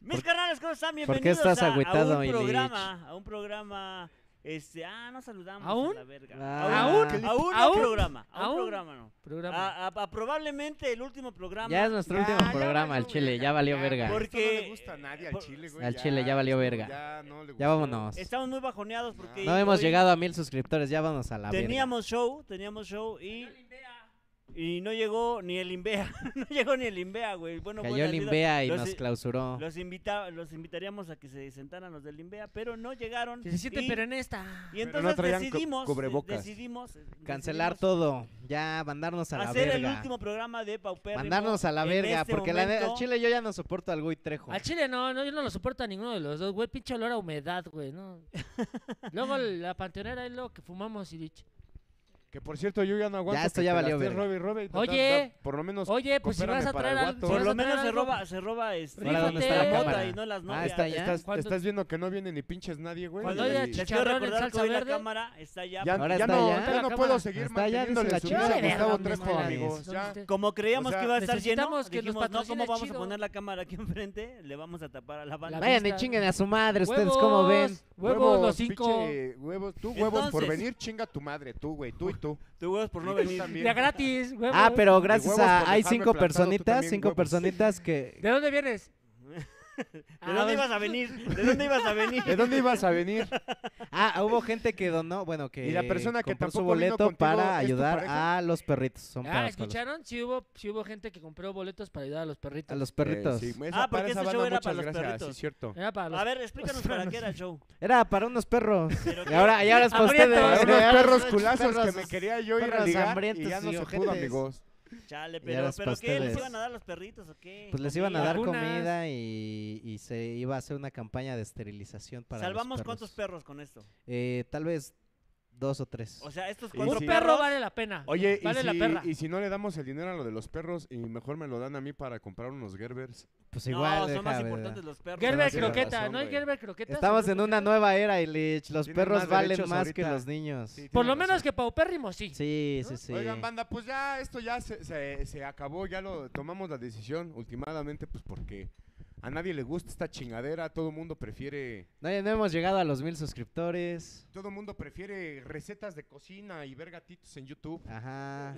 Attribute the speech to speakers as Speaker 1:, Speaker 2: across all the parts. Speaker 1: Mis carnales, ¿cómo están?
Speaker 2: por qué
Speaker 1: Bienvenidos
Speaker 2: estás
Speaker 1: a, a
Speaker 2: agüitado,
Speaker 1: un
Speaker 2: Ilich?
Speaker 1: programa, a un programa, este, ah, no saludamos
Speaker 3: ¿Aún?
Speaker 1: a la verga.
Speaker 2: Ah.
Speaker 1: Aún,
Speaker 2: ¿Qué le-
Speaker 1: aún, no
Speaker 3: aún?
Speaker 1: programa, a un
Speaker 3: ¿Aún?
Speaker 1: programa no.
Speaker 3: Programa.
Speaker 1: A, a- a probablemente el último programa.
Speaker 2: Ya es nuestro
Speaker 4: Ya,
Speaker 2: último
Speaker 4: ya
Speaker 2: programa
Speaker 4: valió
Speaker 2: al Chile,
Speaker 4: verga,
Speaker 2: ya valió
Speaker 4: ya,
Speaker 2: verga.
Speaker 4: esto
Speaker 1: Porque-
Speaker 4: no le gusta a nadie al
Speaker 1: por-
Speaker 4: Chile, güey.
Speaker 2: al Chile ya valió
Speaker 4: esto
Speaker 2: verga.
Speaker 4: Ya no le gusta.
Speaker 2: Ya vámonos.
Speaker 1: Estamos muy bajoneados porque
Speaker 2: Ah. No hemos
Speaker 1: hoy
Speaker 2: llegado a mil suscriptores, ya vamos a la verga.
Speaker 1: Teníamos show, teníamos show y y no llegó ni el Imbea, no llegó ni el Imbea, güey. Bueno,
Speaker 2: Cayó
Speaker 1: buenas
Speaker 2: el
Speaker 1: vidas.
Speaker 2: Imbea y
Speaker 1: Los
Speaker 2: nos
Speaker 1: i-
Speaker 2: clausuró.
Speaker 1: Los, invita los invitaríamos a que se sentaran los del Limbea, pero no llegaron.
Speaker 3: Que se siente
Speaker 1: y,
Speaker 3: pero en esta.
Speaker 1: y
Speaker 4: no
Speaker 1: entonces
Speaker 4: traían cu-
Speaker 1: decidimos, eh,
Speaker 4: cubrebocas.
Speaker 1: decidimos eh,
Speaker 2: Cancelar
Speaker 1: decidimos
Speaker 2: todo, ya mandarnos a la
Speaker 1: hacer el
Speaker 2: verga.
Speaker 1: último este programa de Pauper.
Speaker 2: Mandarnos a la verga, porque la ne- al Chile yo ya no soporto al Gui Trejo.
Speaker 3: Al chile no, no, yo no lo soporto a ninguno de los dos, güey. Pinche olor a humedad, güey, no. Luego la panteonera es lo que fumamos y dicho.
Speaker 4: Que por cierto, yo ya no aguanto.
Speaker 2: Ya, esto
Speaker 4: que
Speaker 2: ya
Speaker 4: te
Speaker 2: valió
Speaker 4: la estés
Speaker 2: verga.
Speaker 4: robe y robe y ta,
Speaker 3: Oye,
Speaker 4: ta, ta, por lo menos.
Speaker 3: Oye, pues si
Speaker 4: coopérame
Speaker 3: vas a
Speaker 4: para el
Speaker 3: traer al.
Speaker 4: guato.
Speaker 3: si
Speaker 1: Por
Speaker 3: vas
Speaker 1: lo
Speaker 3: a traer
Speaker 1: menos se
Speaker 3: algo-
Speaker 1: roba, se roba este,
Speaker 2: Ahora, ¿dónde está la
Speaker 1: mota
Speaker 2: cámara?
Speaker 1: y no las novias.
Speaker 2: Ah, está ya.
Speaker 4: Estás,
Speaker 3: Cuando-
Speaker 4: estás viendo que no viene ni pinches nadie, güey.
Speaker 1: Cuando
Speaker 4: y-
Speaker 3: haya ch-
Speaker 4: y-
Speaker 1: Les quiero
Speaker 3: chicharrón en
Speaker 1: recordar que
Speaker 3: salsa
Speaker 1: hoy la
Speaker 3: verde.
Speaker 1: cámara está ya.
Speaker 4: ya,
Speaker 2: Ahora
Speaker 4: ya
Speaker 2: está
Speaker 4: no,
Speaker 2: ya.
Speaker 4: ya no
Speaker 3: La cámara.
Speaker 4: puedo seguir
Speaker 2: Está ya,
Speaker 4: manteniéndole
Speaker 2: dice la
Speaker 4: su
Speaker 2: chica.
Speaker 4: vida a
Speaker 2: Vale,
Speaker 4: Gustavo
Speaker 3: pues, verga,
Speaker 4: Trejo,
Speaker 3: mames,
Speaker 4: amigos.
Speaker 3: son este,
Speaker 4: Ya.
Speaker 3: ustedes.
Speaker 1: Como creíamos
Speaker 4: O sea,
Speaker 1: que iba a estar lleno,
Speaker 3: necesitamos que nos
Speaker 1: dijimos, no, ¿cómo
Speaker 3: patrocine
Speaker 1: vamos a
Speaker 3: chido?
Speaker 1: poner la cámara aquí enfrente? Le vamos a tapar a la banda.
Speaker 3: La-
Speaker 2: Vayan y
Speaker 3: vista.
Speaker 2: chinguen a su madre, ustedes cómo ven.
Speaker 3: Huevos, Huevos, los cinco.
Speaker 4: pinche huevos, tú huevos por
Speaker 1: Entonces-
Speaker 4: venir, chinga tu madre, tú, güey, tú y tú.
Speaker 1: Te huevos por no
Speaker 4: Y tú
Speaker 1: venir.
Speaker 4: también.
Speaker 3: Ya gratis, huevos.
Speaker 2: Ah, pero gracias
Speaker 4: huevos
Speaker 2: a...
Speaker 4: por
Speaker 2: Hay
Speaker 4: dejarme
Speaker 2: cinco
Speaker 4: plantado, tú
Speaker 2: personitas,
Speaker 4: también,
Speaker 2: cinco
Speaker 4: huevos.
Speaker 2: personitas que...
Speaker 3: ¿De dónde vienes? Ah,
Speaker 1: ¿De dónde ibas a venir? ¿De dónde ibas a venir?
Speaker 4: ¿De dónde ibas a venir?
Speaker 2: Ah, hubo gente que donó, bueno, que...
Speaker 4: Y la persona que
Speaker 2: compró su
Speaker 4: tampoco vino
Speaker 2: boleto
Speaker 4: contigo,
Speaker 2: para
Speaker 4: ¿es tu
Speaker 2: ayudar
Speaker 4: pareja?
Speaker 2: a los perritos. Son
Speaker 3: Ah,
Speaker 2: para los perros.
Speaker 3: ¿escucharon? Sí hubo, sí hubo gente que compró boletos para ayudar a los perritos.
Speaker 2: A los perritos.
Speaker 4: Eh, sí,
Speaker 1: Ah,
Speaker 4: esa-
Speaker 1: porque
Speaker 4: para esa
Speaker 1: ese
Speaker 4: banda,
Speaker 1: show era
Speaker 4: muchas
Speaker 1: para los
Speaker 4: gracias,
Speaker 1: perritos.
Speaker 4: sí, cierto.
Speaker 3: Era para los-
Speaker 1: A ver, explícanos para qué era el show.
Speaker 2: Era para unos perros.
Speaker 1: Pero
Speaker 2: Y ahora, y ahora es para
Speaker 3: Aprietos.
Speaker 2: ustedes.
Speaker 4: Para unos
Speaker 2: Ahora es
Speaker 4: perros
Speaker 2: para
Speaker 4: culazos
Speaker 2: perros.
Speaker 4: que me quería yo ir a
Speaker 2: perros
Speaker 4: ligar y
Speaker 2: hambrientos
Speaker 4: ya no
Speaker 2: y
Speaker 4: se pudo,
Speaker 2: ojetes.
Speaker 4: amigos.
Speaker 1: Chale,
Speaker 2: Ya
Speaker 1: pero,
Speaker 2: las
Speaker 1: pero ¿qué? ¿Les
Speaker 2: pasteles.
Speaker 1: iban a dar los perritos o qué?
Speaker 2: Pues les iban a dar
Speaker 3: Vacunas.
Speaker 2: comida y, y se iba a hacer una campaña de esterilización para los
Speaker 1: ¿Salvamos cuántos
Speaker 2: perros?
Speaker 1: perros con esto?
Speaker 2: Eh, tal vez dos o tres.
Speaker 1: O sea, estos
Speaker 4: Y
Speaker 1: cuatro
Speaker 4: sí.
Speaker 3: Un
Speaker 1: perros...
Speaker 3: perro vale la pena.
Speaker 4: Oye,
Speaker 3: vale
Speaker 4: y,
Speaker 3: la
Speaker 4: si,
Speaker 3: perra.
Speaker 4: y si no le damos el dinero a lo de los perros y mejor me lo dan a mí para comprar unos Gerbers.
Speaker 2: pues igual.
Speaker 1: No, son
Speaker 2: deja,
Speaker 1: más
Speaker 2: ¿verdad?
Speaker 1: importantes los perros.
Speaker 3: Gerber
Speaker 4: sí,
Speaker 3: Croqueta,
Speaker 4: razón,
Speaker 3: ¿no hay
Speaker 4: güey.
Speaker 3: Gerber Croqueta?
Speaker 2: Estamos en una nueva era, Illich. Los
Speaker 4: Tienen
Speaker 2: perros
Speaker 4: más
Speaker 2: valen
Speaker 4: derechos
Speaker 2: más que
Speaker 4: ahorita.
Speaker 2: los niños.
Speaker 4: Sí,
Speaker 2: Sí,
Speaker 3: Por lo
Speaker 4: tiene
Speaker 3: menos
Speaker 4: razón.
Speaker 3: que paupérrimo, sí.
Speaker 2: sí, sí.
Speaker 4: Oigan, banda, pues ya esto ya se, se- se acabó, ya lo tomamos la decisión últimamente, pues porque a nadie le gusta esta chingadera, todo el mundo prefiere,
Speaker 2: No, ya no hemos llegado a los mil suscriptores.
Speaker 4: todo el mundo prefiere recetas de cocina y ver gatitos en YouTube.
Speaker 2: Ajá.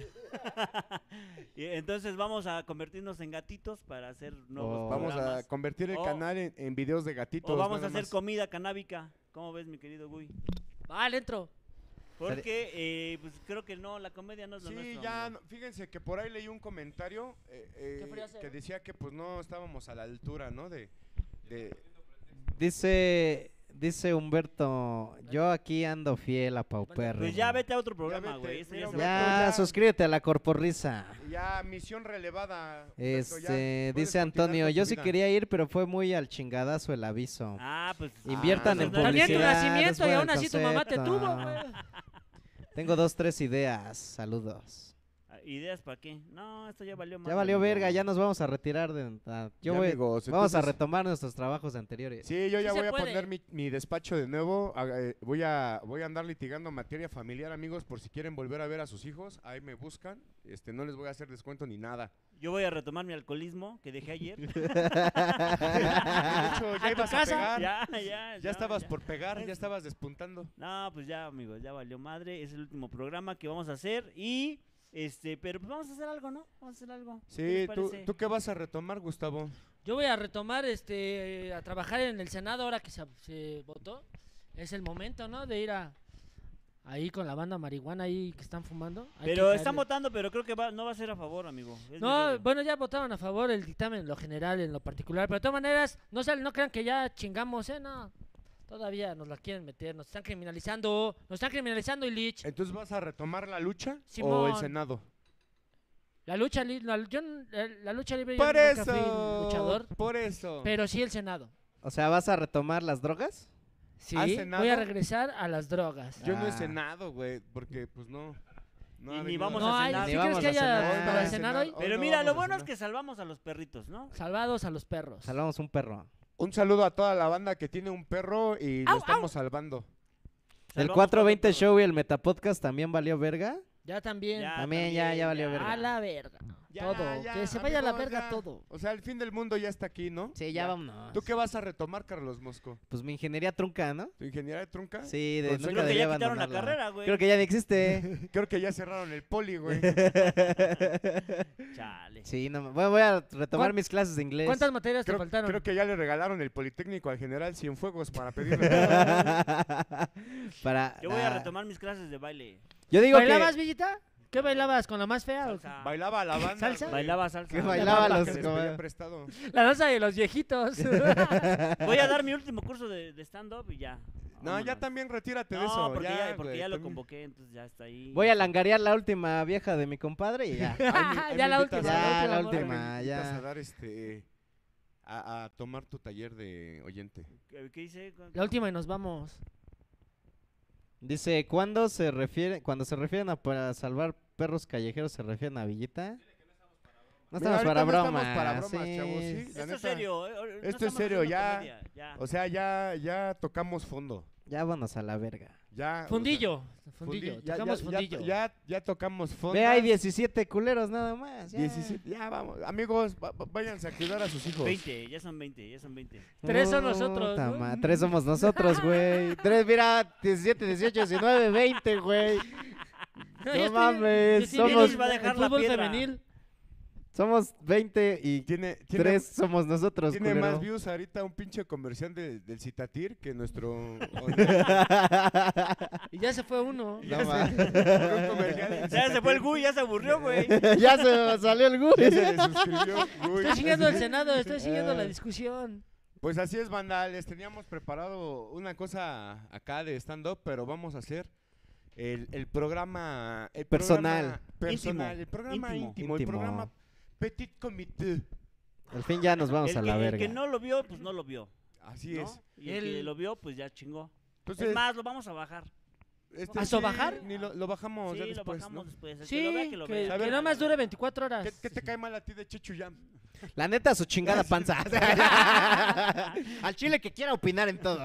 Speaker 1: Y entonces vamos a convertirnos en gatitos para hacer nuevos
Speaker 2: O-
Speaker 4: Vamos
Speaker 1: programas.
Speaker 4: a convertir el
Speaker 1: O-
Speaker 4: canal en, en videos de gatitos.
Speaker 1: O vamos a
Speaker 4: nada
Speaker 1: hacer
Speaker 4: más.
Speaker 1: comida canábica. ¿Cómo ves, mi querido Gui?
Speaker 3: Va, dentro.
Speaker 1: Porque eh, pues creo que no, la comedia no es lo
Speaker 4: Sí,
Speaker 1: nuestro.
Speaker 4: ya,
Speaker 1: amigo.
Speaker 4: no- fíjense que por ahí leí un comentario eh, eh,
Speaker 3: Qué frío hace,
Speaker 4: que
Speaker 3: ¿no?
Speaker 4: decía que pues no estábamos a la altura, ¿no? De, de-
Speaker 2: Dice, dice Humberto, yo aquí ando fiel a Pauper.
Speaker 1: Pues ya vete a otro programa,
Speaker 4: vete,
Speaker 1: güey. Este ya
Speaker 4: mira,
Speaker 1: se va a acabar.
Speaker 2: Ya,
Speaker 4: ya.
Speaker 2: suscríbete a la Corporrisa.
Speaker 4: ya misión relevada. Humberto, ya,
Speaker 2: Este,
Speaker 4: puedes
Speaker 2: dice
Speaker 4: continuar
Speaker 2: Antonio,
Speaker 4: con tu
Speaker 2: yo sí
Speaker 4: vida.
Speaker 2: quería ir, pero fue muy al chingadazo el aviso.
Speaker 1: Ah, pues.
Speaker 2: Inviertan
Speaker 1: ah,
Speaker 2: en
Speaker 1: pues, no,
Speaker 3: También tu
Speaker 2: publicidad. es
Speaker 3: nacimiento y
Speaker 2: bueno
Speaker 3: aún
Speaker 2: el
Speaker 3: así tu mamá te
Speaker 2: concepto.
Speaker 3: tuvo, güey.
Speaker 2: Tengo dos, tres ideas. Saludos.
Speaker 1: Ah, ¿Ideas para qué? No, esto ya valió más.
Speaker 2: Ya valió verga, ya nos vamos a retirar de... ah, yo
Speaker 4: Ya,
Speaker 2: voy-
Speaker 4: amigos,
Speaker 2: vamos a
Speaker 4: entonces-
Speaker 2: retomar nuestros trabajos anteriores.
Speaker 4: Sí, yo ya
Speaker 3: se
Speaker 4: voy a
Speaker 3: puede.
Speaker 4: poner mi, mi despacho de nuevo. a- eh, voy, a, voy a andar litigando materia familiar, amigos, por si quieren volver a ver a sus hijos. Ahí me buscan. Este, no les voy a hacer descuento ni nada.
Speaker 1: Yo voy a retomar mi alcoholismo que dejé ayer.
Speaker 4: De hecho, ya
Speaker 3: ¿A tu
Speaker 4: ibas a
Speaker 3: casa?
Speaker 4: pegar. Ya,
Speaker 1: ya, ya.
Speaker 4: estabas
Speaker 1: ya.
Speaker 4: por pegar, ya estabas despuntando.
Speaker 1: No, pues ya, amigos, ya valió madre. Es el último programa que vamos a hacer y. Este, pero pues vamos a hacer algo, ¿no? Vamos a hacer algo. ¿Qué
Speaker 4: Sí,
Speaker 1: les
Speaker 4: ¿tú,
Speaker 1: parece?
Speaker 4: ¿tú qué vas a retomar, Gustavo?
Speaker 3: Yo voy a retomar este a trabajar en el Senado ahora que se, se votó. Es el momento, ¿no? De ir a ahí con la banda marihuana ahí que están fumando. Hay que
Speaker 1: Pero están
Speaker 3: caerle.
Speaker 1: votando, pero creo que va- no va a ser a favor, amigo. Es mi
Speaker 3: No,
Speaker 1: rollo.
Speaker 3: bueno, ya votaron a favor el dictamen en lo general, en lo particular, pero de todas maneras, no sal- no crean que ya chingamos, eh, no. Todavía nos la quieren meter, nos están criminalizando, nos están criminalizando Illich.
Speaker 4: Entonces vas a retomar la lucha o el
Speaker 3: Simón.
Speaker 4: Senado.
Speaker 3: La lucha libre, la, yo n- eh, la lucha libre yo
Speaker 4: Por
Speaker 3: nunca
Speaker 4: eso.
Speaker 3: fui luchador,
Speaker 4: por eso.
Speaker 3: pero sí el Senado.
Speaker 2: O sea, ¿vas a retomar las drogas?
Speaker 3: Sí,
Speaker 4: ¿Has
Speaker 3: voy a
Speaker 4: cenado?
Speaker 3: regresar a las drogas.
Speaker 4: Yo no he
Speaker 2: Ah.
Speaker 4: cenado, güey, porque pues no. no
Speaker 1: Y
Speaker 4: ha
Speaker 1: ni
Speaker 4: venido
Speaker 1: vamos
Speaker 4: nadie.
Speaker 3: No
Speaker 1: a
Speaker 3: hay,
Speaker 1: cenar.
Speaker 2: Ni
Speaker 3: ¿sí crees
Speaker 2: vamos
Speaker 3: que
Speaker 2: a
Speaker 3: haya
Speaker 2: cenar.
Speaker 3: para
Speaker 2: Hoy
Speaker 3: cenar hoy?
Speaker 1: Pero
Speaker 4: no
Speaker 1: mira,
Speaker 4: vamos
Speaker 1: lo
Speaker 4: a
Speaker 1: bueno es
Speaker 4: cenar.
Speaker 1: que salvamos a los perritos, ¿no?
Speaker 3: Salvados a los perros.
Speaker 2: Salvamos un perro.
Speaker 4: Un saludo a toda la banda que tiene un perro y lo estamos salvando.
Speaker 2: El
Speaker 1: Salvamos cuatro
Speaker 2: 420
Speaker 1: perros.
Speaker 2: Show y el Metapodcast también valió verga.
Speaker 3: Ya también.
Speaker 1: Ya,
Speaker 2: También ya, ya valió
Speaker 1: ya.
Speaker 2: verga.
Speaker 1: verga.
Speaker 3: A la verga.
Speaker 4: Ya,
Speaker 3: todo.
Speaker 4: ya,
Speaker 3: que se vaya a la
Speaker 4: amigos,
Speaker 3: verga
Speaker 4: ya.
Speaker 3: todo.
Speaker 4: O sea, el fin del mundo ya está aquí, ¿no?
Speaker 2: Sí, ya vámonos.
Speaker 4: ¿Tú qué vas a retomar, Carlos Mosco?
Speaker 2: Pues mi ingeniería trunca, ¿no?
Speaker 4: ¿Tu ingeniería de trunca?
Speaker 2: Sí, de,
Speaker 4: Pues
Speaker 1: Creo
Speaker 2: nunca
Speaker 4: creo que
Speaker 1: que
Speaker 2: debería
Speaker 1: ya quitaron la
Speaker 2: abandonarla.
Speaker 1: carrera, güey.
Speaker 2: Creo que ya ni existe.
Speaker 4: Creo que ya cerraron el poli, güey.
Speaker 1: Chale.
Speaker 2: sí, no, ma- bueno, voy a retomar
Speaker 3: ¿Cuán-
Speaker 2: mis clases de inglés.
Speaker 3: ¿Cuántas materias te
Speaker 4: Creo,
Speaker 3: faltaron?
Speaker 4: creo que ya le regalaron el Politécnico al general Cienfuegos para pedirle...
Speaker 2: Para,
Speaker 1: Yo voy a
Speaker 2: ah,
Speaker 1: retomar mis clases de baile.
Speaker 2: Yo digo que
Speaker 3: ¿Bailabas, Villita? ¿Qué bailabas? ¿Con la más fea? o
Speaker 1: Salsa.
Speaker 4: Bailaba a la banda.
Speaker 3: ¿Salsa?
Speaker 4: güey.
Speaker 1: Bailaba salsa.
Speaker 2: Que
Speaker 4: La
Speaker 2: bailaba
Speaker 4: banda
Speaker 2: los
Speaker 4: que les
Speaker 2: como-
Speaker 4: pedían prestado.
Speaker 3: qué? La danza de los viejitos.
Speaker 1: Voy a dar mi último curso de, de stand-up y ya.
Speaker 4: No, ya
Speaker 1: Vámonos.
Speaker 4: también retírate de eso.
Speaker 1: No, porque ya, porque
Speaker 4: güey,
Speaker 1: ya lo
Speaker 4: también.
Speaker 1: convoqué, entonces ya está ahí.
Speaker 2: voy a langarear la última vieja de mi compadre y ya.
Speaker 4: Ahí me- ahí
Speaker 3: ya
Speaker 4: me
Speaker 3: la última.
Speaker 4: invitas a-
Speaker 2: Ya, la
Speaker 3: morra.
Speaker 4: Ahí me
Speaker 2: última. Ma,
Speaker 4: invitas
Speaker 2: ya.
Speaker 4: a dar este... A, a tomar tu taller de oyente.
Speaker 1: ¿Qué qué hice?
Speaker 3: La última y nos vamos.
Speaker 2: Dice, ¿cuándo se refiere, cuando se refieren a para salvar perros callejeros se refieren a Villita? No estamos
Speaker 4: Mira, ahorita
Speaker 2: para
Speaker 4: no
Speaker 2: bromas.
Speaker 4: estamos para bromas,
Speaker 2: sí,
Speaker 4: chavos, sí.
Speaker 1: Esto
Speaker 4: La
Speaker 1: es
Speaker 4: neta.
Speaker 1: serio. eh, o- no
Speaker 4: Esto es
Speaker 1: estamos
Speaker 4: serio,
Speaker 1: haciendo
Speaker 4: ya.
Speaker 1: comedia, ya.
Speaker 4: O sea, ya, ya tocamos fondo.
Speaker 2: Ya vámonos a la verga.
Speaker 4: Ya, o sea,
Speaker 3: Fundillo.
Speaker 4: fundi-
Speaker 3: Fundillo.
Speaker 4: ya- ya-
Speaker 3: Tocamos
Speaker 4: ya-
Speaker 3: fundillo.
Speaker 4: Ya, ya tocamos fondo.
Speaker 2: Ve, hay 17 culeros nada más. Ya.
Speaker 4: 17, ya vamos. Amigos, va- va- váyanse a cuidar a sus hijos.
Speaker 1: 20, ya son 20, ya son 20.
Speaker 3: Tres son
Speaker 2: Puta
Speaker 3: nosotros, ¿no?
Speaker 2: ma- Tres somos nosotros, güey. Tres, mira, 17, 18, 19, 20, güey.
Speaker 3: No,
Speaker 2: No
Speaker 3: yo estoy-
Speaker 2: mames,
Speaker 3: yo estoy
Speaker 2: somos-
Speaker 3: viendo el-
Speaker 1: Va a dejar
Speaker 3: el
Speaker 1: la
Speaker 3: fútbol
Speaker 1: piedra.
Speaker 3: femenil.
Speaker 2: Somos 20 y
Speaker 4: Tiene, tiene,
Speaker 2: tres somos nosotros,
Speaker 4: tiene
Speaker 2: culero.
Speaker 4: más views ahorita un pinche comercial de- del Citatir que nuestro.
Speaker 3: Y ya se fue uno.
Speaker 2: No,
Speaker 4: Ya
Speaker 2: ma.
Speaker 4: Un comercial del
Speaker 1: Ya se fue el
Speaker 4: Citatir.
Speaker 1: Gui, ya se aburrió, güey.
Speaker 2: ya se salió el
Speaker 4: Ya
Speaker 2: güey.
Speaker 4: se le suscribió, güey.
Speaker 3: Estoy siguiendo el Senado, estoy siguiendo
Speaker 4: Eh.
Speaker 3: la
Speaker 2: Ah.
Speaker 3: discusión.
Speaker 4: Pues así es, banda. Les teníamos preparado una cosa acá de stand-up, pero vamos a hacer el, el programa. El
Speaker 2: Personal.
Speaker 4: programa personal.
Speaker 1: Íntimo.
Speaker 4: El programa íntimo.
Speaker 1: Íntimo.
Speaker 4: El
Speaker 2: Íntimo.
Speaker 4: programa Petit Comité.
Speaker 2: Al fin ya nos vamos
Speaker 1: el,
Speaker 2: a
Speaker 1: que,
Speaker 2: la
Speaker 1: el
Speaker 2: verga.
Speaker 1: que no lo vio, pues no lo vio.
Speaker 4: Así
Speaker 1: ¿no?
Speaker 4: es.
Speaker 1: Y el, que
Speaker 3: El-
Speaker 1: lo vio, pues ya chingó.
Speaker 4: Entonces,
Speaker 1: es más, lo vamos a bajar.
Speaker 4: este,
Speaker 3: ¿A
Speaker 4: sí,
Speaker 3: sobajar?
Speaker 4: Ni lo, lo bajamos
Speaker 1: Sí,
Speaker 4: ya
Speaker 1: lo
Speaker 4: después.
Speaker 1: bajamos
Speaker 4: ¿no?
Speaker 1: después. El que
Speaker 3: Sí,
Speaker 1: lo vea, que lo
Speaker 3: que,
Speaker 1: vea.
Speaker 3: que nada más dure 24 horas.
Speaker 4: ¿Qué, qué te cae mal a ti de Chechuyam?
Speaker 2: La neta, su chingada panza. Al chile que quiera opinar en todo.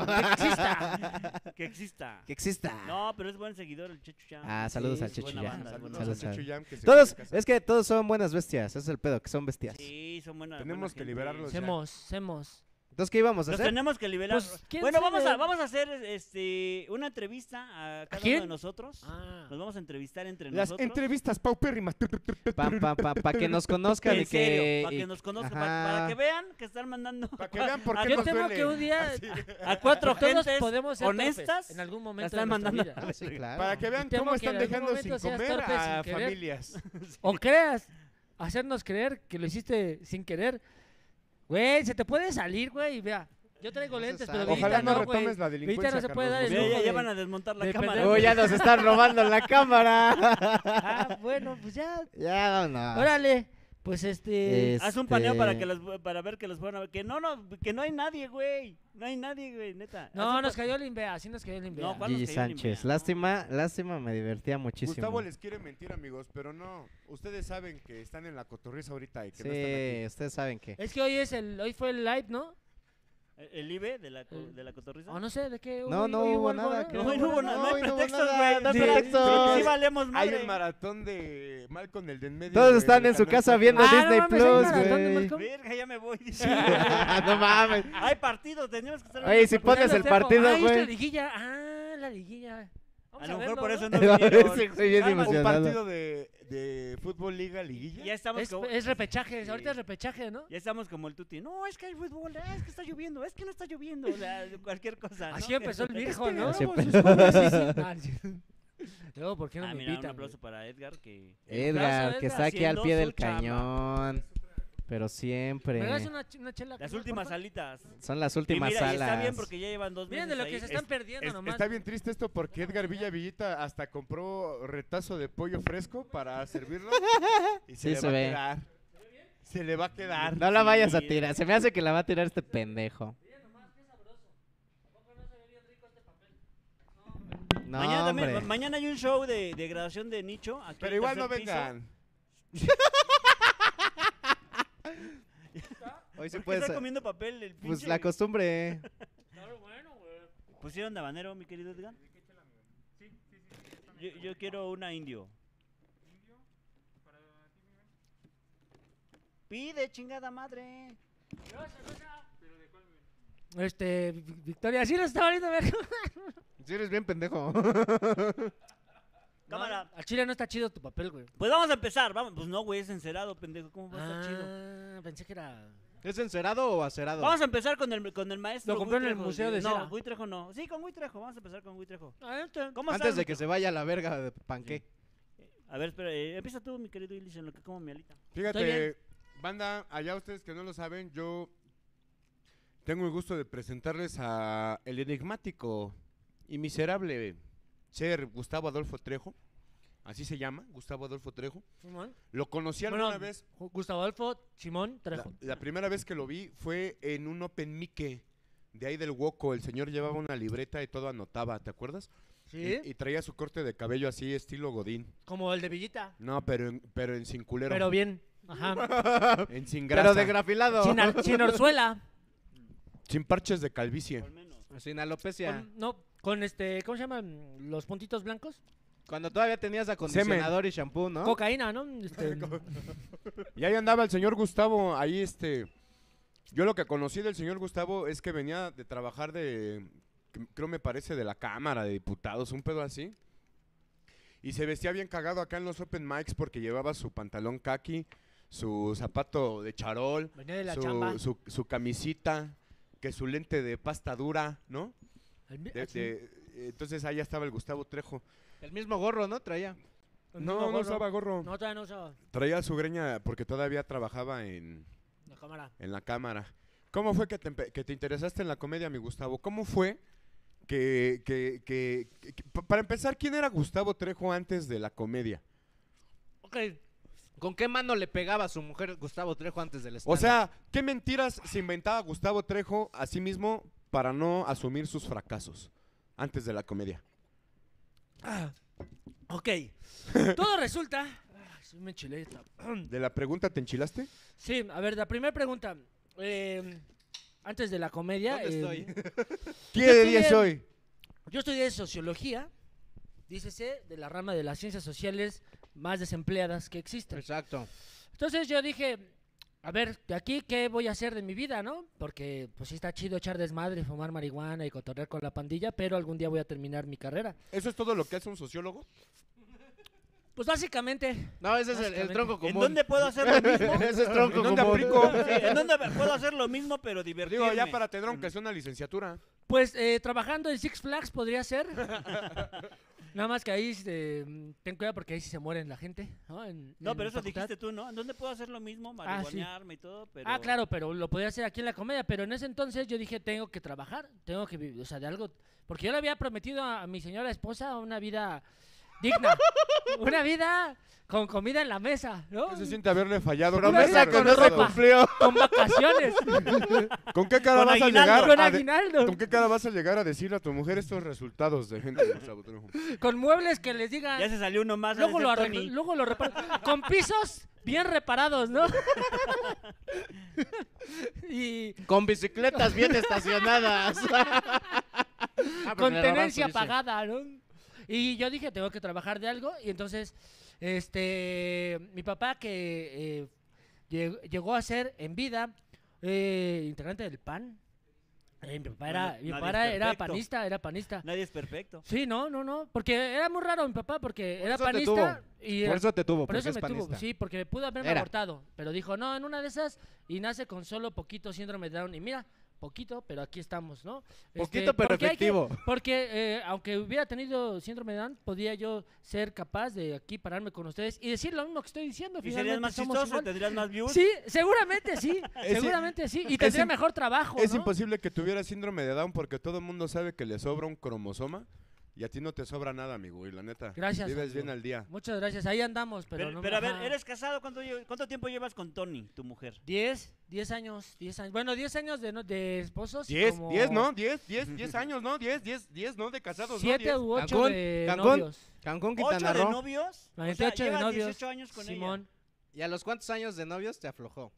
Speaker 1: Que exista.
Speaker 2: que exista.
Speaker 1: No, pero es buen seguidor el Chechu Chan.
Speaker 2: Ah, saludos
Speaker 3: Sí,
Speaker 2: al
Speaker 3: es
Speaker 2: Chechu
Speaker 1: buena
Speaker 2: ya.
Speaker 1: banda, es buena
Speaker 4: Saludos
Speaker 2: Saludos
Speaker 4: a
Speaker 2: al-
Speaker 4: Chechuyam. que se
Speaker 2: Todos,
Speaker 4: fue a casa.
Speaker 2: es que todos son buenas bestias. Ese es el pedo, que son bestias.
Speaker 1: Sí, son buenas.
Speaker 4: Tenemos
Speaker 1: buena
Speaker 4: que
Speaker 1: gente.
Speaker 4: liberarlos. ya.
Speaker 3: Semos, semos.
Speaker 2: Entonces, ¿qué íbamos a
Speaker 1: Los
Speaker 2: hacer?
Speaker 1: tenemos que liberar.
Speaker 3: Pues, ¿quién
Speaker 1: bueno, vamos
Speaker 3: sabe?
Speaker 1: a, vamos a hacer este, una entrevista a cada
Speaker 3: quién? Ah,
Speaker 1: uno de nosotros. Nos vamos a entrevistar entre
Speaker 4: Las
Speaker 1: nosotros.
Speaker 4: entrevistas paupérrimas.
Speaker 2: Para que nos conozcan
Speaker 1: en
Speaker 2: y que.
Speaker 1: serio, para
Speaker 2: y-
Speaker 1: que nos conozcan, pa-
Speaker 2: Ajá.
Speaker 1: para, que vean que están mandando
Speaker 4: Para que vean por
Speaker 1: a,
Speaker 4: qué
Speaker 3: Yo
Speaker 4: nos
Speaker 3: temo
Speaker 4: duele.
Speaker 3: que un día
Speaker 4: Así.
Speaker 1: a cuatro
Speaker 3: todos
Speaker 1: gentes
Speaker 3: podemos ser torpes
Speaker 1: honestas.
Speaker 3: en algún momento
Speaker 1: están
Speaker 3: de nuestra
Speaker 1: mandando
Speaker 3: vida.
Speaker 2: Ah, sí, claro.
Speaker 4: Para que vean
Speaker 3: Temo
Speaker 4: cómo
Speaker 3: que
Speaker 4: están
Speaker 3: en algún
Speaker 4: dejando sin
Speaker 3: momento seas
Speaker 4: comer
Speaker 3: torpe
Speaker 4: a
Speaker 3: sin querer.
Speaker 4: familias.
Speaker 3: O creas, hacernos creer que lo hiciste sin querer. Güey, se te puede salir, güey, y vea. Yo traigo
Speaker 2: No pues, se
Speaker 3: lentes,
Speaker 2: sabe.
Speaker 3: pero
Speaker 4: Ojalá
Speaker 3: ahorita
Speaker 4: no
Speaker 3: no, güey.
Speaker 4: retomes la delincuencia.
Speaker 3: no se puede dar
Speaker 4: Carlos
Speaker 3: el
Speaker 1: Ya,
Speaker 4: Guzmán.
Speaker 1: ya, ya
Speaker 3: lujo de-
Speaker 1: van a desmontar la
Speaker 3: de
Speaker 1: cámara.
Speaker 3: perder-
Speaker 2: Uy,
Speaker 1: güey.
Speaker 2: ya nos están robando la cámara.
Speaker 3: Ah, bueno, pues ya.
Speaker 2: ya, vámonos.
Speaker 4: Ah.
Speaker 3: Órale. Pues este.
Speaker 2: Es-
Speaker 1: Haz un paneo para que
Speaker 2: Este-
Speaker 1: los, para ver que los van a ver. Que no, no, que no hay nadie, güey. No hay nadie, güey, neta. Haz
Speaker 3: No,
Speaker 1: un
Speaker 3: nos
Speaker 1: pa-
Speaker 3: cayó el Invea, sí nos cayó el Invea.
Speaker 1: No, ¿cuál?
Speaker 2: Gigi
Speaker 1: nos cayó ni
Speaker 2: Sánchez.
Speaker 1: idea, ¿no?
Speaker 2: Lástima, lástima, me divertía muchísimo.
Speaker 4: Gustavo les quiere mentir, amigos, pero no. Ustedes saben que están en la cotorriza ahorita y que
Speaker 2: Sí,
Speaker 4: no están aquí.
Speaker 2: ustedes saben
Speaker 1: Eh,
Speaker 2: que.
Speaker 3: Es que hoy es el, hoy fue el live, ¿no?
Speaker 1: El IBE de la, co-
Speaker 3: Eh.
Speaker 1: de la cotorriza.
Speaker 3: O no sé, ¿de qué?
Speaker 2: No,
Speaker 3: Hoy-
Speaker 2: no
Speaker 3: hoy
Speaker 2: hubo
Speaker 3: algo,
Speaker 2: nada,
Speaker 1: No,
Speaker 2: creo.
Speaker 1: hoy no hubo nada, no hay
Speaker 2: Hoy no hubo
Speaker 1: pretextos,
Speaker 2: nada,
Speaker 1: güey.
Speaker 2: no hay
Speaker 1: Sí,
Speaker 2: pretextos.
Speaker 1: creo que sí valemos madre.
Speaker 4: Hay un maratón de Malcolm el de en medio.
Speaker 2: Todos
Speaker 4: del
Speaker 2: están en su
Speaker 4: canal
Speaker 2: casa
Speaker 4: cuatro.
Speaker 2: viendo
Speaker 3: Ah, no
Speaker 2: Disney
Speaker 3: mames, hay maratón de
Speaker 2: Plus,
Speaker 3: Malcolm.
Speaker 2: güey.
Speaker 1: Verga, ya me voy.
Speaker 2: no mames.
Speaker 1: hay partido, teníamos que estar.
Speaker 2: Oye, si
Speaker 1: viendo el
Speaker 2: pones el
Speaker 1: partido.
Speaker 2: partido,
Speaker 3: Ay, es la
Speaker 2: güey.
Speaker 3: liguilla. Ah, la liguilla.
Speaker 1: A
Speaker 3: Vamos
Speaker 1: lo mejor
Speaker 3: verlo,
Speaker 1: por
Speaker 3: ¿no?
Speaker 1: eso no
Speaker 2: Ese
Speaker 1: vinieron.
Speaker 2: güey bien
Speaker 1: Calma,
Speaker 4: Un
Speaker 2: emocionado.
Speaker 4: partido de, de fútbol liga liguilla.
Speaker 1: Ya estamos
Speaker 3: Es,
Speaker 1: como-
Speaker 3: es repechaje,
Speaker 1: Sí.
Speaker 3: ahorita es repechaje, ¿no?
Speaker 1: Ya estamos como el tuti. No, es que hay fútbol, ah, es que está lloviendo, es que no está lloviendo, o sea, cualquier cosa. ¿no? Este
Speaker 3: Así empezó el Virgo, ¿no? Pues,
Speaker 2: Así
Speaker 3: Con sus
Speaker 2: empezó.
Speaker 3: pobres, sí, Ah, sí. Luego, ¿por qué no
Speaker 1: Ah,
Speaker 3: me
Speaker 1: mira, un
Speaker 3: invitan?
Speaker 1: aplauso
Speaker 3: güey?
Speaker 1: para Edgar que.
Speaker 2: Edgar, que está aquí al
Speaker 1: haciendo
Speaker 2: pie
Speaker 1: su
Speaker 2: del
Speaker 1: chamba.
Speaker 2: cañón. Pero
Speaker 3: ¿Me
Speaker 2: siempre.
Speaker 3: das una, ch- una chela?
Speaker 1: Las
Speaker 3: Carlos,
Speaker 1: últimas
Speaker 3: porfa?
Speaker 1: salitas.
Speaker 2: Son las
Speaker 1: Y
Speaker 2: últimas
Speaker 1: mira, y está bien
Speaker 2: salas.
Speaker 1: porque ya llevan dos meses.
Speaker 3: Miren de lo que
Speaker 1: pues ahí.
Speaker 3: se están
Speaker 1: Es-
Speaker 3: perdiendo
Speaker 4: Es-
Speaker 3: nomás.
Speaker 4: está bien triste esto porque Edgar Villa Villita hasta compró retazo de pollo fresco para servirlo. Y se
Speaker 2: Sí,
Speaker 4: le
Speaker 2: se
Speaker 4: va
Speaker 2: ve.
Speaker 4: a quedar. Se le va a quedar.
Speaker 2: No la vayas a
Speaker 1: Sí.
Speaker 2: tirar. Se me hace que la va a tirar este pendejo. No,
Speaker 1: mañana, también-
Speaker 2: hombre.
Speaker 1: ma- mañana hay un show de, de graduación de Nicho. Aquí
Speaker 4: Pero
Speaker 1: en
Speaker 4: igual no
Speaker 1: tercer piso.
Speaker 4: vengan.
Speaker 2: Hoy se
Speaker 1: ¿Por qué
Speaker 2: puede
Speaker 1: está
Speaker 2: sa-
Speaker 1: comiendo papel el
Speaker 2: Pues
Speaker 1: pinche-
Speaker 2: la costumbre.
Speaker 1: ¿Pusieron de habanero, mi querido Edgar? Yo, yo quiero una indio. Pide, chingada madre.
Speaker 3: Este, Vi- Victoria, sí lo estaba viendo, ver.
Speaker 2: Sí, eres bien pendejo.
Speaker 1: Cámara.
Speaker 3: al chile no está chido tu papel, güey.
Speaker 1: Pues vamos a empezar. Vamos. Pues no, güey, es encerado, pendejo. ¿Cómo va a estar chido?
Speaker 3: Ah, pensé que era.
Speaker 2: ¿Es encerado o acerado?
Speaker 1: Vamos a empezar con el, con el maestro.
Speaker 3: Lo compró en el
Speaker 1: Huitrejo,
Speaker 3: Museo
Speaker 1: sí.
Speaker 3: de Cera.
Speaker 1: No, Huitrejo no. Sí, con Huitrejo. Vamos a empezar con Huitrejo.
Speaker 3: Ah,
Speaker 1: ¿Cómo
Speaker 2: Antes
Speaker 1: estás,
Speaker 2: de que se vaya a la verga de panque.
Speaker 1: A ver, espera, eh, empieza tú, mi querido Illich, en lo que como mi alita.
Speaker 3: bien.
Speaker 4: Fíjate, banda, allá ustedes que no lo saben, yo tengo el gusto de presentarles a el enigmático y miserable ser Gustavo Adolfo Trejo. Así se llama, Gustavo Adolfo Trejo.
Speaker 3: Simón.
Speaker 4: Lo conocí alguna
Speaker 3: Bueno,
Speaker 4: vez.
Speaker 3: Ju- Gustavo Adolfo, Simón,
Speaker 4: La,
Speaker 3: Trejo.
Speaker 4: la primera vez que lo vi fue en un Open Mique de ahí del Woco. El señor llevaba una libreta y todo anotaba, ¿te acuerdas?
Speaker 3: Sí.
Speaker 4: Y, y traía su corte de cabello así, estilo Godín.
Speaker 3: Como el de Villita.
Speaker 4: No, pero en, pero en sin culero.
Speaker 3: Pero bien. Ajá.
Speaker 4: En sin grasa.
Speaker 2: Pero de grafilado.
Speaker 3: Sin, ar- sin orzuela.
Speaker 4: sin parches de calvicie.
Speaker 1: Al menos.
Speaker 2: Sin alopecia.
Speaker 3: Con- no, con este, ¿cómo se llaman? Los puntitos blancos.
Speaker 2: Cuando todavía tenías acondicionador y shampoo, ¿no?
Speaker 3: Cocaína, ¿no? Este,
Speaker 4: Y ahí andaba el señor Gustavo, ahí este... Yo lo que conocí del señor Gustavo es que venía de trabajar de, que- creo me parece, de la Cámara de Diputados, un pedo así. Y se vestía bien cagado acá en los open mics porque llevaba su pantalón kaki, su zapato de charol,
Speaker 3: venía de la chamba.
Speaker 4: su, su- su camisita, que su lente de pasta dura, ¿no?
Speaker 3: El mi- ah,
Speaker 4: De-
Speaker 3: así,
Speaker 4: de- entonces allá estaba el Gustavo Trejo.
Speaker 2: El mismo gorro, ¿no? Traía.
Speaker 3: el mismo
Speaker 4: No, no
Speaker 3: Pues gorro.
Speaker 4: usaba gorro.
Speaker 3: No, todavía no usaba
Speaker 4: Traía su greña porque todavía trabajaba en,
Speaker 3: la cámara.
Speaker 4: en la cámara. ¿Cómo fue que te, empe- que te interesaste en la comedia, mi Gustavo? ¿Cómo fue que, que- que- que- que- pa- Para empezar, ¿quién era Gustavo Trejo antes de la comedia?
Speaker 3: Ok.
Speaker 2: ¿Con qué mano le pegaba a su mujer Gustavo Trejo antes del
Speaker 4: O
Speaker 2: stand-up?
Speaker 4: sea, ¿qué mentiras se inventaba Gustavo Trejo a sí mismo para no asumir sus fracasos antes de la comedia?
Speaker 3: Ok. Todo resulta. Ay, sí me enchilé esta.
Speaker 4: ¿De la pregunta te enchilaste?
Speaker 3: Sí, a ver, la primera pregunta. eh, antes de la comedia.
Speaker 2: ¿Dónde
Speaker 3: eh,
Speaker 2: estoy?
Speaker 4: ¿Quién de
Speaker 3: estudié-
Speaker 4: 10 soy?
Speaker 3: Yo estudié sociología. Dícese de la rama de las ciencias sociales más desempleadas que existen.
Speaker 1: Pues
Speaker 2: Exacto.
Speaker 3: Entonces yo dije, a ver, de aquí qué voy a hacer de mi vida, ¿no? Porque pues sí está chido echar desmadre, fumar marihuana y cotorrear con la pandilla, pero algún día voy a terminar mi carrera.
Speaker 4: ¿Eso es todo lo que hace un sociólogo?
Speaker 3: Pues básicamente,
Speaker 2: No, ese es el- el,
Speaker 3: Básicamente.
Speaker 2: tronco
Speaker 1: ¿En
Speaker 2: común.
Speaker 1: dónde puedo hacer lo mismo?
Speaker 2: ese es tronco
Speaker 4: ¿En dónde
Speaker 2: común.
Speaker 4: aplico?
Speaker 1: Sí, ¿En dónde puedo hacer lo mismo pero divertirme?
Speaker 4: Digo, ya para tener aunque sea una licenciatura.
Speaker 3: pues eh, trabajando en Six Flags podría ser. Nada más que ahí eh, ten cuidado porque ahí sí se mueren la gente, ¿no? En-
Speaker 1: No,
Speaker 3: en
Speaker 1: pero
Speaker 3: mi
Speaker 1: eso
Speaker 3: facultad.
Speaker 1: dijiste tú, ¿no? ¿En dónde puedo hacer lo mismo?
Speaker 3: Ah, sí.
Speaker 1: Marihuanearme y todo, pero...
Speaker 3: Ah, claro, pero lo podía hacer aquí en la comedia. Pero en ese entonces yo dije, tengo que trabajar, tengo que vivir, o sea, de algo. Porque yo le había prometido a, a mi señora esposa una vida digna. una vida con comida en la mesa, ¿no?
Speaker 4: ¿Qué se siente haberle fallado?
Speaker 3: Promesa
Speaker 4: Gustavo
Speaker 3: que no
Speaker 4: Trejo?
Speaker 3: se cumplió. Con vacaciones.
Speaker 4: ¿Con qué cara
Speaker 1: Con
Speaker 4: vas a
Speaker 1: aguinaldo,
Speaker 4: llegar?
Speaker 3: con
Speaker 4: a de-
Speaker 3: aguinaldo.
Speaker 4: ¿Con qué cara vas a llegar a decirle a tu mujer estos resultados de gente de Gustavo Trejo?
Speaker 3: Con muebles que les
Speaker 1: Ya
Speaker 3: digan.
Speaker 1: se salió uno más.
Speaker 3: Luego
Speaker 1: ese
Speaker 3: lo,
Speaker 1: Tony.
Speaker 3: arreglo- luego lo reparo. Con pisos bien reparados, ¿no? y
Speaker 2: Con bicicletas bien estacionadas. Ah,
Speaker 3: con
Speaker 2: porque le robaron
Speaker 3: tenencia
Speaker 2: su bici.
Speaker 3: pagada, ¿no? Y yo dije, tengo que trabajar de algo. Y entonces, este, mi papá que eh, lleg- llegó a ser en vida eh, integrante del PAN. Eh, mi papá, era,
Speaker 1: Bueno,
Speaker 3: mi
Speaker 1: nadie
Speaker 3: papá
Speaker 1: es
Speaker 3: era, era
Speaker 1: perfecto.
Speaker 3: panista, era panista.
Speaker 1: Nadie es perfecto.
Speaker 3: Sí, no, no, no. Porque era muy raro mi papá, porque era
Speaker 2: eso te
Speaker 3: panista. Y
Speaker 2: Por eso te tuvo,
Speaker 3: por
Speaker 2: porque
Speaker 3: eso
Speaker 2: es
Speaker 3: me tuvo,
Speaker 2: panista.
Speaker 3: sí, porque me pudo haberme
Speaker 2: Era.
Speaker 3: abortado. Pero dijo, no, en una de esas, y nace con solo poquito síndrome de Down. Y mira, poquito, pero aquí estamos, ¿no? Este,
Speaker 2: Poquito, pero
Speaker 3: porque hay que-
Speaker 2: efectivo.
Speaker 3: porque eh, aunque hubiera tenido síndrome de Down, podía yo ser capaz de aquí pararme con ustedes y decir lo mismo que estoy diciendo.
Speaker 1: Y serías
Speaker 3: finalmente
Speaker 1: más
Speaker 3: somos
Speaker 1: chistoso,
Speaker 3: igual.
Speaker 1: tendrías más views.
Speaker 3: Sí, seguramente sí,
Speaker 4: Es i-
Speaker 3: seguramente sí. Y
Speaker 4: es
Speaker 3: tendría
Speaker 4: im-
Speaker 3: mejor trabajo,
Speaker 4: Es
Speaker 3: ¿no?
Speaker 4: imposible que tuviera síndrome de Down porque todo el mundo sabe que le sobra un cromosoma y a ti no te sobra nada, amigo. Y la neta,
Speaker 3: Gracias,
Speaker 4: vives
Speaker 3: amigo.
Speaker 4: bien al día.
Speaker 3: Muchas gracias, ahí andamos, pero,
Speaker 1: Pero,
Speaker 3: no...
Speaker 1: pero a ver,
Speaker 3: ajá.
Speaker 1: ¿eres casado? ¿Cuánto, lle- ¿Cuánto tiempo llevas con Tony, tu mujer?
Speaker 3: 10, 10 años, 10 años. Bueno, 10 años de, no- de esposos. y
Speaker 4: 10,
Speaker 3: como
Speaker 4: 10, ¿no? 10, 10, 10 años, ¿no? 10, 10, 10, ¿no? De casados, ¿no?
Speaker 3: 7
Speaker 4: 10.
Speaker 3: u 8
Speaker 2: Cancún,
Speaker 3: de
Speaker 2: Cancún.
Speaker 3: novios.
Speaker 2: Cancún,
Speaker 1: ¿Ocho
Speaker 2: Quintana
Speaker 1: de
Speaker 2: Roo.
Speaker 1: novios? O sea,
Speaker 3: 28 de
Speaker 1: llevas
Speaker 3: novios,
Speaker 1: 18 años con
Speaker 3: Simón.
Speaker 2: ¿Y a los cuántos años de novios te aflojó?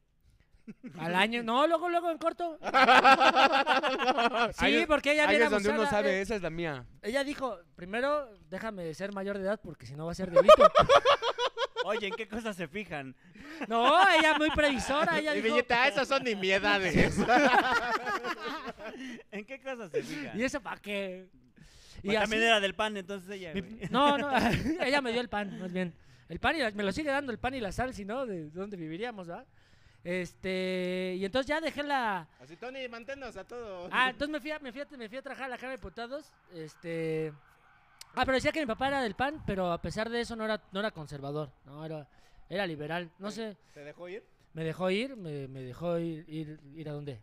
Speaker 3: Al año. No, luego, luego en corto.
Speaker 4: Ahí
Speaker 3: sí,
Speaker 4: es-
Speaker 3: porque ella
Speaker 4: Ahí
Speaker 3: viene
Speaker 4: es donde uno
Speaker 3: abusada,
Speaker 4: sabe,
Speaker 3: eh,
Speaker 4: esa es la mía.
Speaker 3: Ella dijo, primero déjame ser mayor de edad porque si no va a ser delito.
Speaker 1: Oye, ¿en qué cosas se fijan?
Speaker 3: No, ella muy previsora. Ella
Speaker 5: Y
Speaker 3: dijo,
Speaker 5: Villeta, esas son nimiedades.
Speaker 1: ¿En qué cosas se fijan?
Speaker 3: ¿Y eso para qué? Y
Speaker 1: Pues
Speaker 3: así-
Speaker 1: también era del pan, entonces ella.
Speaker 3: Mi-
Speaker 1: güey.
Speaker 3: No, no, ella me dio el pan, más bien. El pan y la- me lo sigue dando el pan y la sal, si no, de dónde viviríamos, ¿verdad? Este, y entonces ya dejé la...
Speaker 5: Así, Tony, manténnos a todos.
Speaker 3: Ah, entonces me fui a, me fui a- me fui a trabajar a la Cámara de Diputados, este... Ah, pero decía que mi papá era del pan, pero a pesar de eso no era, no era conservador, no, era, era liberal, no sé.
Speaker 5: ¿Te dejó ir?
Speaker 3: Me dejó ir, me, me dejó ir, ir, ir a dónde?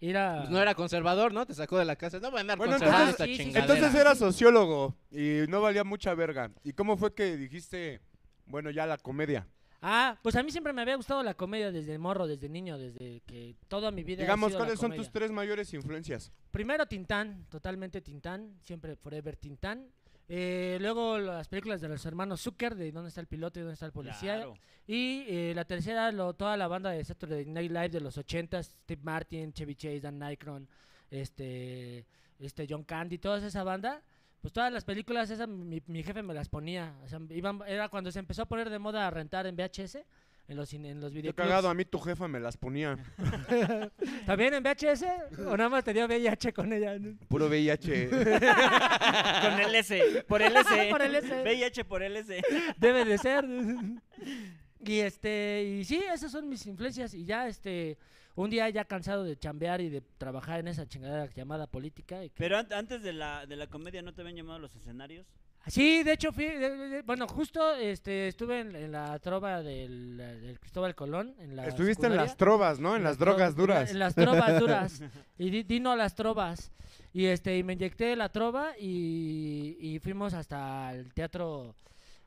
Speaker 3: Ir a...
Speaker 5: Pues no era conservador, ¿no? Te sacó de la casa. No van a andar
Speaker 4: Bueno,
Speaker 5: conservando
Speaker 4: entonces-
Speaker 5: esta
Speaker 3: sí, sí, sí.
Speaker 5: chingadera.
Speaker 4: Entonces eras sociólogo y no valía mucha verga. ¿Y cómo fue que dijiste, bueno, ya la comedia?
Speaker 3: Ah, pues a mí siempre me había gustado la comedia desde morro, desde niño, desde que toda mi vida... ha
Speaker 4: Digamos,
Speaker 3: sido la
Speaker 4: ¿cuáles son
Speaker 3: comedia.
Speaker 4: tus tres mayores influencias?
Speaker 3: Primero Tintán, totalmente Tintán, siempre Forever Tintán. Eh, luego las películas de los hermanos Zucker, de dónde está el piloto y dónde está el policía.
Speaker 1: Claro.
Speaker 3: Y eh, la tercera, lo- toda la banda de Saturday Night Live de los 80 Steve Martin, Chevy Chase, Dan Nykron, este, este John Candy, toda esa banda. Pues todas las películas, esas mi, mi jefe me las ponía. O sea, iban- era cuando se empezó a poner de moda a rentar en VHS, en los, cine- en los
Speaker 4: Yo
Speaker 3: videoclips.
Speaker 4: cagado, a mí tu jefa me las ponía.
Speaker 3: ¿También en VHS? ¿O nada más tenía VIH con ella?
Speaker 4: Puro VIH.
Speaker 1: Con el S. Por el S.
Speaker 3: Por el S.
Speaker 1: VIH por el S.
Speaker 3: Debe de ser. y este, y sí, esas son mis influencias. Y ya este, un día ya cansado de chambear y de trabajar en esa chingadera llamada política. y que-
Speaker 1: Pero an- antes de la, de la comedia, ¿no te habían llamado a los escenarios?
Speaker 3: Sí, de hecho, fui, de- de- de- bueno, justo este, estuve en, en la trova del, del Cristóbal Colón. En la
Speaker 4: Estuviste en las
Speaker 3: secundaria.
Speaker 4: trovas, ¿no? En las
Speaker 3: tro-
Speaker 4: drogas
Speaker 3: en la-
Speaker 4: duras.
Speaker 3: En las trovas duras. Y di, di no a las trovas. Y este, y me inyecté la trova y, y fuimos hasta el teatro,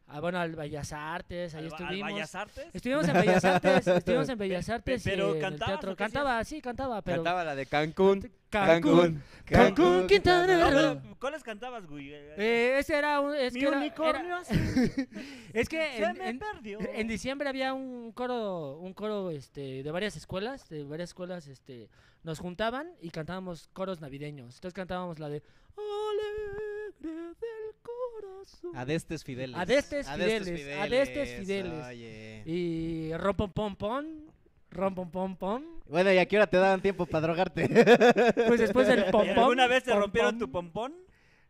Speaker 3: ah, bueno, al Bellas Artes, ahí
Speaker 1: ¿Al- al
Speaker 3: estuvimos.
Speaker 1: Bellas Artes?
Speaker 3: Estuvimos en Bellas Artes, estuvimos en Bellas Artes.
Speaker 1: pero
Speaker 3: y en el
Speaker 1: ¿cantabas
Speaker 3: teatro.
Speaker 1: o qué hacías?
Speaker 3: Cantaba, sí, cantaba, pero.
Speaker 4: Cantaba la de Cancún.
Speaker 3: Cancún.
Speaker 4: Cancún.
Speaker 3: Cancún, Quintana
Speaker 1: No,
Speaker 3: Roo.
Speaker 1: pero, ¿Cuáles cantabas, güey?
Speaker 3: Eh, ese era un. Es
Speaker 1: Mi
Speaker 3: que era-
Speaker 1: unicornio
Speaker 3: era-
Speaker 1: azul
Speaker 3: es que
Speaker 1: se
Speaker 3: en,
Speaker 1: me
Speaker 3: en-
Speaker 1: perdió.
Speaker 3: en diciembre había un coro, un coro este, de varias escuelas, de varias escuelas, este, nos juntaban y cantábamos coros navideños. Entonces cantábamos la de Alegre del corazón.
Speaker 2: Adestes Fideles.
Speaker 3: Adestes Fideles, Adestes Fideles.
Speaker 2: Oye.
Speaker 3: Y rompon pom pom, rompon pom pom.
Speaker 2: Bueno, ¿y a qué hora te daban tiempo para drogarte?
Speaker 3: Pues después del pom
Speaker 1: ¿Y
Speaker 3: pom.
Speaker 1: ¿Alguna vez te
Speaker 3: pom
Speaker 1: rompieron
Speaker 3: pom.
Speaker 1: tu pompón?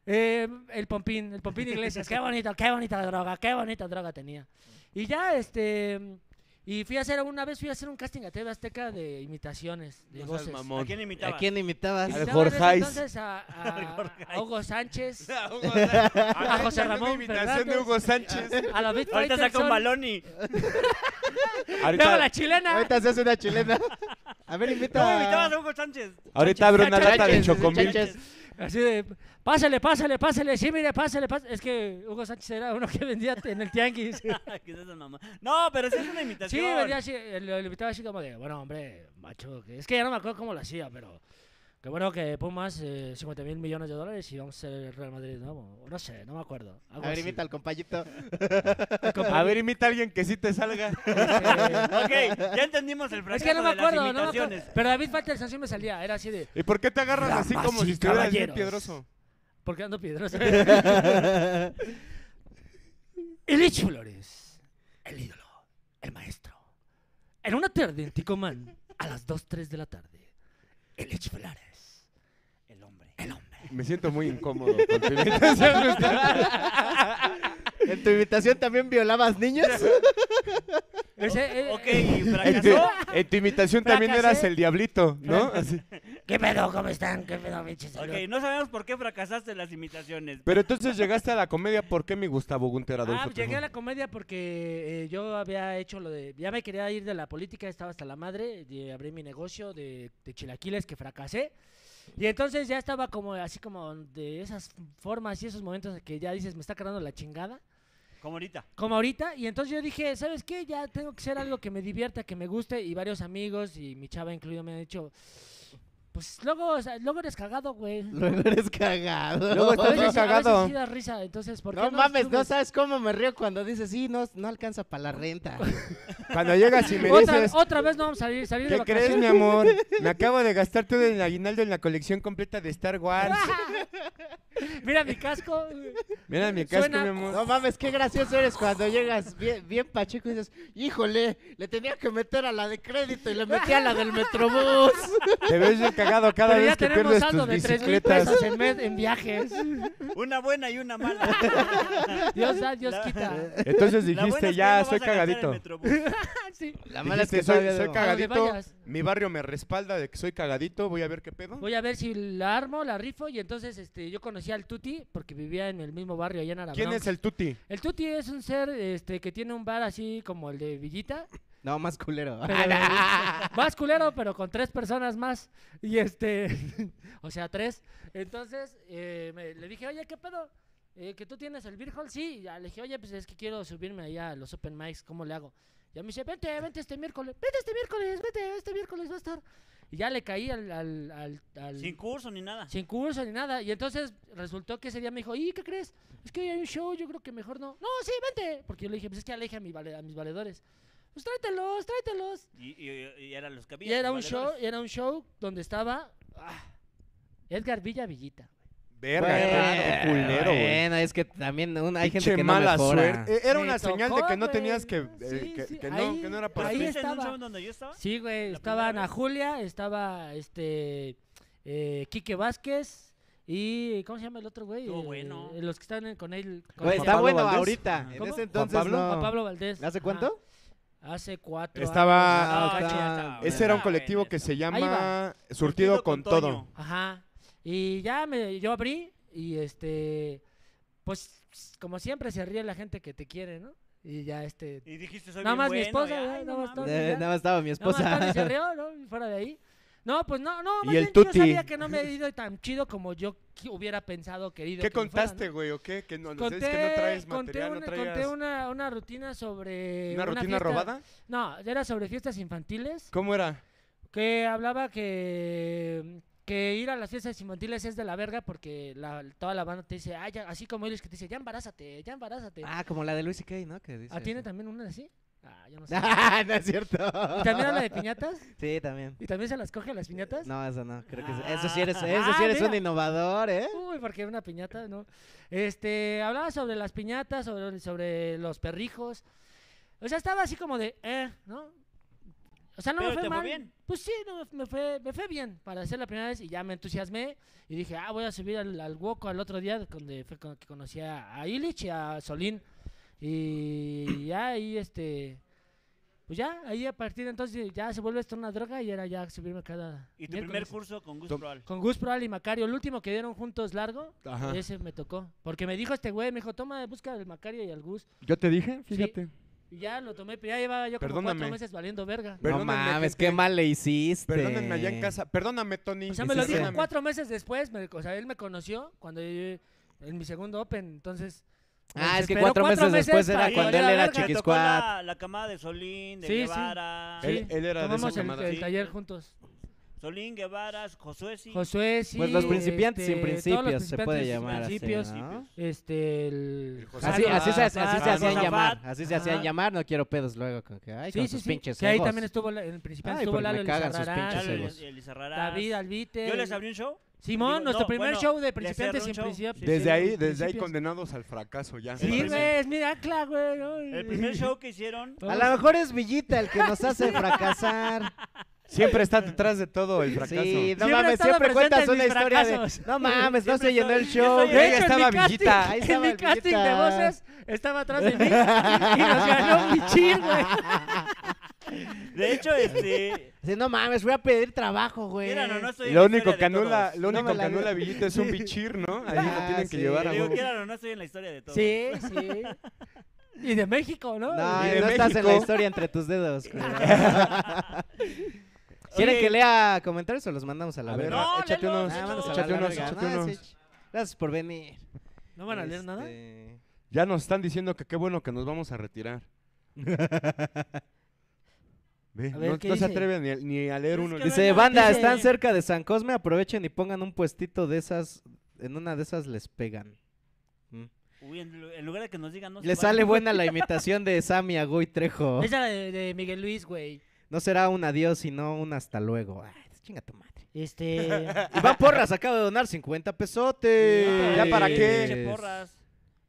Speaker 3: Eh, el Pompín, el Pompín Iglesias. qué bonito, qué bonita droga, qué bonita droga tenía. Y ya, este. Y fui a hacer, una vez fui a hacer un casting a TV Azteca de imitaciones, de
Speaker 5: No seas
Speaker 3: voces.
Speaker 5: mamón.
Speaker 1: ¿A quién imitabas?
Speaker 2: ¿A quién imitabas?
Speaker 3: Invitaban en ese
Speaker 4: Jorjais.
Speaker 3: Entonces a, a-
Speaker 1: Al Jorjais.
Speaker 3: a Hugo Sánchez,
Speaker 4: A
Speaker 3: José Ramón
Speaker 4: imitación de
Speaker 3: Fernández.
Speaker 4: Hugo Sánchez.
Speaker 3: a David
Speaker 1: Ahorita saca un
Speaker 3: Faitelson,
Speaker 1: baloni.
Speaker 3: Ah. Luego la chilena.
Speaker 2: Ahorita se hace una chilena. A ver, invita.
Speaker 1: ¿Cómo imitabas a Hugo Sánchez?
Speaker 4: ahorita abre una lata de
Speaker 5: Sánchez,
Speaker 4: chocomil.
Speaker 2: Sánchez.
Speaker 3: Así de, pásale, pásale, pásale, sí, mire, pásale, pásale. Es que Hugo Sánchez era uno que vendía en el tianguis.
Speaker 1: ¿Qué es esa mamá? No, pero sí es una
Speaker 3: Sí,
Speaker 1: imitación.
Speaker 3: venía así, eh, lo lo invitaba así como de, bueno, hombre, macho, que- es que ya no me acuerdo cómo lo hacía, pero que bueno que Pumas, eh, 50 mil millones de dólares y vamos a ser el Real Madrid, ¿no? No sé, no me acuerdo.
Speaker 2: A
Speaker 3: algo
Speaker 2: ver,
Speaker 3: así.
Speaker 2: invita al compañito.
Speaker 4: A ver, imita a alguien que sí te salga.
Speaker 3: Eh,
Speaker 1: Ok, ya entendimos el
Speaker 3: es
Speaker 1: fracaso
Speaker 3: que no me
Speaker 1: de las
Speaker 3: acuerdo, no me acuerdo.
Speaker 1: imitaciones.
Speaker 3: Pero David Faitelson sí me salía, era así de,
Speaker 4: ¿Y por qué te agarras
Speaker 3: Damas
Speaker 4: así como
Speaker 3: y
Speaker 4: si estuvieras bien
Speaker 3: caballeros.
Speaker 4: piedroso?
Speaker 3: ¿por qué ando piedroso? el Lich Flores, el ídolo, el maestro. En una tarde en Ticomán, a las 2, 3 de la tarde, el Lich Flores,
Speaker 1: El hombre.
Speaker 3: el hombre.
Speaker 4: Me siento muy incómodo con tu imitación, Gustavo.
Speaker 2: ¿En tu invitación también violabas niños?
Speaker 3: Ese, eh,
Speaker 1: Ok,
Speaker 3: eh,
Speaker 1: ¿y
Speaker 4: En tu,
Speaker 1: fracasó.
Speaker 4: en tu imitación también
Speaker 3: Fracasé.
Speaker 4: eras el diablito, ¿no? Así.
Speaker 3: ¿Qué pedo? ¿Cómo están? ¿Qué pedo, bichos?
Speaker 1: Ok, no sabemos por qué fracasaste en las imitaciones.
Speaker 4: Pero entonces llegaste a la comedia, ¿por qué mi Gustavo Gunter Adolfo?
Speaker 3: Ah, llegué
Speaker 4: Trujillo?
Speaker 3: a la comedia porque eh, yo había hecho lo de... Ya me quería ir de la política, estaba hasta la madre, de abrí mi negocio de, de chilaquiles que fracasé. Y entonces ya estaba como así como de esas formas y esos momentos en que ya dices, me está cargando la chingada.
Speaker 1: Como ahorita.
Speaker 3: Como ahorita, y entonces yo dije, ¿sabes qué? Ya tengo que hacer algo que me divierta, que me guste, y varios amigos, y mi chava incluido, me han dicho, pues luego, o sea, luego eres cagado, güey.
Speaker 2: Luego eres cagado.
Speaker 4: Luego
Speaker 3: A
Speaker 4: estás bien
Speaker 3: veces, a veces
Speaker 4: cagado.
Speaker 3: sí da risa, entonces, ¿por qué
Speaker 2: No mames,
Speaker 3: estuve-
Speaker 2: no sabes cómo me río cuando dices, sí, no, no alcanza para la renta.
Speaker 4: Cuando llegas y me
Speaker 3: otra,
Speaker 4: dices,
Speaker 3: otra vez no vamos a salir, salir de
Speaker 4: ¿qué crees, mi
Speaker 3: vacaciones.
Speaker 4: amor? Me acabo de gastar todo el aguinaldo en la colección completa de Star Wars.
Speaker 3: Mira mi casco.
Speaker 4: Mira mi casco,
Speaker 3: Suena-
Speaker 4: mi amor.
Speaker 5: No mames, qué gracioso eres cuando llegas bien, bien pacheco y dices, híjole, le tenía que meter a la de crédito y le metí a la del Metrobús.
Speaker 4: Te ves bien cagado cada
Speaker 3: Pero ya
Speaker 4: vez que
Speaker 3: tenemos
Speaker 4: pierdes
Speaker 3: saldo
Speaker 4: tus
Speaker 3: de 3 mil pesos
Speaker 4: bicicletas.
Speaker 3: en, mes- en viajes.
Speaker 1: Una buena y una mala.
Speaker 3: Dios da, Dios
Speaker 1: La-
Speaker 3: quita.
Speaker 4: Entonces
Speaker 1: La buena es
Speaker 4: dijiste,
Speaker 1: que no
Speaker 4: ya,
Speaker 1: vas
Speaker 4: soy
Speaker 1: a gastar en
Speaker 4: cagadito.
Speaker 1: Metrobús.
Speaker 3: Sí.
Speaker 5: La
Speaker 4: Dijiste, soy, soy
Speaker 5: debo.
Speaker 3: A donde
Speaker 4: cagadito.
Speaker 3: vayas.
Speaker 4: Mi barrio me respalda de que soy cagadito. Voy a ver qué pedo.
Speaker 3: Voy a ver si la armo, la rifo. Y entonces este, yo conocí al Tuti porque vivía en el mismo barrio allá en Arabón.
Speaker 4: ¿Quién es el tuti?
Speaker 3: El Tuti es un ser este, que tiene un bar así como el de Villita.
Speaker 2: No, más culero.
Speaker 3: pero- más culero, pero con tres personas más. Y este, o sea, tres. Entonces eh, me- le dije, oye, ¿qué pedo? Eh, ¿Que tú tienes el Beer Hall? Sí. Y ya le dije, oye, pues es que quiero subirme allá a los Open Mics, ¿cómo le hago? Ya me dice, vente, vente este miércoles, vente este miércoles, vente, este miércoles va a estar. Y ya le caí al. al, al, al-
Speaker 1: Sin curso ni nada.
Speaker 3: sin curso ni nada. Y entonces resultó que ese día me dijo, ¿y qué crees? Es que hoy hay un show, yo creo que mejor no. No, sí, vente. Porque yo le dije, pues es que aleje a, mi vale- a mis valedores. Pues tráetelos, tráetelos.
Speaker 1: Y, y- y era los
Speaker 3: Y
Speaker 1: cabellos.
Speaker 3: era un show, y era un show donde estaba ah, Edgar Villa Villita.
Speaker 4: Verga,
Speaker 2: Bueno,
Speaker 3: eh,
Speaker 4: qué culero, güey.
Speaker 2: Bueno, es que también un- hay gente
Speaker 4: Pinche
Speaker 2: que no
Speaker 4: mala
Speaker 2: mejora.
Speaker 4: suerte. Eh, Era
Speaker 3: Me
Speaker 4: una señal de
Speaker 3: tocó,
Speaker 4: que no
Speaker 3: güey.
Speaker 4: tenías que.
Speaker 3: Sí,
Speaker 4: eh, que-
Speaker 3: sí,
Speaker 4: que no,
Speaker 3: ahí-
Speaker 4: que no era para
Speaker 3: ahí
Speaker 4: ti.
Speaker 1: ¿Estuviste en un
Speaker 3: estaba.
Speaker 1: show donde yo estaba?
Speaker 3: Sí, güey,
Speaker 1: ¿La
Speaker 3: estaba
Speaker 1: primera
Speaker 3: Ana
Speaker 1: vez?
Speaker 3: Julia, estaba este eh, Quique Vázquez y ¿cómo se llama el otro güey?
Speaker 1: Estuvo
Speaker 3: Eh,
Speaker 1: bueno.
Speaker 3: los que están en- con él. con
Speaker 2: Güey,
Speaker 3: ella.
Speaker 2: está
Speaker 5: Pablo
Speaker 2: bueno
Speaker 5: Valdés?
Speaker 2: ahorita. En
Speaker 3: ¿Cómo?
Speaker 2: ese entonces
Speaker 4: Pablo?
Speaker 2: no.
Speaker 3: Juan Pablo Valdés.
Speaker 2: ¿Hace
Speaker 3: ajá.
Speaker 2: cuánto?
Speaker 3: Hace cuatro
Speaker 4: Estaba-
Speaker 3: años.
Speaker 2: Ah,
Speaker 1: No,
Speaker 2: está.
Speaker 1: ya estaba,
Speaker 4: Ese era un
Speaker 1: ah,
Speaker 4: colectivo
Speaker 1: bueno,
Speaker 4: que
Speaker 1: está.
Speaker 4: se
Speaker 3: Ahí
Speaker 4: llama
Speaker 3: va.
Speaker 4: Surtido con Todo.
Speaker 3: Ajá. Y ya me, yo abrí y este, pues como siempre se ríe la gente que te quiere, ¿no? Y ya este...
Speaker 1: Y dijiste, soy
Speaker 3: Nada
Speaker 1: bien
Speaker 3: más mi
Speaker 1: bueno,
Speaker 3: esposa,
Speaker 1: y,
Speaker 3: ya,
Speaker 1: ay,
Speaker 3: nada
Speaker 1: no mames.
Speaker 3: más todo.
Speaker 2: Eh, nada más estaba mi
Speaker 3: No,
Speaker 2: esposa.
Speaker 3: Antonio se rió, ¿no? Y Fuera de ahí. No, pues no, no.
Speaker 4: Y
Speaker 3: más
Speaker 4: el
Speaker 3: bien yo
Speaker 4: Tuti.
Speaker 3: sabía que no me he ido tan chido como yo qui- hubiera pensado, querido.
Speaker 4: ¿Qué
Speaker 3: que me fuera,
Speaker 4: contaste,
Speaker 3: ¿no?
Speaker 4: güey? ¿O qué? Que no,
Speaker 3: Conté,
Speaker 4: es que no traes
Speaker 3: conté
Speaker 4: material,
Speaker 3: una,
Speaker 4: no
Speaker 3: conté
Speaker 4: traías.
Speaker 3: una, una rutina sobre...
Speaker 4: ¿Una rutina
Speaker 3: fiesta-
Speaker 4: robada?
Speaker 3: No, era sobre fiestas infantiles.
Speaker 4: ¿Cómo era?
Speaker 3: Que hablaba que, que ir a las fiestas infantiles es de la verga porque la- toda la banda te dice, "Ay, ya", así como ellos que te dicen, ya embarázate, ya embarázate.
Speaker 2: Ah, como la de Luis Kay, ¿no? Que dice
Speaker 3: ¿Ah, tiene
Speaker 2: eso.
Speaker 3: también una así? Ah, yo no sé.
Speaker 2: Ah, no es cierto.
Speaker 3: ¿Y también habla de piñatas?
Speaker 2: Sí, también.
Speaker 3: ¿Y también se las coge a las piñatas?
Speaker 2: No, eso no. Creo que
Speaker 1: Ah.
Speaker 2: eso sí eres, eso sí
Speaker 3: Ah,
Speaker 2: eres un
Speaker 3: mira.
Speaker 2: innovador, ¿eh?
Speaker 3: Uy, porque una piñata, ¿no? Este, hablaba sobre las piñatas, sobre, sobre los perrijos. O sea, estaba así como de, eh, ¿no? O sea, no
Speaker 1: Pero
Speaker 3: me fue
Speaker 1: te fue
Speaker 3: mal.
Speaker 1: bien.
Speaker 3: Pues sí, no, me, me fue, me fue bien para hacer la primera vez y ya me entusiasmé y dije, ah, voy a subir al, al Woco al otro día, donde fue con- que conocí a, a Illich y a Solín. Y ya ahí, este, pues ya, ahí a partir de entonces ya se vuelve esto una droga y era ya subirme cada...
Speaker 1: Y tu primer
Speaker 3: miércoles.
Speaker 1: curso con Gus
Speaker 4: Tom-
Speaker 1: Proal.
Speaker 3: Con Gus Proal y Macario, el último que dieron juntos largo,
Speaker 4: Ajá.
Speaker 3: ese me tocó. Porque me dijo este güey, me dijo, toma, busca al Macario y al Gus.
Speaker 4: Yo te dije,
Speaker 3: fíjate. Y ya lo tomé, pero ya llevaba yo como
Speaker 4: Perdóname.
Speaker 3: cuatro meses valiendo verga.
Speaker 2: No
Speaker 4: Perdónenme,
Speaker 2: mames,
Speaker 4: gente.
Speaker 2: qué mal le hiciste.
Speaker 4: Perdónenme allá en casa. Perdóname, Tony.
Speaker 3: O sea, me lo
Speaker 2: Hiciste-
Speaker 3: dijo
Speaker 4: Perdóname.
Speaker 3: cuatro meses después, me- o sea, él me conoció cuando yo, en mi segundo Open, entonces... pues, me
Speaker 2: Ah, es que
Speaker 3: desesperó
Speaker 2: cuatro meses después
Speaker 3: para
Speaker 2: era
Speaker 3: que
Speaker 2: cuando
Speaker 3: valiera
Speaker 2: él era
Speaker 3: verga.
Speaker 1: Te
Speaker 2: chiquis-
Speaker 1: tocó la,
Speaker 2: Squad.
Speaker 1: la camada de Solín, de
Speaker 3: Sí, sí.
Speaker 1: Guevara.
Speaker 3: Sí.
Speaker 4: Él, él era de
Speaker 3: Tomamos
Speaker 4: esa
Speaker 3: el,
Speaker 4: camada.
Speaker 3: el
Speaker 1: Sí.
Speaker 3: taller juntos.
Speaker 1: Solín, Guevara, Josué, sí.
Speaker 3: Josué, sí.
Speaker 2: Pues los principiantes
Speaker 3: este,
Speaker 2: sin
Speaker 3: todos los
Speaker 2: principios se
Speaker 3: principiantes
Speaker 2: puede
Speaker 3: sin
Speaker 2: llamar así,
Speaker 3: principios,
Speaker 2: ¿no?
Speaker 3: Este, el...
Speaker 4: José
Speaker 2: Así, así se, así se
Speaker 4: Josafat.
Speaker 2: hacían llamar,
Speaker 1: Josafat.
Speaker 2: así se hacían
Speaker 3: Ajá.
Speaker 2: llamar, no quiero pedos luego con que ay, con sus pinches
Speaker 3: Que ahí
Speaker 2: egos.
Speaker 3: también estuvo, la- en el principio
Speaker 2: Ay,
Speaker 3: estuvo
Speaker 2: porque
Speaker 3: Lalo
Speaker 2: me cagan sus
Speaker 4: Ah,
Speaker 3: Elizarrarán,
Speaker 2: pinches
Speaker 1: Lalo,
Speaker 2: egos.
Speaker 1: Elizarrarás.
Speaker 3: Ah, David Alvite.
Speaker 1: Yo les abrí un show.
Speaker 3: Simón,
Speaker 1: Digo,
Speaker 3: nuestro
Speaker 1: no,
Speaker 3: primer
Speaker 1: bueno,
Speaker 3: show de
Speaker 1: les
Speaker 3: principiantes
Speaker 1: cerré un show.
Speaker 3: sin principios.
Speaker 1: Sí,
Speaker 4: Desde
Speaker 1: sí,
Speaker 4: ahí,
Speaker 1: los
Speaker 4: desde ahí
Speaker 3: principios.
Speaker 4: condenados al fracaso ya.
Speaker 1: Sí,
Speaker 3: Sí,
Speaker 1: El
Speaker 3: güey, es Miracla, güey. ¿no?
Speaker 1: El primer show que hicieron.
Speaker 3: Todos-
Speaker 2: A lo mejor es Villita el que nos hace fracasar.
Speaker 4: Siempre está detrás de todo el fracaso.
Speaker 2: Sí, no
Speaker 3: Siempre ha
Speaker 2: mames,
Speaker 3: estado
Speaker 2: siempre
Speaker 3: presente
Speaker 2: cuentas
Speaker 3: en
Speaker 2: una
Speaker 3: mis
Speaker 2: historia de
Speaker 3: fracasos.
Speaker 2: No mames, no
Speaker 1: Siempre
Speaker 2: se llenó el
Speaker 1: estoy- yo
Speaker 2: show.
Speaker 1: soy el-
Speaker 3: De
Speaker 1: Ahí
Speaker 3: hecho,
Speaker 4: estaba
Speaker 3: en mi casting,
Speaker 4: Villita, ahí
Speaker 3: en
Speaker 2: estaba
Speaker 3: mi casting de
Speaker 2: Villita.
Speaker 3: voces estaba atrás de mí y nos ganó Michir, güey.
Speaker 1: De hecho, este.
Speaker 2: Sí, no mames, voy a pedir trabajo, güey.
Speaker 1: Quieran o no, estoy en
Speaker 4: Lo
Speaker 1: la
Speaker 4: único
Speaker 1: historia
Speaker 4: que
Speaker 1: de todos.
Speaker 4: anula, lo
Speaker 2: No
Speaker 4: único
Speaker 2: me la
Speaker 4: que anula
Speaker 2: vi.
Speaker 4: Villita es un bichir, ¿no? Ahí lo
Speaker 2: Ah,
Speaker 4: tienen
Speaker 2: sí.
Speaker 4: que llevar a
Speaker 1: Digo,
Speaker 4: huevo.
Speaker 1: quieran o no, estoy en la historia de todos.
Speaker 3: Sí, sí. Y de México, ¿no?
Speaker 2: No,
Speaker 4: Y de
Speaker 2: no estás en la
Speaker 4: México.
Speaker 2: historia entre tus dedos. güey. ¿Quieren que lea comentarios o los mandamos a la
Speaker 4: A ver,
Speaker 2: verga?
Speaker 1: No,
Speaker 4: échate
Speaker 1: léelos, léelos.
Speaker 4: unos,
Speaker 2: Ah, vámonos a la
Speaker 4: échate unos,
Speaker 2: verga.
Speaker 4: échate
Speaker 2: No,
Speaker 4: unos.
Speaker 2: sí. Gracias por venir.
Speaker 3: ¿No van a leer nada?
Speaker 2: Este,
Speaker 4: Ya nos están diciendo que qué bueno que nos vamos a retirar. Ve,
Speaker 3: A ver,
Speaker 4: no,
Speaker 3: ¿qué
Speaker 4: no se
Speaker 3: dice?
Speaker 4: atreve ni, a- ni a leer
Speaker 1: Es
Speaker 4: uno.
Speaker 1: que
Speaker 2: Dice,
Speaker 1: venga,
Speaker 2: banda,
Speaker 3: dice-
Speaker 2: están cerca de San Cosme, aprovechen y pongan un puestito de esas. En una de esas les pegan. Mm.
Speaker 1: Uy, pues, en, lu- en lugar de que nos digan no. se
Speaker 2: Le
Speaker 1: vale.
Speaker 2: sale buena la imitación de Sammy Agoy Trejo.
Speaker 3: Esa de, de Miguel Luis, güey.
Speaker 2: No será un adiós, sino un hasta luego. Ay, Chinga tu madre.
Speaker 3: Este.
Speaker 2: Iván Porras acaba de donar 50 pesotes.
Speaker 4: Sí. ¿Ya para qué?
Speaker 1: Pinche porras.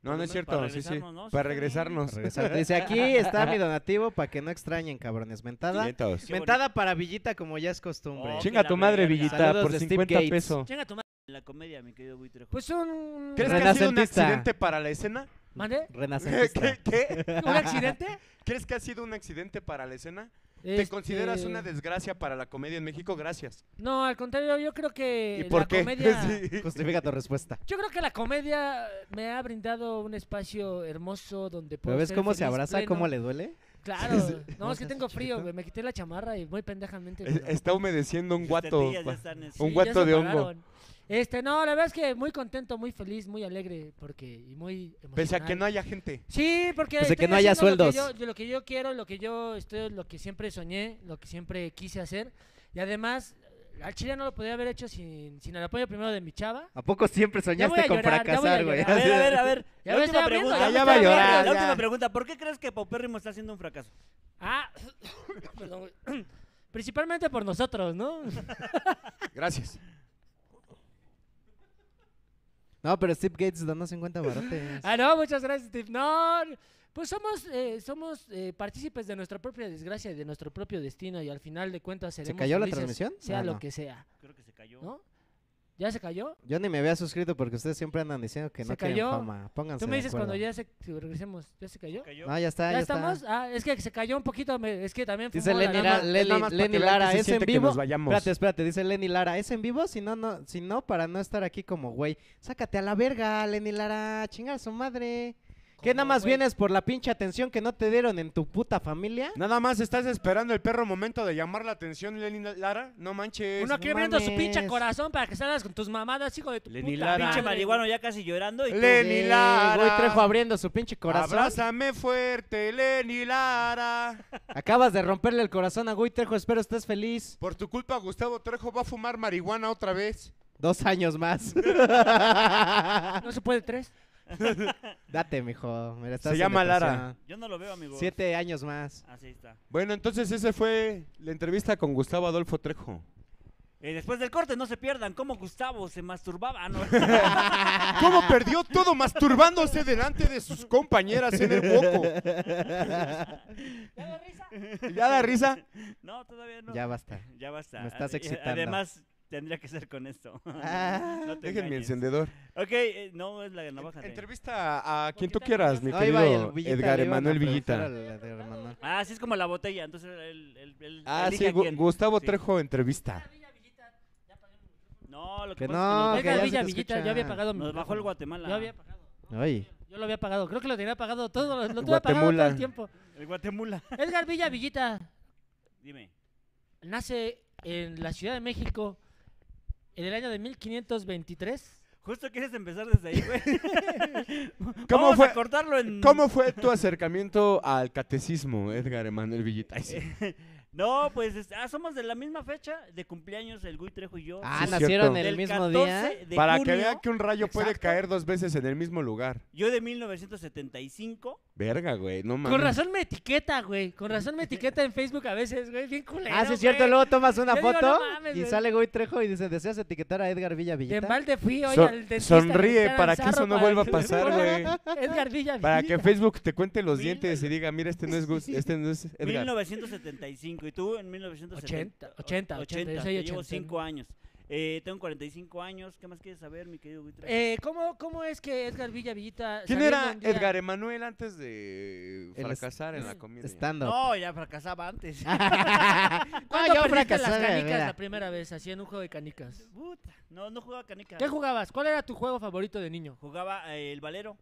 Speaker 4: No, no es
Speaker 1: Para
Speaker 4: cierto, sí, sí.
Speaker 1: regresarnos, ¿no? Sí,
Speaker 4: Para
Speaker 1: está
Speaker 4: regresarnos.
Speaker 2: Para regresar. Dice, aquí está mi donativo para que no extrañen, cabrones. Mentada.
Speaker 4: Nietos.
Speaker 1: Qué
Speaker 2: Mentada para Villita como ya es costumbre.
Speaker 1: Oh,
Speaker 4: Chinga
Speaker 1: que
Speaker 4: tu
Speaker 1: la
Speaker 4: madre,
Speaker 1: verga.
Speaker 4: Villita,
Speaker 2: Saludos
Speaker 4: por
Speaker 2: de Steve
Speaker 4: 50
Speaker 2: Gates.
Speaker 4: pesos.
Speaker 3: Chinga tu madre.
Speaker 1: La comedia, mi querido Buitrejo.
Speaker 3: Pues un.
Speaker 4: ¿Crees que ha sido un
Speaker 2: Renacentista.
Speaker 4: accidente para la escena?
Speaker 3: ¿Mande?
Speaker 2: Renacentista.
Speaker 4: ¿Qué? qué?
Speaker 3: ¿Un accidente?
Speaker 4: ¿Crees que ha sido un accidente para la escena?
Speaker 3: Este,
Speaker 4: ¿Te consideras una desgracia para la comedia en México? Gracias.
Speaker 3: No, al contrario, yo creo que.
Speaker 4: ¿Y
Speaker 3: Eh,
Speaker 4: por
Speaker 3: la
Speaker 4: qué?
Speaker 3: Comedia...
Speaker 4: Sí.
Speaker 2: Justifica tu respuesta.
Speaker 3: Yo creo que la comedia me ha brindado un espacio hermoso donde puedo.
Speaker 2: ¿Pero ves
Speaker 3: ser
Speaker 2: cómo se
Speaker 3: feliz,
Speaker 2: abraza?
Speaker 3: pleno.
Speaker 2: ¿Cómo le duele?
Speaker 3: Claro. No, es que
Speaker 2: Gracias,
Speaker 3: tengo frío,
Speaker 2: chiquito.
Speaker 3: güey. Me quité la chamarra y muy pendejamente.
Speaker 4: Es-
Speaker 3: pero-
Speaker 4: Eh, Está humedeciendo un
Speaker 1: Sus
Speaker 4: guato.
Speaker 1: tetillas Este ya
Speaker 4: pa-
Speaker 1: están, este,
Speaker 4: un
Speaker 3: Sí, ya
Speaker 4: guato
Speaker 3: se
Speaker 4: de hongo.
Speaker 3: pararon. Este, no, la verdad es que muy contento, muy feliz, muy alegre, porque. Y muy emocional.
Speaker 4: Pese a que no haya gente.
Speaker 3: Sí, porque.
Speaker 2: Pese a Pues que
Speaker 3: estoy
Speaker 2: no haya
Speaker 3: haciendo lo que
Speaker 2: sueldos.
Speaker 3: yo- Lo que, yo, quiero, lo que yo estoy, lo que siempre soñé, lo que siempre quise hacer. Y además, al chile no lo podía haber hecho sin, sin el apoyo primero de mi chava.
Speaker 2: ¿A poco siempre
Speaker 3: voy a
Speaker 2: soñaste con
Speaker 3: llorar, ya voy a
Speaker 2: fracasar, güey?
Speaker 1: A ver, a ver, a ver.
Speaker 3: Ya
Speaker 1: la última
Speaker 3: me estaba viendo,
Speaker 1: pregunta. la
Speaker 3: ya
Speaker 1: última
Speaker 4: me estaba
Speaker 1: pregunta,
Speaker 4: viendo,
Speaker 1: La
Speaker 4: ya.
Speaker 1: última pregunta. ¿Por qué crees que Paupérrimo está haciendo un fracaso?
Speaker 3: Ah, perdón, güey. Principalmente por nosotros, ¿no?
Speaker 4: Gracias.
Speaker 2: No, pero Steve Gates dona 50 barotes.
Speaker 3: Ah, no, muchas gracias, Steve. No, pues somos, eh, somos eh, partícipes de nuestra propia desgracia y de nuestro propio destino y al final de cuentas seremos
Speaker 2: cayó la
Speaker 3: felices,
Speaker 2: transmisión?
Speaker 3: Sea
Speaker 2: Ah,
Speaker 3: lo
Speaker 2: no.
Speaker 3: que sea,
Speaker 1: Creo que se cayó.
Speaker 3: ¿no? ¿Ya se cayó?
Speaker 2: Yo ni me había suscrito porque ustedes siempre andan diciendo que
Speaker 3: Se
Speaker 2: no quieren
Speaker 3: cayó.
Speaker 2: fama. Pónganse
Speaker 3: Tú me
Speaker 2: de
Speaker 3: dices
Speaker 2: acuerdo.
Speaker 3: cuando ya se, si regresemos, ¿ya se cayó?
Speaker 1: Se cayó.
Speaker 2: No, ya está,
Speaker 3: ¿Ya,
Speaker 2: ya,
Speaker 3: estamos?
Speaker 2: está.
Speaker 3: Ah, es que se cayó un poquito, me- es que también fue
Speaker 2: Dice
Speaker 3: un
Speaker 2: Lenny,
Speaker 3: holograma.
Speaker 2: Ra- Lenny-
Speaker 4: nada más para
Speaker 2: Lenny
Speaker 4: que vean que
Speaker 2: Lara,
Speaker 4: se
Speaker 2: ¿es en
Speaker 4: siente que
Speaker 2: vivo?
Speaker 4: nos vayamos.
Speaker 2: Espérate, espérate, dice Lenny Lara, ¿es en vivo? Si no, no, si no, para no estar aquí como güey. Sácate a la verga, Lenny Lara, chingar a su madre. ¿Qué
Speaker 3: Como,
Speaker 2: nada más
Speaker 3: güey.
Speaker 2: vienes por la pinche atención que no te dieron en tu puta familia?
Speaker 4: Nada más estás esperando el perro momento de llamar la atención, Lenin Lara. No
Speaker 3: Uno
Speaker 4: manches.
Speaker 2: "Pues no
Speaker 3: aquí abriendo su
Speaker 2: mames.
Speaker 3: pinche corazón para que salgas con tus mamadas, hijo de tu
Speaker 4: Lenny
Speaker 3: puta
Speaker 4: Lara.
Speaker 3: madre.
Speaker 1: Pinche marihuano ya casi llorando. Y tú-
Speaker 4: Le- Lenny
Speaker 2: Sí,
Speaker 4: Lara.
Speaker 2: Güey, Trejo abriendo su pinche corazón.
Speaker 4: Abrázame fuerte, Lenny Lara.
Speaker 2: Acabas de romperle el corazón a Güey Trejo, espero estés feliz.
Speaker 4: Por tu culpa, Gustavo Trejo va a fumar marihuana otra vez.
Speaker 2: Dos años más.
Speaker 3: No se puede tres.
Speaker 2: Date, mijo. mira, estás
Speaker 4: Se
Speaker 2: en
Speaker 4: llama Lara.
Speaker 2: depresión.
Speaker 1: Yo no lo veo, amigo.
Speaker 2: Siete años más.
Speaker 1: Así está.
Speaker 4: Bueno, entonces esa fue la entrevista con Gustavo Adolfo Trejo.
Speaker 1: Eh, después del corte, no se pierdan cómo Gustavo se masturbaba. Ah, ¿no?
Speaker 4: ¿Cómo perdió todo masturbándose delante de sus compañeras en el boco? ¿Ya da risa?
Speaker 1: no, todavía no.
Speaker 2: Ya basta.
Speaker 1: Ya basta.
Speaker 2: Me estás
Speaker 1: Y-
Speaker 2: excitando.
Speaker 1: Además, tendría que ser con esto.
Speaker 2: Ah.
Speaker 1: No te
Speaker 4: Dejen mi
Speaker 1: engañes.
Speaker 4: encendedor.
Speaker 1: Ok, eh, no, es la navaja. de-
Speaker 4: Entrevista a- a
Speaker 3: ¿Por
Speaker 4: quien
Speaker 3: qué
Speaker 4: tú
Speaker 3: te
Speaker 4: quieras, mi
Speaker 3: acuerdas?
Speaker 2: No, iba
Speaker 4: querido
Speaker 2: el Villita,
Speaker 4: Edgar
Speaker 2: le iban a
Speaker 4: Emanuel
Speaker 2: preguntar
Speaker 4: Villita.
Speaker 2: al Edgar Emanuel.
Speaker 1: Ah, sí, es como la botella. Entonces, el. el, el
Speaker 4: Ah, sí,
Speaker 1: elige a
Speaker 4: Gu-
Speaker 1: quién.
Speaker 4: Gustavo
Speaker 1: Sí.
Speaker 4: Trejo entrevista.
Speaker 1: No, lo que,
Speaker 2: Que
Speaker 1: pasa es
Speaker 2: no, que
Speaker 1: que
Speaker 3: Edgar
Speaker 1: nos,
Speaker 2: ya se
Speaker 3: Villa
Speaker 2: te
Speaker 3: Villita,
Speaker 2: escucha.
Speaker 3: yo había pagado mi
Speaker 1: nos bajó el
Speaker 3: micrófono.
Speaker 1: Guatemala.
Speaker 3: Yo había pagado.
Speaker 2: Ay,
Speaker 3: Yo lo había pagado. Creo que lo tenía pagado todo. Lo, lo tuve pagado todo
Speaker 4: Guatemala.
Speaker 3: el tiempo.
Speaker 1: El Guatemala.
Speaker 3: Edgar Villa Villita
Speaker 1: Dime.
Speaker 3: nace en la Ciudad de México en el año de 1523.
Speaker 1: Justo quieres empezar desde ahí, güey.
Speaker 4: ¿Cómo
Speaker 1: Vamos
Speaker 4: fue-
Speaker 1: a cortarlo en.
Speaker 4: ¿Cómo fue tu acercamiento al catecismo, Edgar Emanuel Villita? Ay, sí.
Speaker 1: Eh, No, pues es- ah, somos de la misma fecha de cumpleaños, el Gui Trejo y yo.
Speaker 2: ah
Speaker 4: Sí, es
Speaker 2: nacieron
Speaker 4: cierto.
Speaker 2: el
Speaker 1: Del
Speaker 2: mismo
Speaker 1: 14
Speaker 2: día.
Speaker 1: de
Speaker 4: Para que
Speaker 1: junio,
Speaker 4: vean que un rayo puede
Speaker 1: Exacto.
Speaker 4: caer dos veces en el mismo lugar.
Speaker 1: Yo de 1975.
Speaker 4: Verga, güey, no mames.
Speaker 3: Con razón me etiqueta, güey. Con razón me etiqueta en Facebook a veces, güey. Bien culero.
Speaker 2: Ah, sí, es cierto.
Speaker 3: güey.
Speaker 2: Luego tomas una
Speaker 3: Yo digo,
Speaker 2: foto
Speaker 3: no mames,
Speaker 2: y
Speaker 3: güey.
Speaker 2: sale Goy Trejo y dice: ¿Deseas etiquetar a Edgar Villa
Speaker 3: De
Speaker 2: Villita?
Speaker 3: embalde fui hoy
Speaker 4: So-
Speaker 3: al dentista.
Speaker 4: sonríe
Speaker 3: me echaron
Speaker 4: para que eso
Speaker 3: sarro
Speaker 4: no
Speaker 3: para
Speaker 4: vuelva a
Speaker 3: que-
Speaker 4: pasar, güey.
Speaker 3: Edgar Villa
Speaker 4: Para
Speaker 3: Villita.
Speaker 4: que Facebook te cuente los dientes y diga, mira, este no es Gus, este no es Edgar.
Speaker 1: 1975. Y tú en 1970.
Speaker 3: 80, 80, 80, yo soy
Speaker 1: Yo llevo
Speaker 3: 80.
Speaker 1: 5 años. Eh, tengo 45 años. ¿Qué más quieres saber, mi querido Gui Trejo?
Speaker 3: Eh, ¿cómo, ¿Cómo es que Edgar Villa Villita...
Speaker 4: ¿Quién
Speaker 3: saliendo
Speaker 4: era
Speaker 3: un día-
Speaker 4: Edgar Emanuel antes de
Speaker 2: El es-
Speaker 4: fracasar en la comida?
Speaker 2: Estando.
Speaker 1: No, ya fracasaba antes.
Speaker 3: ¿Cuándo
Speaker 2: yo
Speaker 3: perdiste las
Speaker 2: fracasé, de
Speaker 3: canicas
Speaker 2: veras.
Speaker 3: la primera vez? Así en un juego de canicas.
Speaker 1: Puta, No, no jugaba canica.
Speaker 3: ¿Qué jugabas? ¿Cuál era tu juego favorito de niño?
Speaker 1: Jugaba eh, el valero.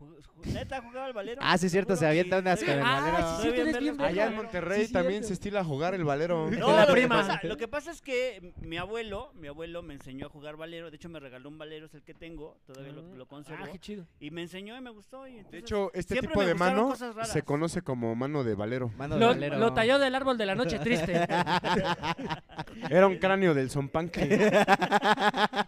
Speaker 1: Ju- ju- Neta, jugaba el valero.
Speaker 2: Ah, sí, es cierto,
Speaker 1: Seguro
Speaker 2: se avienta
Speaker 1: que-
Speaker 2: unas
Speaker 1: Sí.
Speaker 2: con el
Speaker 3: Ah,
Speaker 2: valero.
Speaker 3: sí,
Speaker 1: Soy
Speaker 3: tú eres
Speaker 1: bien
Speaker 3: bien
Speaker 1: verga.
Speaker 4: Allá
Speaker 3: verga.
Speaker 4: en Monterrey
Speaker 3: Sí,
Speaker 4: también
Speaker 3: cierto.
Speaker 4: se estila jugar el valero.
Speaker 1: No,
Speaker 3: la
Speaker 1: lo,
Speaker 3: prima.
Speaker 1: Que pasa, lo que pasa es que mi abuelo, mi abuelo me enseñó a jugar valero. De hecho, me regaló un valero, es el que tengo, todavía lo, lo conservo.
Speaker 3: Ah, qué chido.
Speaker 1: y me enseñó y me gustó. Y
Speaker 4: De
Speaker 1: entonces-
Speaker 4: hecho, este
Speaker 1: Siempre
Speaker 4: tipo
Speaker 1: me
Speaker 4: de
Speaker 1: gustaron
Speaker 4: mano
Speaker 1: cosas raras.
Speaker 4: se conoce como mano de valero.
Speaker 2: Mano de
Speaker 3: Lo,
Speaker 2: valero.
Speaker 3: lo talló del árbol de la noche triste.
Speaker 4: Era un cráneo del Zompanque.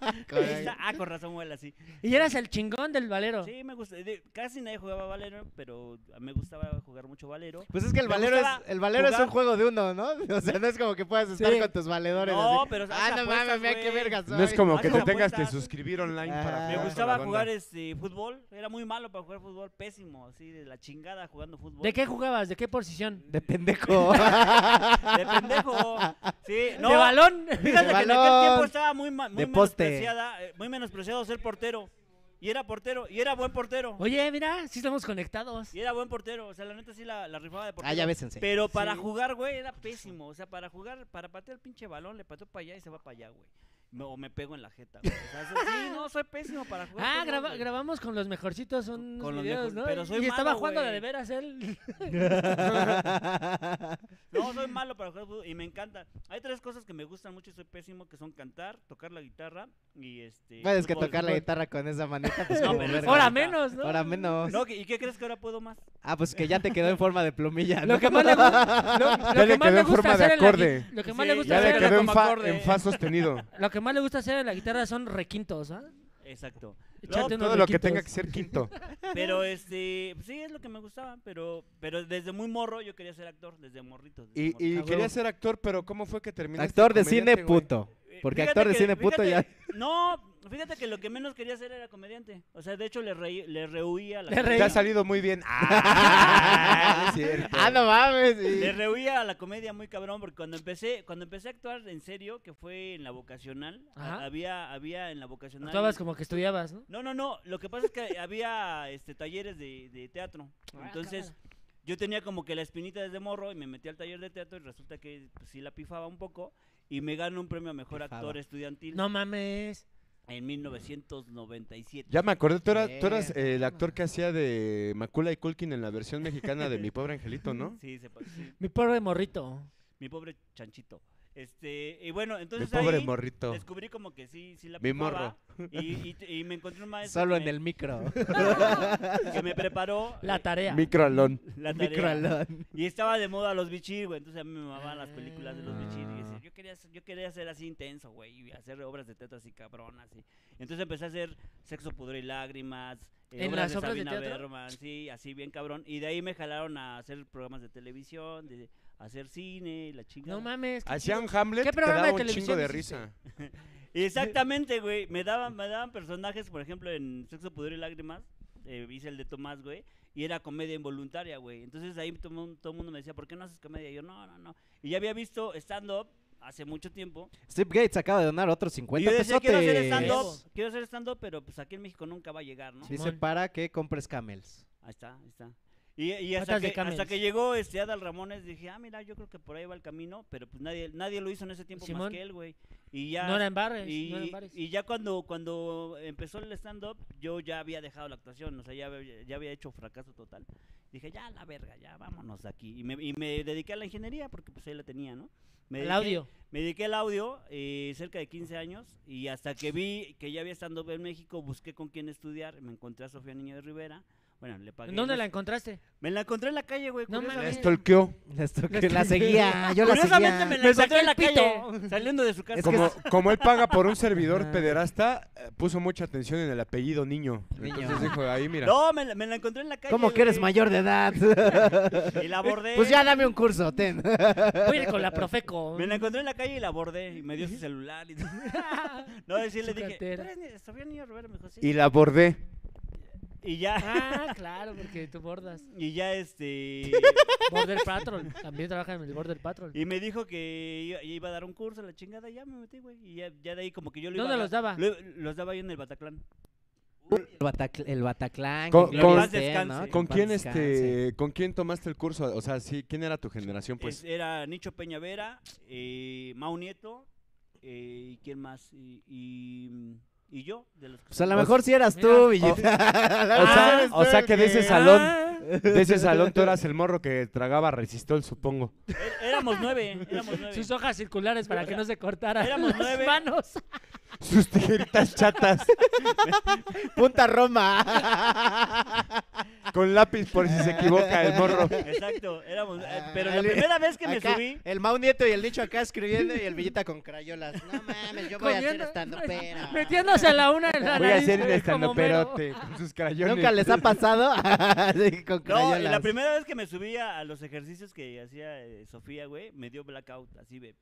Speaker 1: Ahí está. Ah, con razón huele así.
Speaker 3: Y eras el chingón del valero.
Speaker 1: Sí, me gusta. de- casi nadie jugaba Valero, pero me gustaba jugar mucho Valero.
Speaker 2: Pues es que el
Speaker 1: Me
Speaker 2: valero, es,
Speaker 1: gustaba
Speaker 2: el valero es
Speaker 1: jugar-
Speaker 2: un juego de uno, ¿no? O sea, no es como que puedas estar
Speaker 3: Sí.
Speaker 2: con tus valedores.
Speaker 1: No,
Speaker 2: así.
Speaker 1: pero haz
Speaker 2: Ah, no
Speaker 1: apuestas,
Speaker 2: mames, vea qué
Speaker 1: güey.
Speaker 2: vergas.
Speaker 4: No es
Speaker 2: soy.
Speaker 4: como
Speaker 1: Haz
Speaker 4: que te
Speaker 1: una
Speaker 4: tengas que
Speaker 1: apuesta.
Speaker 4: suscribir online
Speaker 2: Ah.
Speaker 4: para
Speaker 2: Me
Speaker 1: Me
Speaker 4: jugar
Speaker 1: gustaba
Speaker 4: con la
Speaker 1: jugar
Speaker 4: banda.
Speaker 1: este fútbol, era muy malo para jugar fútbol, pésimo, así de la chingada jugando fútbol.
Speaker 3: ¿De qué jugabas? ¿De qué posición?
Speaker 2: De pendejo. Ah,
Speaker 1: De pendejo. Sí, no.
Speaker 3: ¿De balón?
Speaker 1: Fíjate
Speaker 2: De
Speaker 1: que en
Speaker 2: balón.
Speaker 1: aquel tiempo estaba muy, ma- muy
Speaker 2: De poste.
Speaker 1: menospreciada, eh, muy menospreciado ser portero. Y era portero, y era buen portero.
Speaker 3: Oye, mira, sí estamos conectados.
Speaker 1: Y era buen portero, o sea, la neta sí la, la rifaba de portero.
Speaker 2: ah, ya ves, sensei.
Speaker 1: Pero para
Speaker 3: Sí.
Speaker 1: jugar, güey, era pésimo. O sea, para jugar, para patear el pinche balón, le pateó para allá y se va para allá, güey. Me- O me pego en la jeta. güey. O sea, eso- sí, no, soy pésimo para jugar.
Speaker 3: Ah,
Speaker 1: fútbol,
Speaker 3: graba-
Speaker 1: güey.
Speaker 3: grabamos con los mejorcitos unos
Speaker 1: Con los
Speaker 3: videos,
Speaker 1: mejor-
Speaker 3: ¿no?
Speaker 1: pero soy
Speaker 3: y estaba
Speaker 1: malo,
Speaker 3: jugando de
Speaker 1: güey.
Speaker 3: de veras él.
Speaker 1: No, soy malo para jugar fútbol y me encanta. Hay tres cosas que me gustan mucho y soy pésimo, que son cantar, tocar la guitarra y este...
Speaker 2: Puedes que
Speaker 1: fútbol.
Speaker 2: tocar la guitarra con esa manita, pues
Speaker 1: No,
Speaker 2: como
Speaker 1: pero
Speaker 2: verga.
Speaker 1: ahora
Speaker 3: Hora menos, ¿no?
Speaker 2: Ahora menos.
Speaker 1: No, ¿y qué crees que ahora puedo más?
Speaker 2: Ah, pues que ya te quedó en forma de plumilla. ¿no?
Speaker 3: Lo que más le, gu- lo- lo
Speaker 4: Ya
Speaker 3: que
Speaker 4: le
Speaker 3: más
Speaker 4: quedó
Speaker 3: le
Speaker 4: en
Speaker 3: gusta
Speaker 4: forma de
Speaker 3: hacer en la gui-
Speaker 4: acorde.
Speaker 3: Lo que más
Speaker 1: Sí,
Speaker 3: le gusta
Speaker 4: Ya
Speaker 1: Ya
Speaker 4: le
Speaker 1: era
Speaker 3: hacer en la-
Speaker 4: quedó en
Speaker 1: como
Speaker 4: fa,
Speaker 1: acorde.
Speaker 4: en fa sostenido.
Speaker 3: lo que más le gusta hacer en la guitarra son requintos, ¿ah?
Speaker 1: Exacto. No,
Speaker 3: Echarte unos
Speaker 4: Todo lo que
Speaker 3: requintos.
Speaker 4: tenga que ser quinto.
Speaker 1: Pero este, sí, es lo que me gustaba, pero pero desde muy morro yo quería ser actor, desde morrito. desde
Speaker 4: Y,
Speaker 1: morro.
Speaker 4: y
Speaker 3: Ah,
Speaker 4: quería
Speaker 3: huevo.
Speaker 4: ser actor, pero ¿cómo fue que terminaste?
Speaker 2: Actor de
Speaker 4: comediante,
Speaker 2: cine
Speaker 4: güey?
Speaker 2: puto.
Speaker 1: Eh,
Speaker 2: Porque
Speaker 1: fíjate
Speaker 2: actor de
Speaker 1: que-
Speaker 2: cine puto
Speaker 1: fíjate-
Speaker 2: ya.
Speaker 1: No, fíjate que lo que menos quería hacer era comediante. O sea, de hecho le, reí- le rehuía a la
Speaker 3: Le
Speaker 1: comedia.
Speaker 3: reí.
Speaker 4: Te ha salido muy bien. Ah, es cierto.
Speaker 2: Ah, no mames.
Speaker 1: Le
Speaker 2: y-
Speaker 1: rehuía a la comedia muy cabrón porque cuando empecé, cuando empecé a actuar en serio, que fue en la vocacional, a-
Speaker 3: Ajá.
Speaker 1: había había en la vocacional.
Speaker 3: Actuabas como que estudiabas, ¿no?
Speaker 1: No, no, no, lo que pasa es que había este talleres de, de teatro.
Speaker 3: Ah,
Speaker 1: Entonces, yo tenía como que la espinita desde morro y me metí al taller de teatro y resulta que pues, sí la pifaba un poco y me ganó un premio a mejor
Speaker 2: Pifaba.
Speaker 1: actor estudiantil
Speaker 3: No mames.
Speaker 1: en 1997.
Speaker 4: Ya me acordé, tú eras, tú eras,
Speaker 2: Bien.
Speaker 4: eh, el actor que hacía de Macula y Culkin en la versión mexicana de Mi Pobre Angelito, ¿no?
Speaker 1: Sí, se pa- sí,
Speaker 3: Mi pobre morrito.
Speaker 1: mi pobre chanchito. Este, y bueno,
Speaker 4: Mi
Speaker 1: entonces
Speaker 4: pobre
Speaker 1: ahí
Speaker 4: morrito.
Speaker 1: descubrí como que sí, sí la
Speaker 4: Mi
Speaker 1: pifaba. Y, y- y me encontré un maestro
Speaker 2: Solo
Speaker 1: que
Speaker 2: en
Speaker 1: me-
Speaker 2: el micro.
Speaker 1: que me preparó
Speaker 3: La tarea.
Speaker 4: Microalón.
Speaker 1: la tarea.
Speaker 2: Microalón.
Speaker 1: Y estaba de moda los bichir, güey. Entonces a mí me mamaban las películas de los bichir. Y decía,
Speaker 2: Ah.
Speaker 1: yo quería, ser- yo quería ser así intenso, güey. Y hacer obras de teatro así cabrón, así. Entonces empecé a hacer Sexo, Pudor y Lágrimas. eh,
Speaker 3: ¿En
Speaker 1: obras
Speaker 3: las
Speaker 1: de
Speaker 3: obras de
Speaker 1: Sabina
Speaker 3: teatro?
Speaker 1: Bergman, sí, así bien cabrón. Y de ahí me jalaron a hacer programas de televisión, de hacer cine, la chingada.
Speaker 3: No mames. qué
Speaker 4: Hacían
Speaker 3: chido.
Speaker 4: Hamlet,
Speaker 3: ¿Qué
Speaker 4: te
Speaker 3: programa
Speaker 4: daba
Speaker 3: de
Speaker 4: un chingo
Speaker 3: televisión
Speaker 4: de
Speaker 3: hiciste?
Speaker 4: risa.
Speaker 1: Exactamente, güey. Me daban, me daban personajes, por ejemplo, en Sexo, Pudor y Lágrimas. eh, hice el de Tomás, güey. Y era comedia involuntaria, güey. Entonces ahí todo el mundo me decía, ¿por qué no haces comedia? Y yo, no, no, no. Y ya había visto stand-up hace mucho tiempo.
Speaker 2: Steve Gates acaba de donar otros
Speaker 1: Y
Speaker 2: 50
Speaker 1: yo decía, quiero hacer
Speaker 2: pesos.
Speaker 1: stand-up, quiero hacer stand-up, pero pues aquí en México nunca va a llegar, ¿no?
Speaker 2: Dice
Speaker 3: Simón.
Speaker 2: para que compres camels.
Speaker 1: Ahí está, ahí está. Y, y hasta,
Speaker 3: Patas de
Speaker 1: que, hasta
Speaker 3: camels.
Speaker 1: que llegó este Adal Ramones, dije, ah, mira, yo creo que por ahí va el camino, pero pues nadie, nadie lo hizo en ese tiempo más
Speaker 3: Simón.
Speaker 1: que él, güey. Y ya
Speaker 3: No eran bares.
Speaker 1: Y,
Speaker 3: pues, no eran bares.
Speaker 1: y ya cuando, cuando empezó el stand-up, yo ya había dejado la actuación, o sea, ya, había- ya había hecho fracaso total. Dije, ya, la verga, ya, vámonos de aquí. Y me, y me dediqué a la ingeniería, porque pues ahí la tenía, ¿no? Me
Speaker 3: El
Speaker 1: dediqué-
Speaker 3: audio.
Speaker 1: Me dediqué al audio eh, cerca de 15 años y hasta que vi que ya había stand-up en México, busqué con quién estudiar, me encontré a Sofía Niño de Rivera. Bueno, le pagué.
Speaker 3: ¿En ¿Dónde
Speaker 1: no
Speaker 3: la
Speaker 1: sé-
Speaker 3: encontraste?
Speaker 1: Me la encontré en la calle, güey.
Speaker 3: No
Speaker 1: curiosamente.
Speaker 4: La
Speaker 3: mames.
Speaker 4: stalkeó.
Speaker 2: Esto que la seguía, yo la
Speaker 1: Curiosamente
Speaker 2: seguía.
Speaker 1: me la
Speaker 3: Me
Speaker 1: encontré
Speaker 3: saqué
Speaker 1: en la
Speaker 3: el
Speaker 1: calle, saliendo de su casa.
Speaker 2: Es que
Speaker 4: Como, como él paga por un servidor
Speaker 2: Ajá.
Speaker 4: pederasta, eh, puso mucha atención en el apellido niño.
Speaker 2: Niño.
Speaker 4: Entonces dijo, ahí mira.
Speaker 1: No, me la, me la encontré en la calle.
Speaker 2: ¿Cómo que eres
Speaker 1: güey,
Speaker 2: mayor de edad?
Speaker 1: Y la abordé.
Speaker 2: Pues ya dame un curso, ten.
Speaker 3: Voy a ir con la Profeco.
Speaker 1: Me la encontré en la calle y la abordé y me dio su celular. Y... no, y sí
Speaker 3: Su
Speaker 1: le dije, ¿tú
Speaker 3: cartera.
Speaker 1: eres ni- Sofía Niño de Rivera? Me dijo, sí.
Speaker 4: Y la abordé.
Speaker 1: Y ya,
Speaker 3: Ah, claro, porque tú bordas.
Speaker 1: y ya este...
Speaker 3: Border Patrol. También trabaja en el Border Patrol.
Speaker 1: Y me dijo que iba, iba a dar un curso, la chingada, y ya me metí, güey. Y ya, ya de ahí como que yo lo iba
Speaker 3: ¿Dónde
Speaker 1: a-
Speaker 3: los daba?
Speaker 1: lo- los daba yo en el Bataclan.
Speaker 2: El, Batacl- el Bataclan.
Speaker 4: Con-
Speaker 2: que en
Speaker 4: con-
Speaker 2: paz descanse,
Speaker 1: ¿Con
Speaker 2: que
Speaker 4: ¿Con
Speaker 2: en paz
Speaker 4: quién
Speaker 2: descanse.
Speaker 4: este con quién tomaste el curso? O sea, sí, ¿quién era tu generación? Pues
Speaker 1: Es- era Nicho Peñavera, eh, Mau Nieto, eh, ¿y quién más? Y, y, y yo, de los que...
Speaker 2: Pues a lo
Speaker 1: estaban.
Speaker 2: mejor si eras tú,
Speaker 3: Mira.
Speaker 2: Villita.
Speaker 1: Ah,
Speaker 4: o, sea,
Speaker 2: eres
Speaker 4: o
Speaker 2: tú
Speaker 4: sea
Speaker 2: el
Speaker 4: que de ese
Speaker 2: que-
Speaker 4: salón, de ese salón tú eras el morro que tragaba resistol, supongo.
Speaker 1: É- Eh, Éramos nueve, éramos nueve.
Speaker 3: Sus hojas circulares para que no se cortaran
Speaker 1: Éramos
Speaker 3: las
Speaker 1: nueve.
Speaker 3: manos.
Speaker 4: Sus tijeritas chatas.
Speaker 2: Punta Roma.
Speaker 4: Con lápiz por si se equivoca el morro.
Speaker 1: Exacto, éramos. eh,
Speaker 4: Ah,
Speaker 1: pero la
Speaker 2: Ale-
Speaker 1: primera vez que me
Speaker 2: Acá,
Speaker 1: subí.
Speaker 2: El Mau Nieto y el Nicho acá escribiendo y el Villita con crayolas. No mames, yo voy
Speaker 3: Comiendo-
Speaker 2: a hacer stand
Speaker 3: Metiéndose a la una en la
Speaker 4: Voy a
Speaker 3: nariz,
Speaker 4: hacer un
Speaker 3: güey, como
Speaker 4: estanoperote con sus crayones.
Speaker 2: ¿Nunca les ha pasado? Sí, con
Speaker 1: No, y
Speaker 2: crayolas.
Speaker 1: la primera vez que me subí a, a los ejercicios que hacía eh, Sofía, güey, me dio blackout, así de.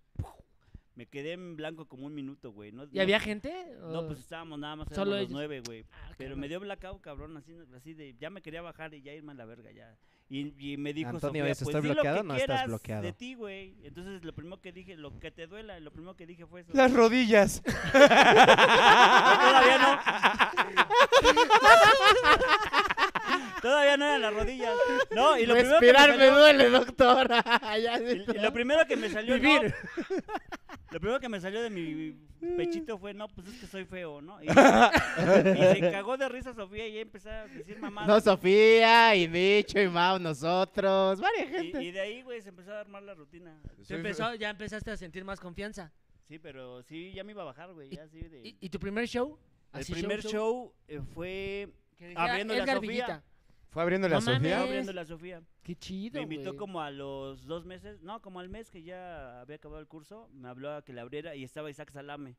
Speaker 1: Me quedé en blanco como un minuto, güey. No,
Speaker 3: Mero. ¿Y
Speaker 1: no-
Speaker 3: había gente?
Speaker 1: No,
Speaker 3: ¿O-
Speaker 1: pues estábamos nada más
Speaker 3: Solo
Speaker 1: solo los
Speaker 3: ellos.
Speaker 1: nueve, güey.
Speaker 3: Ah,
Speaker 1: Pero
Speaker 3: cabrón.
Speaker 1: me dio blackout, cabrón, así, así de, ya me quería bajar y ya irme a la verga, ya. Y, y me dijo
Speaker 2: Antonio,
Speaker 1: Sofía,
Speaker 2: ¿es-
Speaker 1: pues
Speaker 2: estoy
Speaker 1: di lo
Speaker 2: bloqueado
Speaker 1: que
Speaker 2: o no estás
Speaker 1: quieras
Speaker 2: bloqueado?
Speaker 1: de ti, güey. Entonces, lo primero que dije, lo que te duela, lo primero que dije fue eso.
Speaker 4: Las rodillas.
Speaker 1: Todavía no. Todavía no eran las rodillas. No, y lo primero que me
Speaker 5: Respirar me
Speaker 1: salió-
Speaker 5: duele, doctora.
Speaker 2: Ah,
Speaker 5: Ya sí.
Speaker 1: y lo primero que me salió no,
Speaker 3: Vivir.
Speaker 1: lo primero que me salió de mi pechito fue, no, pues es que soy feo, ¿no? Y, y se cagó de risa Sofía y ya empezó a decir mamá.
Speaker 5: No, Sofía, y Nicho, y Mau, nosotros, varias
Speaker 1: y,
Speaker 5: gente.
Speaker 1: y de ahí, güey, se empezó a armar la rutina.
Speaker 3: Te empezó- ya empezaste a sentir más confianza.
Speaker 1: Sí, pero sí, ya me iba a bajar, güey. Ya, sí, de-
Speaker 3: ¿Y, y tu primer show?
Speaker 1: El
Speaker 3: Así,
Speaker 1: primer show, eh, fue
Speaker 3: que dijera
Speaker 1: abriendo la
Speaker 3: Edgar
Speaker 1: Sofía.
Speaker 3: Villita.
Speaker 4: Fue abriendo la
Speaker 3: No mames.
Speaker 4: Sofía.
Speaker 1: Abriendo la Sofía.
Speaker 3: Qué chido,
Speaker 1: Me invitó
Speaker 3: güey.
Speaker 1: como a los dos meses, no, como al mes que ya había acabado el curso, me habló a que la abriera y estaba Isaac Salame.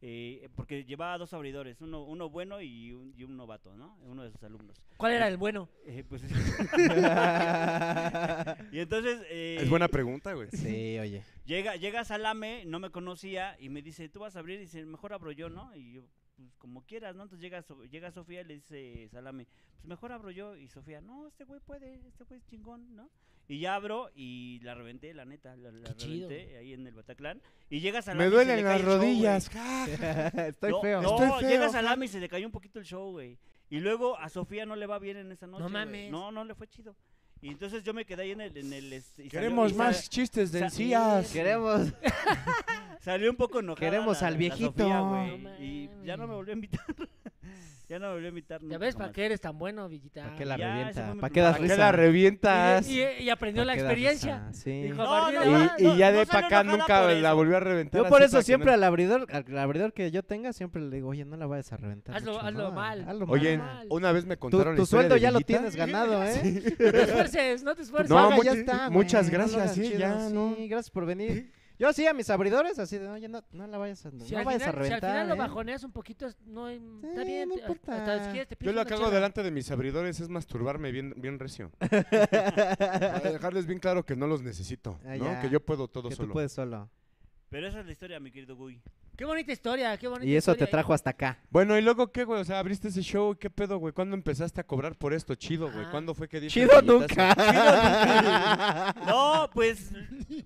Speaker 1: eh, porque llevaba dos abridores, uno, uno bueno y un, y un novato, ¿no? Uno de sus alumnos.
Speaker 3: ¿Cuál era el bueno?
Speaker 1: Eh, pues- y entonces eh,
Speaker 4: Es buena pregunta, güey.
Speaker 2: Sí, oye.
Speaker 1: llega, llega Salame, no me conocía, y me dice, tú vas a abrir, y dice, mejor abro yo, ¿no? Y yo, pues como quieras, ¿no? Entonces llega, So- llega Sofía y le dice Salame, pues mejor abro yo. Y Sofía, no, este güey puede, este güey es chingón, ¿no? Y ya abro y la reventé, la neta, la, la
Speaker 3: Qué chido.
Speaker 1: reventé ahí en el Bataclan. Y llega Salame. y
Speaker 4: Me
Speaker 1: se
Speaker 4: duelen
Speaker 1: le cae
Speaker 4: las
Speaker 1: el show, güey.
Speaker 4: rodillas.
Speaker 2: Estoy
Speaker 1: no,
Speaker 2: feo.
Speaker 1: No,
Speaker 4: Estoy feo,
Speaker 1: llega Salame y se le cayó un poquito el show, güey. Y luego a Sofía no le va bien en esa noche. güey.
Speaker 3: mames.
Speaker 1: No, no le fue chido. Y entonces yo me quedé ahí en el. En el este, y salió-
Speaker 4: Queremos
Speaker 1: y sal-
Speaker 4: más chistes de
Speaker 1: sa-
Speaker 4: encías.
Speaker 2: Queremos.
Speaker 1: Salió un poco enojada.
Speaker 2: Queremos
Speaker 1: la-
Speaker 2: al
Speaker 1: la
Speaker 2: viejito.
Speaker 1: Sofía, güey,
Speaker 3: No
Speaker 1: y ya no me
Speaker 3: mames.
Speaker 1: volvió a invitar. ya no me volvió a invitar.
Speaker 3: ¿Ya
Speaker 1: nunca
Speaker 3: ves para
Speaker 1: más.
Speaker 3: qué eres tan bueno, Villita?
Speaker 2: ¿Para qué la
Speaker 1: Ya, ese fue
Speaker 2: revienta?
Speaker 1: mi
Speaker 2: ¿Para qué
Speaker 1: primer-
Speaker 2: das
Speaker 4: ¿Para qué
Speaker 2: risa?
Speaker 4: la revientas?
Speaker 3: Y, y- y aprendió la
Speaker 2: ¿Para qué das
Speaker 3: experiencia.
Speaker 2: risa? Sí.
Speaker 3: Dijo,
Speaker 1: No,
Speaker 3: a partir de
Speaker 1: no,
Speaker 3: ahora-
Speaker 1: Ah, no,
Speaker 4: Y, y ya
Speaker 1: no
Speaker 4: de
Speaker 1: salió
Speaker 4: pa' acá
Speaker 1: enojada
Speaker 4: nunca
Speaker 1: por
Speaker 4: la
Speaker 1: eso.
Speaker 4: volvió a reventar.
Speaker 2: Yo
Speaker 4: así
Speaker 2: por
Speaker 4: para
Speaker 2: eso
Speaker 4: que
Speaker 2: siempre
Speaker 4: no-
Speaker 2: al abridor, al abridor que yo tenga, siempre le digo, oye, no la vayas a reventar.
Speaker 3: Hazlo-
Speaker 2: mucho,
Speaker 3: hazlo
Speaker 2: no,
Speaker 3: mal.
Speaker 2: hazlo
Speaker 4: Oye,
Speaker 2: mal.
Speaker 3: Mal.
Speaker 4: una vez me
Speaker 2: "Ah, Tu,
Speaker 4: contaron la
Speaker 2: tu
Speaker 4: historia
Speaker 2: sueldo
Speaker 4: de
Speaker 2: ya lo
Speaker 4: Villita.
Speaker 2: tienes ganado, ¿eh?
Speaker 3: No te esfuerces, no te esfuerces.
Speaker 4: No,
Speaker 2: paga,
Speaker 4: muchas- muchas
Speaker 2: güey,
Speaker 4: gracias,
Speaker 2: lo hagas
Speaker 4: sí, ya, no.
Speaker 2: Sí, gracias por venir. Yo sí a mis abridores, así de, oye, no, no la vayas a, no
Speaker 3: Si,
Speaker 2: la
Speaker 3: al
Speaker 2: vayas
Speaker 3: final,
Speaker 2: a
Speaker 3: si
Speaker 2: reventar.
Speaker 3: al final lo
Speaker 2: ¿eh?
Speaker 3: bajoneas un poquito, no hay- está
Speaker 2: Sí,
Speaker 3: bien.
Speaker 2: no
Speaker 3: te-
Speaker 2: importa.
Speaker 3: hasta si quieres te
Speaker 4: Yo
Speaker 3: pides
Speaker 4: lo
Speaker 3: una
Speaker 4: que hago
Speaker 3: chela.
Speaker 4: delante de mis abridores es masturbarme bien, bien recio. Para dejarles bien claro que no los necesito,
Speaker 2: Ah,
Speaker 4: ¿no?
Speaker 2: ya.
Speaker 4: Que yo puedo todo
Speaker 2: que tú
Speaker 4: solo.
Speaker 2: puedes solo.
Speaker 1: Pero esa es la historia, mi querido Gui.
Speaker 3: Qué bonita historia, qué bonita
Speaker 2: Y eso te
Speaker 3: historia.
Speaker 2: trajo hasta acá.
Speaker 4: Bueno, ¿y luego qué, güey? O sea, abriste ese show, ¿qué pedo, güey? ¿Cuándo empezaste a cobrar por esto? Chido, güey.
Speaker 3: Ah.
Speaker 4: ¿Cuándo fue que diste el
Speaker 2: Chido
Speaker 4: puñetazo?
Speaker 2: nunca.
Speaker 1: No, pues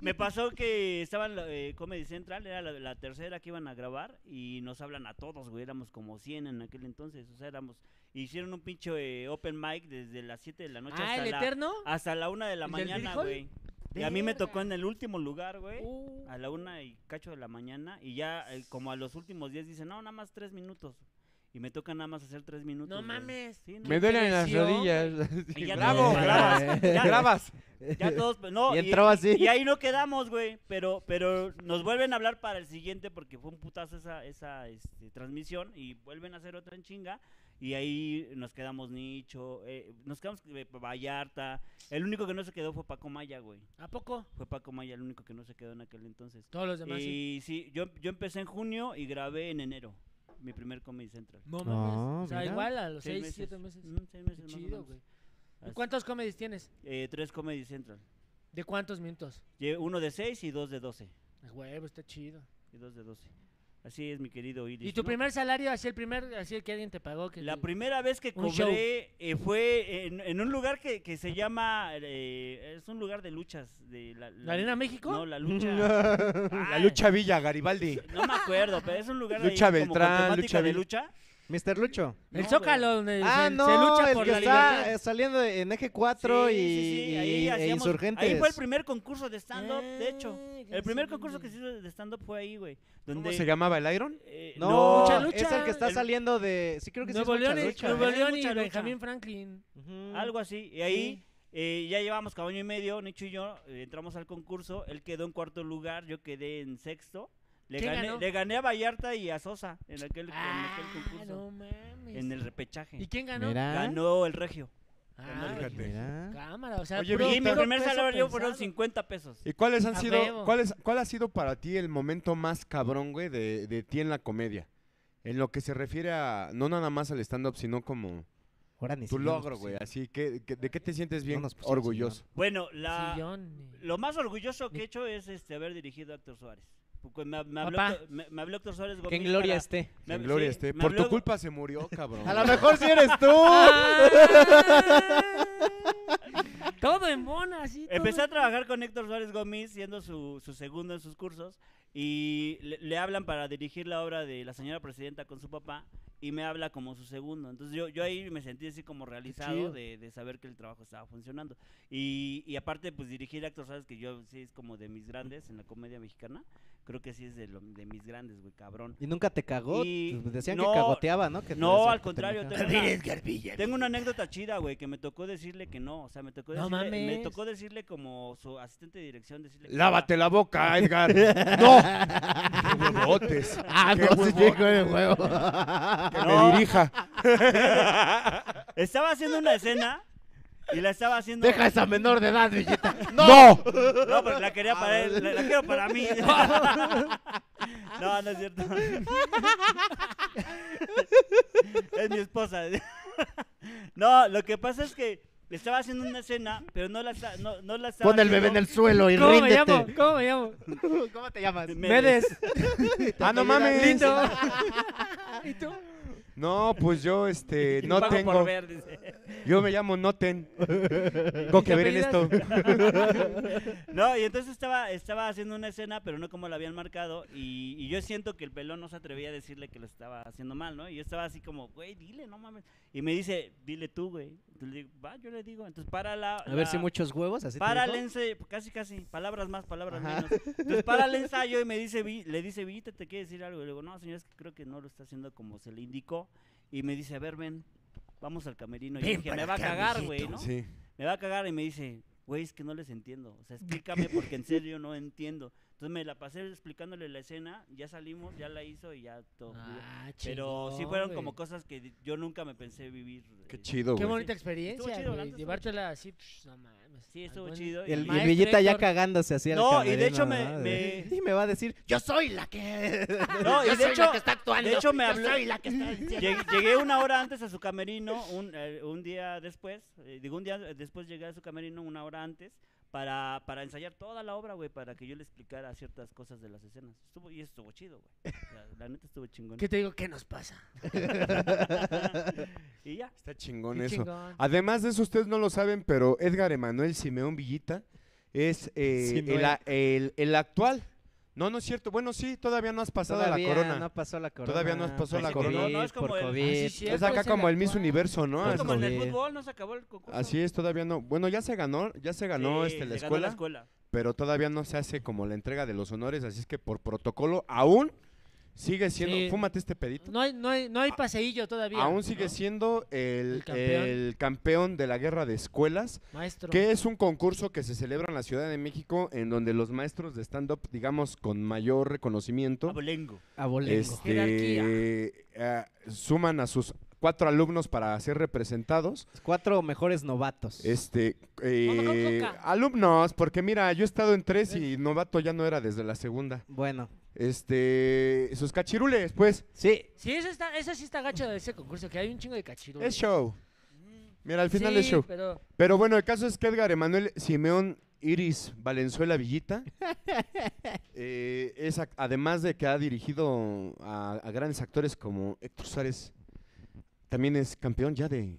Speaker 1: me pasó que estaban eh, Comedy Central, era la, la tercera que iban a grabar y nos hablan a todos, güey, éramos como 100 en aquel entonces, o sea, éramos hicieron un pincho eh, open mic desde las 7 de la noche
Speaker 3: Ah,
Speaker 1: hasta,
Speaker 3: el
Speaker 1: la,
Speaker 3: eterno.
Speaker 1: hasta la 1 de la
Speaker 3: ¿El del
Speaker 1: mañana,
Speaker 3: Beer Hall?
Speaker 1: güey. Y a mí me tocó
Speaker 3: Verga.
Speaker 1: en el último lugar, güey.
Speaker 3: Uh,
Speaker 1: A la una y cacho de la mañana y ya eh, como a los últimos días dicen, no, nada más tres minutos. Y me toca nada más hacer tres minutos.
Speaker 3: no
Speaker 1: güey.
Speaker 3: mames.
Speaker 1: Sí, no.
Speaker 4: Me duelen las
Speaker 3: Presión,
Speaker 4: rodillas.
Speaker 1: Y ya
Speaker 4: Bravo,
Speaker 1: todos
Speaker 4: grabas.
Speaker 1: grabas, ya-
Speaker 4: Grabas.
Speaker 1: ya todos- pues, no,
Speaker 2: Y
Speaker 1: y-
Speaker 2: entró así.
Speaker 1: y ahí no quedamos, güey. Pero, pero nos vuelven a hablar para el siguiente porque fue un putazo esa, esa este, transmisión y vuelven a hacer otra en chinga. Y ahí nos quedamos Nicho, eh, nos quedamos eh, Vallarta. El único que no se quedó fue Paco Maya, güey.
Speaker 3: ¿A poco?
Speaker 1: Fue Paco Maya el único que no se quedó en aquel entonces.
Speaker 3: Todos los demás sí.
Speaker 1: Y sí, yo, yo empecé en junio y grabé en enero mi primer Comedy Central.
Speaker 3: No
Speaker 2: No,
Speaker 3: mames. O sea,
Speaker 2: Ah, mira.
Speaker 3: igual a los
Speaker 1: Seis
Speaker 3: 6, 7 meses.
Speaker 1: Mm, seis meses
Speaker 3: Qué
Speaker 1: más o
Speaker 3: chido,
Speaker 1: menos.
Speaker 3: güey. ¿Y
Speaker 1: Así.
Speaker 3: cuántos comedies tienes?
Speaker 1: Eh, tres Comedy Central.
Speaker 3: ¿De cuántos minutos?
Speaker 1: Lle- Uno de seis y dos de doce.
Speaker 3: Ah, Huevo, está chido.
Speaker 1: Y dos de doce. Así es, mi querido Ilish.
Speaker 3: ¿Y tu
Speaker 1: ¿no?
Speaker 3: primer salario, así el primer, así el que alguien te pagó? Que
Speaker 1: La
Speaker 3: te-
Speaker 1: primera vez que
Speaker 3: Un show.
Speaker 1: cobré eh, fue en, en un lugar que, que se llama. eh, es un lugar de luchas. De la,
Speaker 3: ¿La Arena México? Ah.
Speaker 1: No, la lucha.
Speaker 4: La lucha Villa, Garibaldi.
Speaker 1: No me acuerdo, pero es un lugar.
Speaker 4: Lucha
Speaker 1: ahí,
Speaker 4: Beltrán,
Speaker 1: como con temática
Speaker 4: lucha
Speaker 1: de
Speaker 4: Bel-
Speaker 1: lucha.
Speaker 2: Mr. Lucho.
Speaker 3: El
Speaker 1: No,
Speaker 3: Zócalo, donde
Speaker 2: ah,
Speaker 3: se,
Speaker 2: no,
Speaker 3: se lucha
Speaker 2: el
Speaker 3: por
Speaker 2: que
Speaker 3: la
Speaker 2: está
Speaker 3: libertad.
Speaker 2: eh, saliendo en eje 4
Speaker 1: Sí,
Speaker 2: y,
Speaker 1: sí, sí, ahí
Speaker 2: y- e
Speaker 1: hacíamos-
Speaker 2: insurgentes.
Speaker 1: Ahí fue el primer concurso de stand-up, de hecho.
Speaker 3: Ah, ya
Speaker 1: El primer
Speaker 3: sé
Speaker 1: concurso
Speaker 3: dónde.
Speaker 1: que se hizo de stand-up fue ahí, güey.
Speaker 4: ¿Cómo
Speaker 1: Donde,
Speaker 4: se llamaba el Iron?
Speaker 1: eh,
Speaker 2: No,
Speaker 3: Lucha, lucha.
Speaker 2: es el que está
Speaker 1: El-
Speaker 2: saliendo de... Sí, creo que sí es
Speaker 3: Nuevo
Speaker 2: Lucha
Speaker 3: León y,
Speaker 2: Lucha,
Speaker 3: Nuevo
Speaker 2: ¿eh?
Speaker 3: León
Speaker 1: Mucha
Speaker 3: y
Speaker 1: lucha.
Speaker 3: Benjamín Franklin.
Speaker 2: Ujú.
Speaker 1: Algo así. Y ahí eh, ya llevábamos como año y medio, Nicho y yo eh, entramos al concurso. Él quedó en cuarto lugar, yo quedé en sexto. Le
Speaker 3: ¿Quién
Speaker 1: gané,
Speaker 3: ganó?
Speaker 1: le gané a Vallarta y a Sosa en aquel, en aquel
Speaker 3: Ah,
Speaker 1: concurso.
Speaker 3: no mames.
Speaker 1: En el repechaje.
Speaker 3: ¿Y quién ganó?
Speaker 2: Mira.
Speaker 1: Ganó el Regio.
Speaker 3: Ah,
Speaker 4: Fíjate.
Speaker 2: Mira.
Speaker 3: Cámara, o sea,
Speaker 4: Oye,
Speaker 3: puro-
Speaker 4: Pero
Speaker 1: Y mi
Speaker 3: puro
Speaker 1: primer
Speaker 3: peso
Speaker 1: salario
Speaker 3: pensado.
Speaker 1: fueron 50 pesos.
Speaker 4: ¿Y cuáles han
Speaker 3: A
Speaker 4: sido,
Speaker 3: huevo.
Speaker 4: cuáles, cuál ha sido para ti el momento más cabrón, güey, de, de ti en la comedia? En lo que se refiere a, no nada más al stand-up, sino como
Speaker 2: Ahora ni
Speaker 4: tu
Speaker 2: siquiera nos
Speaker 4: logro, güey.
Speaker 2: pusimos.
Speaker 4: Así, que, que- ¿de qué te sientes bien
Speaker 2: nos pusimos
Speaker 4: orgulloso?
Speaker 1: Bueno, la,
Speaker 3: Sillón, eh.
Speaker 1: Lo más orgulloso que he hecho es este, haber dirigido a Héctor Suárez. Porque me, me habló,
Speaker 3: Papá.
Speaker 1: Héctor- me, me habló Héctor Suárez
Speaker 2: Que
Speaker 1: Gómez
Speaker 2: en gloria
Speaker 1: para-
Speaker 5: este.
Speaker 2: esté.
Speaker 1: me-
Speaker 4: en gloria
Speaker 1: sí,
Speaker 4: esté.
Speaker 1: me
Speaker 4: Por tu
Speaker 1: habló-
Speaker 4: culpa se murió, cabrón.
Speaker 5: A lo mejor si eres tú.
Speaker 3: Ah, todo en mona, así. todo.
Speaker 1: Empecé a trabajar con Héctor Suárez Gómez, siendo su, su segundo en sus cursos, y le, le hablan para dirigir la obra de la señora presidenta con su papá, y me habla como su segundo. Entonces yo, yo ahí me sentí así como
Speaker 3: chido.
Speaker 1: realizado de, de saber que el trabajo estaba funcionando. Y, y aparte, pues dirigir a Héctor Suárez, que yo sí es como de mis grandes en la comedia mexicana, creo que sí es de, lo- de mis grandes, güey, cabrón.
Speaker 2: ¿Y nunca te cagó? Pues
Speaker 1: Y-
Speaker 2: Decían
Speaker 1: no,
Speaker 2: que cagoteaba, ¿no? Que te
Speaker 1: no,
Speaker 2: decían
Speaker 1: al
Speaker 2: que te
Speaker 1: contrario,
Speaker 2: mojaba.
Speaker 1: tengo una, tengo una anécdota chida, güey, que me tocó decirle que no, o sea, me tocó
Speaker 3: No
Speaker 1: decirle, me
Speaker 3: mames.
Speaker 1: tocó decirle como su asistente de dirección, decirle que
Speaker 4: Lávate la boca, Edgar. ¡No! ¡Qué huevotes!
Speaker 5: Ah,
Speaker 4: ¡Qué
Speaker 5: no, sí,
Speaker 4: huevo-
Speaker 5: chico de huevo.
Speaker 4: que
Speaker 1: No.
Speaker 4: me dirija!
Speaker 1: no. estaba haciendo una escena y la estaba haciendo,
Speaker 5: Deja esa menor de edad, mijita.
Speaker 4: ¡No!
Speaker 1: Ah, no, pero la quería para él, la, la quiero para mí, no, no es cierto, es mi esposa, no, lo que pasa es que estaba haciendo una escena, pero no la, esta- no, no la estaba
Speaker 5: Pon el bebé en
Speaker 1: haciendo-
Speaker 5: el suelo y
Speaker 3: ¿Cómo me llamo?
Speaker 5: ríndete.
Speaker 3: ¿Cómo me llamo?
Speaker 5: ¿Cómo te llamas?
Speaker 1: Medes.
Speaker 4: ¡Ah, no mames!
Speaker 3: Lindo. ¿Y tú?
Speaker 4: No, pues yo, este,
Speaker 1: Y
Speaker 4: no
Speaker 1: pago por
Speaker 4: tengo.
Speaker 1: ver, dice.
Speaker 4: Yo me llamo Noten. Tengo que ver en esto.
Speaker 1: No, y entonces estaba, estaba haciendo una escena, pero no como la habían marcado. Y, y yo siento que el pelón no se atrevía a decirle que lo estaba haciendo mal, ¿no? Y yo estaba así como, güey, dile, no mames. Y me dice, dile tú, güey. Entonces le digo, va, yo le digo. Entonces para la.
Speaker 2: A ver si
Speaker 1: la-
Speaker 2: muchos huevos, así te
Speaker 1: Para el
Speaker 2: dijo.
Speaker 1: ensayo, casi, casi, palabras más, palabras
Speaker 2: Ajá.
Speaker 1: menos. Entonces para el ensayo y me dice, "Vi- le dice, Villita, ¿te quiere decir algo? Y le digo, no, señor, es que creo que no lo está haciendo como se le indicó. Y me dice, a ver, ven, vamos al camerino. Y yo
Speaker 3: Ven
Speaker 1: dije,
Speaker 3: para
Speaker 1: me va a
Speaker 3: acá,
Speaker 1: cagar,
Speaker 3: mijito".
Speaker 1: güey, ¿no?
Speaker 4: Sí.
Speaker 1: me va a cagar y me dice, güey, es que no les entiendo. O sea, explícame porque en serio no entiendo. Entonces me la pasé explicándole la escena, ya salimos, ya la hizo y ya todo. fluyó.
Speaker 3: Ah,
Speaker 1: Pero sí
Speaker 3: chingón,
Speaker 1: fueron
Speaker 3: güey.
Speaker 1: como cosas que di- yo nunca me pensé vivir.
Speaker 4: Qué
Speaker 1: eh.
Speaker 4: chido,
Speaker 3: Qué
Speaker 4: güey.
Speaker 3: bonita
Speaker 1: Estuvo
Speaker 3: experiencia,
Speaker 1: chido, la
Speaker 3: güey,
Speaker 1: neta,
Speaker 3: Llevártela así, psh, no mames.
Speaker 1: Sí, estuvo
Speaker 3: Algún-
Speaker 1: chido.
Speaker 2: Y el, y el
Speaker 3: maestro
Speaker 2: Villita ya
Speaker 3: Héctor-
Speaker 2: cagándose así al
Speaker 1: No, y de hecho
Speaker 2: camerino,
Speaker 1: me-
Speaker 2: De-
Speaker 1: me-
Speaker 2: Y me va a decir,
Speaker 5: Yo soy la que.
Speaker 1: No, y
Speaker 5: Yo
Speaker 1: de
Speaker 5: soy
Speaker 1: hecho-
Speaker 5: la que está actuando.
Speaker 1: de hecho me
Speaker 5: Yo
Speaker 1: habló-
Speaker 5: soy la que está diciendo.
Speaker 1: Llegué, llegué una hora antes a su camerino, un, eh, un día después, eh, digo, un día después llegué a su camerino una hora antes para, para ensayar toda la obra, güey, para que yo le explicara ciertas cosas de las escenas. Estuvo, y estuvo chido, güey. La, la neta estuvo chingón.
Speaker 3: ¿Qué te digo? ¿Qué nos pasa?
Speaker 1: y ya.
Speaker 4: Está chingón
Speaker 3: Qué
Speaker 4: eso.
Speaker 3: chingón.
Speaker 4: Además de eso, ustedes no lo saben, pero Edgar Emanuel Simeón Villita es eh,
Speaker 2: Simeón.
Speaker 4: el, a- el- el actual. No, no es cierto. Bueno, sí, todavía no has pasado
Speaker 2: todavía
Speaker 4: la corona.
Speaker 2: no pasó la corona.
Speaker 4: Todavía no has pasado
Speaker 2: por
Speaker 4: la corona.
Speaker 2: COVID,
Speaker 1: No, no, es como
Speaker 2: por
Speaker 1: el-
Speaker 2: COVID.
Speaker 3: Ah, sí,
Speaker 4: es
Speaker 3: Siempre
Speaker 4: acá
Speaker 3: es el
Speaker 4: como el Miss
Speaker 3: actual.
Speaker 4: Universo, ¿no?
Speaker 1: Es
Speaker 4: Es
Speaker 1: como en el
Speaker 2: como-
Speaker 1: fútbol, no se acabó el concurso.
Speaker 4: Ah, Así es, todavía no. Bueno, ya se ganó, ya se ganó
Speaker 1: Sí,
Speaker 4: este, la,
Speaker 1: se
Speaker 4: escuela,
Speaker 1: ganó escuela.
Speaker 4: pero todavía no se hace como la entrega de los honores, así es que por protocolo aún sigue siendo,
Speaker 3: Sí.
Speaker 4: fúmate este pedito,
Speaker 3: No hay, no hay, no hay paseillo todavía.
Speaker 4: aún sigue
Speaker 3: ¿no?
Speaker 4: siendo el,
Speaker 3: El campeón.
Speaker 4: el campeón de la guerra de escuelas,
Speaker 3: Maestro.
Speaker 4: que es un concurso que se celebra en la Ciudad de México en donde los maestros de stand-up, digamos, con mayor reconocimiento,
Speaker 1: Abolengo.
Speaker 2: Abolengo.
Speaker 4: este, eh, suman a sus cuatro alumnos para ser representados.
Speaker 2: Los Cuatro mejores novatos.
Speaker 4: Este,
Speaker 3: Vamos con
Speaker 4: eh,
Speaker 3: Coca. Eh.
Speaker 4: alumnos, porque mira, yo he estado en tres y novato ya no era desde la segunda.
Speaker 2: Bueno,
Speaker 4: Este, sus cachirules, pues,
Speaker 2: sí.
Speaker 3: Sí, eso, está, eso sí está gacho de ese concurso, que hay un chingo de cachirules.
Speaker 4: es show. Mira, al final
Speaker 3: Sí,
Speaker 4: es show.
Speaker 3: pero
Speaker 4: Pero bueno, el caso es que Edgar Emanuel Simeón Iris Valenzuela Villita eh, es ac- además de que ha dirigido a, a grandes actores como Héctor Suárez, también es campeón ya de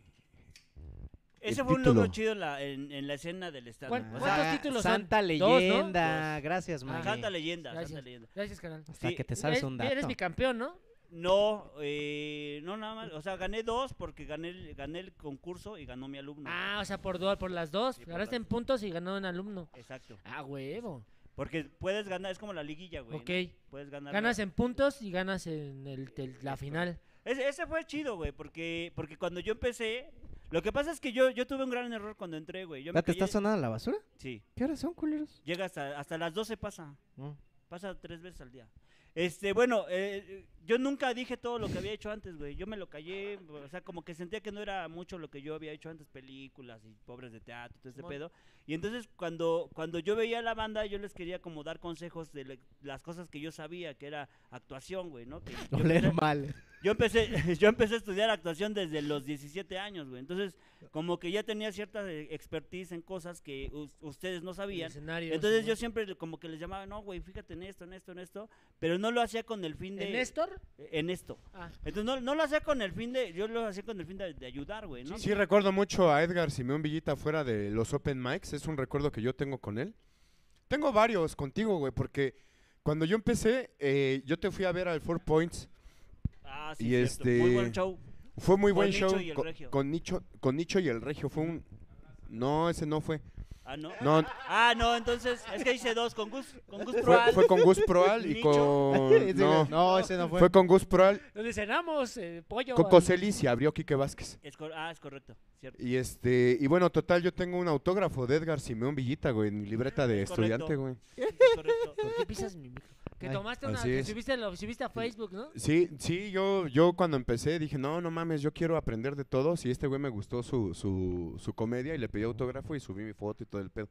Speaker 1: Ese
Speaker 4: El
Speaker 1: fue un logro
Speaker 4: título.
Speaker 1: chido la- en, en la escena del stand.
Speaker 3: ¿Cuán-
Speaker 1: O sea,
Speaker 3: cuántos títulos son?
Speaker 2: Ah, Santa
Speaker 3: Dos, ¿no?
Speaker 2: leyenda. Gracias, mami.
Speaker 1: Santa leyenda, santa
Speaker 3: Gracias.
Speaker 1: leyenda.
Speaker 3: Gracias, canal.
Speaker 2: Hasta
Speaker 1: Sí,
Speaker 2: que te sabes
Speaker 3: Eres-
Speaker 2: un dato.
Speaker 3: Eres mi campeón, ¿no?
Speaker 1: No, eh, no nada más. O sea, gané dos porque gané el, gané el concurso y ganó mi alumno.
Speaker 3: Ah, o sea, por, dos, por las dos.
Speaker 1: Mm. Sí, por
Speaker 3: Ganaste
Speaker 1: las-
Speaker 3: en puntos y ganó en alumno.
Speaker 1: Exacto.
Speaker 3: Ah, huevo.
Speaker 1: Porque puedes ganar, es como la liguilla, güey. ¿no?
Speaker 3: ok.
Speaker 1: Puedes ganar.
Speaker 3: Ganas en puntos y ganas en el, el- la final.
Speaker 1: Ese, ese fue chido, güey, porque, porque cuando yo empecé. Lo que pasa es que yo, yo tuve un gran error cuando entré, güey. Yo me
Speaker 2: ¿Ya te
Speaker 1: callé-
Speaker 2: está sonando la basura?
Speaker 1: Sí,
Speaker 2: ¿Qué horas son, culeros?
Speaker 1: llega hasta, hasta las 12 pasa.
Speaker 2: Mm.
Speaker 1: Pasa tres veces al día. Este, bueno, eh, yo nunca dije todo lo que había hecho antes, güey. Yo me lo callé, o sea, como que sentía que no era mucho lo que yo había hecho antes, películas y pobres de teatro, todo ese
Speaker 3: Simón.
Speaker 1: pedo. Y entonces cuando, cuando yo veía a la banda, yo les quería como dar consejos de le- las cosas que yo sabía, que era actuación, güey, ¿no? Que yo
Speaker 2: Oler
Speaker 1: empecé-
Speaker 2: mal.
Speaker 1: yo empecé, yo empecé a estudiar actuación desde los 17 años, güey. Entonces, como que ya tenía cierta eh, expertise en cosas que us- ustedes no
Speaker 3: El
Speaker 1: sabían.
Speaker 3: escenario,
Speaker 1: Entonces
Speaker 3: Simón.
Speaker 1: yo siempre le- como que les llamaba, no, güey, fíjate en esto, en esto, en esto, pero no lo hacía con el fin de...
Speaker 3: ¿En Néstor?
Speaker 1: En esto.
Speaker 3: Ah.
Speaker 1: Entonces no, no lo hacía con el fin de... Yo lo hacía con el fin de, de ayudar, güey, ¿no?
Speaker 4: Sí, recuerdo mucho a Edgar Simeón Villita fuera de los Open Mics. Es un recuerdo que yo tengo con él. Tengo varios contigo, güey, porque cuando yo empecé, eh, yo te fui a ver al Four Points.
Speaker 1: Ah, sí,
Speaker 4: Y
Speaker 1: cierto. Muy
Speaker 4: este-
Speaker 1: buen show.
Speaker 4: Fue muy
Speaker 1: Con
Speaker 4: buen
Speaker 1: Nicho
Speaker 4: show
Speaker 1: y el
Speaker 4: con,
Speaker 1: Regio.
Speaker 4: con Nicho, con Nicho y el Regio. Fue un. No, ese no fue.
Speaker 1: Ah, no.
Speaker 4: No,
Speaker 1: Ah, no, entonces, es que hice dos, con Gus, con Gus
Speaker 4: fue,
Speaker 1: Proal.
Speaker 4: fue con Gus Proal y
Speaker 1: Nicho.
Speaker 4: con. No,
Speaker 2: ese no
Speaker 4: fue con Gus Proal,
Speaker 3: Donde cenamos eh, pollo.
Speaker 4: con
Speaker 3: al-
Speaker 4: Coselis y abrió Quique Vázquez.
Speaker 1: Es cor- ah, es correcto, cierto.
Speaker 4: Y este, y bueno, total, yo tengo un autógrafo de Edgar Simeón Villita, güey, en mi libreta de
Speaker 1: Es correcto.
Speaker 4: estudiante, güey.
Speaker 1: es correcto.
Speaker 3: ¿Por qué pisas mi micro? Que
Speaker 2: Ay,
Speaker 3: tomaste una...
Speaker 4: así
Speaker 3: Que
Speaker 4: es.
Speaker 3: subiste, lo subiste a Facebook, ¿no?
Speaker 4: Sí, sí, yo, yo cuando empecé dije, no, no mames, yo quiero aprender de todos. Y este güey me gustó su, su, su comedia y le pedí autógrafo y subí mi foto y todo el pedo.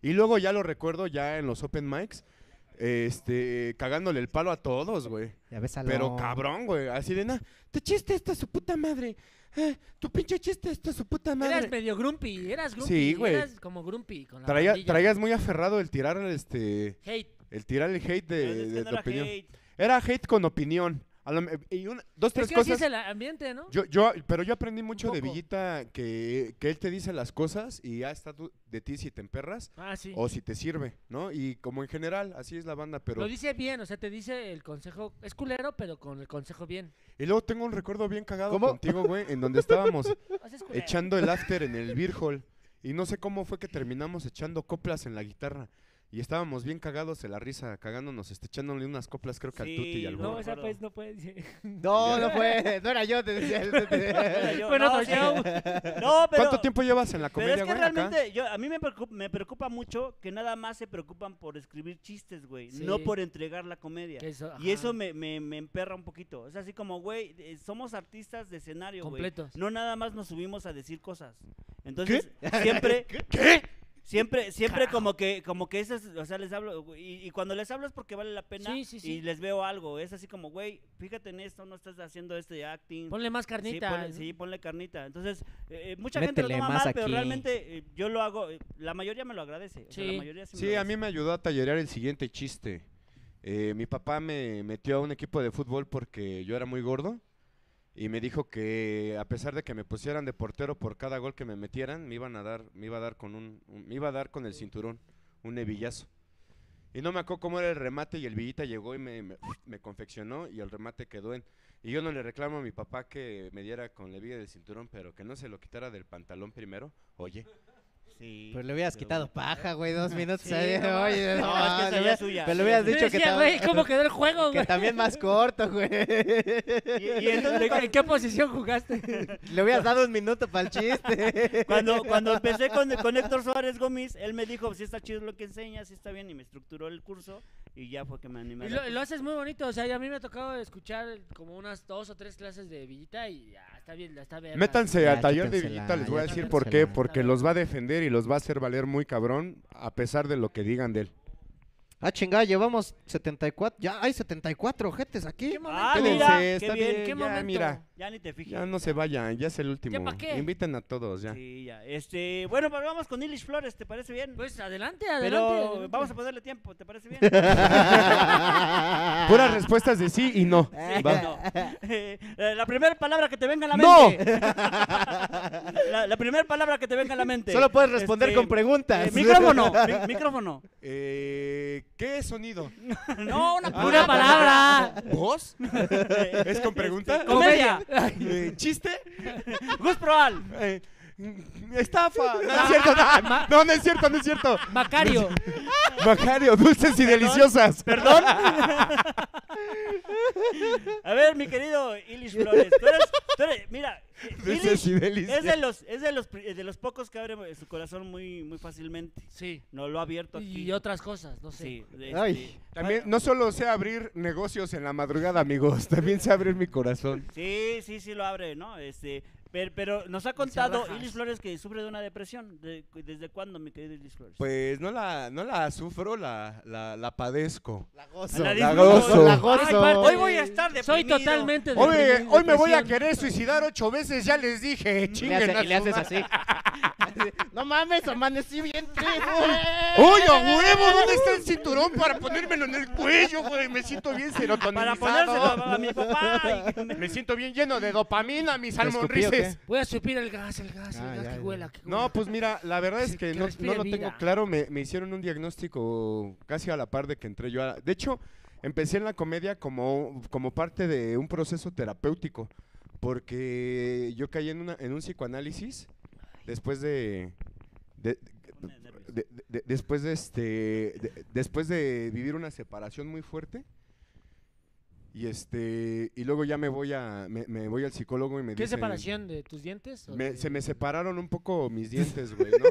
Speaker 4: Y luego ya lo recuerdo ya en los open mics, este, cagándole el palo a todos, güey.
Speaker 2: Ya ves a
Speaker 4: Pero cabrón, güey, así de nada, tu chiste está su puta madre. eh, tu pinche chiste está su puta
Speaker 3: Eras
Speaker 4: madre.
Speaker 3: medio grumpy, eras grumpy.
Speaker 4: Sí, güey.
Speaker 3: Eras como grumpy con la
Speaker 4: Traía-
Speaker 3: pandilla.
Speaker 4: traías muy aferrado el tirar este,
Speaker 3: Hate.
Speaker 4: el tirar el hate de,
Speaker 1: Pero es que
Speaker 4: de
Speaker 1: no
Speaker 4: tu
Speaker 1: era
Speaker 4: opinión.
Speaker 1: hate.
Speaker 4: Era hate con opinión. A lo me- y una- dos,
Speaker 3: Es
Speaker 4: tres
Speaker 3: que así
Speaker 4: cosas.
Speaker 3: es el ambiente, ¿no?
Speaker 4: Yo, yo, pero yo aprendí mucho de
Speaker 3: poco.
Speaker 4: Villita que, que él te dice las cosas y ya está tu- de ti si te emperras
Speaker 3: ah, sí.
Speaker 4: o si te sirve, ¿no? Y como en general, así es la banda, pero...
Speaker 3: Lo dice bien, o sea, te dice el consejo... Es culero, pero con el consejo bien.
Speaker 4: Y luego tengo un recuerdo bien cagado
Speaker 2: ¿Cómo?
Speaker 4: contigo, güey, en donde estábamos
Speaker 3: O sea, es culero.
Speaker 4: echando el after en el beer hall y no sé cómo fue que terminamos echando coplas en la guitarra. Y estábamos bien cagados de la risa, cagándonos, este, echándole unas coplas creo que
Speaker 1: Sí,
Speaker 4: al Tuti y al
Speaker 1: no,
Speaker 3: No,
Speaker 4: Borre.
Speaker 3: esa
Speaker 1: recuerdo.
Speaker 3: pues no puede.
Speaker 2: No, no fue. No era yo, te decía él, te
Speaker 1: Era
Speaker 2: decía.
Speaker 1: yo,
Speaker 3: Bueno, pues,
Speaker 1: no, sí.
Speaker 3: otro show.
Speaker 1: No, pero...
Speaker 4: ¿Cuánto tiempo llevas en la
Speaker 1: Pero
Speaker 4: comedia,
Speaker 1: es que
Speaker 4: güey, acá?
Speaker 1: realmente yo, a mí me preocupa, me preocupa mucho que nada más se preocupan por escribir chistes, güey,
Speaker 3: Sí.
Speaker 1: no por entregar la comedia.
Speaker 3: Que eso,
Speaker 1: Y
Speaker 3: ajá,
Speaker 1: eso me, me, me emperra un poquito. Es así como, güey, eh, somos artistas de escenario, güey.
Speaker 3: Completos.
Speaker 1: No nada más nos subimos a decir cosas. Entonces, siempre... Siempre, siempre como que, como que eso es, o sea, les hablo, güey, y, y cuando les hablo es porque vale la pena
Speaker 3: Sí, sí, sí.
Speaker 1: y les veo algo, es así como, güey, fíjate en esto, no estás haciendo este acting,
Speaker 3: Ponle más carnita.
Speaker 1: Sí, ponle,
Speaker 3: ¿no?
Speaker 1: sí, ponle carnita. Entonces, eh, eh, mucha gente
Speaker 2: Métele
Speaker 1: lo toma
Speaker 2: más
Speaker 1: mal, pero
Speaker 2: aquí.
Speaker 1: realmente eh, yo lo hago. eh, la mayoría me lo agradece. o sea, la
Speaker 3: Sí.
Speaker 1: mayoría sí, me
Speaker 4: Sí,
Speaker 1: lo
Speaker 4: a mí
Speaker 1: agradece.
Speaker 4: me ayudó a tallerear el siguiente chiste. Eh, mi papá me metió a un equipo de fútbol porque yo era muy gordo y me dijo que a pesar de que me pusieran de portero por cada gol que me metieran, me iban a dar, me iba a dar con un, un- me iba a dar con el cinturón, un hebillazo. Y no me acuerdo cómo era el remate y el villita llegó y me, me- me confeccionó y el remate quedó en. Y yo no le reclamo a mi papá que me diera con la hebilla del cinturón, pero que no se lo quitara del pantalón primero. Oye.
Speaker 1: Sí,
Speaker 2: Pero pues le hubieras
Speaker 1: pero
Speaker 2: quitado
Speaker 1: bueno.
Speaker 2: paría, güey, dos minutos.
Speaker 3: Sí,
Speaker 2: ahí,
Speaker 3: no
Speaker 2: oye,
Speaker 1: No, es que esa ya es suya.
Speaker 2: Pero le hubieras
Speaker 3: Yo
Speaker 2: dicho que,
Speaker 3: decía,
Speaker 2: tam-
Speaker 3: güey, ¿cómo quedó el juego,
Speaker 2: que
Speaker 3: güey?
Speaker 2: también más corto, güey.
Speaker 1: Y, y entonces,
Speaker 3: ¿En qué posición jugaste?
Speaker 2: Le hubieras dado un minuto para el chiste.
Speaker 1: cuando, cuando empecé con, con Héctor Suárez Gómez, él me dijo, si está chido lo que enseñas, si está bien, y me estructuró el curso, y ya fue que me animé. a
Speaker 3: Y
Speaker 1: la
Speaker 3: Lo, lo haces muy bonito, o sea, y a mí me ha tocado escuchar como unas dos o tres clases de Villita y ya, está bien, está bien.
Speaker 4: Métanse
Speaker 2: Ya,
Speaker 4: al taller de
Speaker 2: chútensela,
Speaker 4: Villita, les voy a
Speaker 2: ya
Speaker 4: decir por qué.
Speaker 2: chútensela.
Speaker 4: Porque los va a defender y los va a hacer valer muy cabrón, a pesar de lo que digan de él.
Speaker 2: ah, chingada, llevamos 74. Ya hay 74 ojetes aquí.
Speaker 3: ¿Qué momento?
Speaker 1: Ah, mira, qué
Speaker 4: está
Speaker 1: bien,
Speaker 4: bien,
Speaker 3: ¿Qué
Speaker 4: ya,
Speaker 3: momento?
Speaker 4: mira,
Speaker 1: Ya ni te fijas.
Speaker 4: ya no se vayan, ya es el último.
Speaker 3: pa' qué?
Speaker 4: Inviten a todos, ya.
Speaker 1: Sí, ya. Este, bueno, pues vamos con Ilish Flores, ¿te parece bien?
Speaker 3: Pues adelante,
Speaker 1: pero
Speaker 3: adelante. adelante.
Speaker 1: vamos a ponerle tiempo, ¿te parece bien?
Speaker 4: Puras respuestas de sí y no. Va.
Speaker 1: No. Eh, la primera palabra que te venga a la
Speaker 4: ¡No!
Speaker 1: mente. la la primera palabra que te venga a la mente.
Speaker 2: Solo puedes responder
Speaker 1: Este,
Speaker 2: con preguntas.
Speaker 1: eh, micrófono, mi- micrófono.
Speaker 4: Eh, ¿Qué sonido?
Speaker 1: No, una
Speaker 4: Ah,
Speaker 3: Una palabra.
Speaker 4: ¿Voz? ¿Es con pregunta?
Speaker 1: Comedia.
Speaker 4: Eh, ¿Chiste?
Speaker 1: Gus Proal.
Speaker 4: Eh, estafa. No, no es cierto, no, no, no es cierto, no es cierto.
Speaker 3: Macario.
Speaker 4: Macario, dulces y deliciosas.
Speaker 1: Perdón. A ver, mi querido Ilish Flores. Tú eres, tú eres- mira, Mira, eh,
Speaker 4: De
Speaker 1: Illich
Speaker 4: ese Fidelis.
Speaker 1: es de los, es de los, pri- de los pocos que abre su corazón muy, muy fácilmente.
Speaker 3: Sí.
Speaker 1: No lo ha abierto aquí.
Speaker 3: Y otras cosas, no sé.
Speaker 1: Sí. este,
Speaker 2: Ay.
Speaker 4: También, no solo sé abrir negocios en la madrugada, amigos, también sé abrir mi corazón.
Speaker 1: Sí, sí, sí lo abre, ¿no? Este, per- pero, nos ha contado Ilis Flores que sufre de una depresión. De- ¿Desde cuándo, mi querido Ilis Flores?
Speaker 4: Pues no la, no la sufro, la, la, la padezco.
Speaker 5: La
Speaker 1: Ah,
Speaker 5: gozo.
Speaker 1: la
Speaker 4: la
Speaker 1: disfruto.
Speaker 4: gozo.
Speaker 5: La gozo.
Speaker 1: Ay, padre, hoy voy a estar deprimido.
Speaker 3: Soy totalmente
Speaker 4: Hoy,
Speaker 3: deprimido,
Speaker 4: hoy me voy a
Speaker 3: depresión.
Speaker 4: querer suicidar ocho veces, ya les dije.
Speaker 5: Le
Speaker 4: chinguen a
Speaker 5: hace- y le
Speaker 4: su
Speaker 5: haces así.
Speaker 4: madre.
Speaker 5: Así, No mames, amanecí bien triste.
Speaker 4: ¡Uy, a huevo! ¿Dónde está el cinturón para ponérmelo en el cuello, güey? Me siento bien
Speaker 1: Para
Speaker 4: serotoninizado.
Speaker 1: ponérselo a, a mi papá. y que me-
Speaker 4: Me siento bien lleno de dopamina, mis
Speaker 2: ¿Te escupí o
Speaker 4: almonrices.
Speaker 3: Voy a subir el gas, el gas,
Speaker 2: Ah,
Speaker 3: el gas
Speaker 2: ya,
Speaker 3: que
Speaker 2: ya.
Speaker 3: huela, que huela.
Speaker 4: No, pues mira, la verdad es
Speaker 3: Sí,
Speaker 4: que
Speaker 3: que
Speaker 4: no,
Speaker 3: respire
Speaker 4: no lo tengo
Speaker 3: vida.
Speaker 4: claro. Me, me hicieron un diagnóstico casi a la par de que entré yo. A, de hecho, empecé en la comedia como, como parte de un proceso terapéutico. Porque yo caí en, una- en un psicoanálisis después de... de-
Speaker 1: Pone nervioso.
Speaker 4: de- de- de- después de este de- después de vivir una separación muy fuerte y este y luego ya me voy a me, me voy al psicólogo y me
Speaker 3: ¿Qué
Speaker 4: dice
Speaker 3: separación de tus dientes? o
Speaker 4: me-
Speaker 3: de-
Speaker 4: se me separaron un poco mis dientes, güey, ¿no?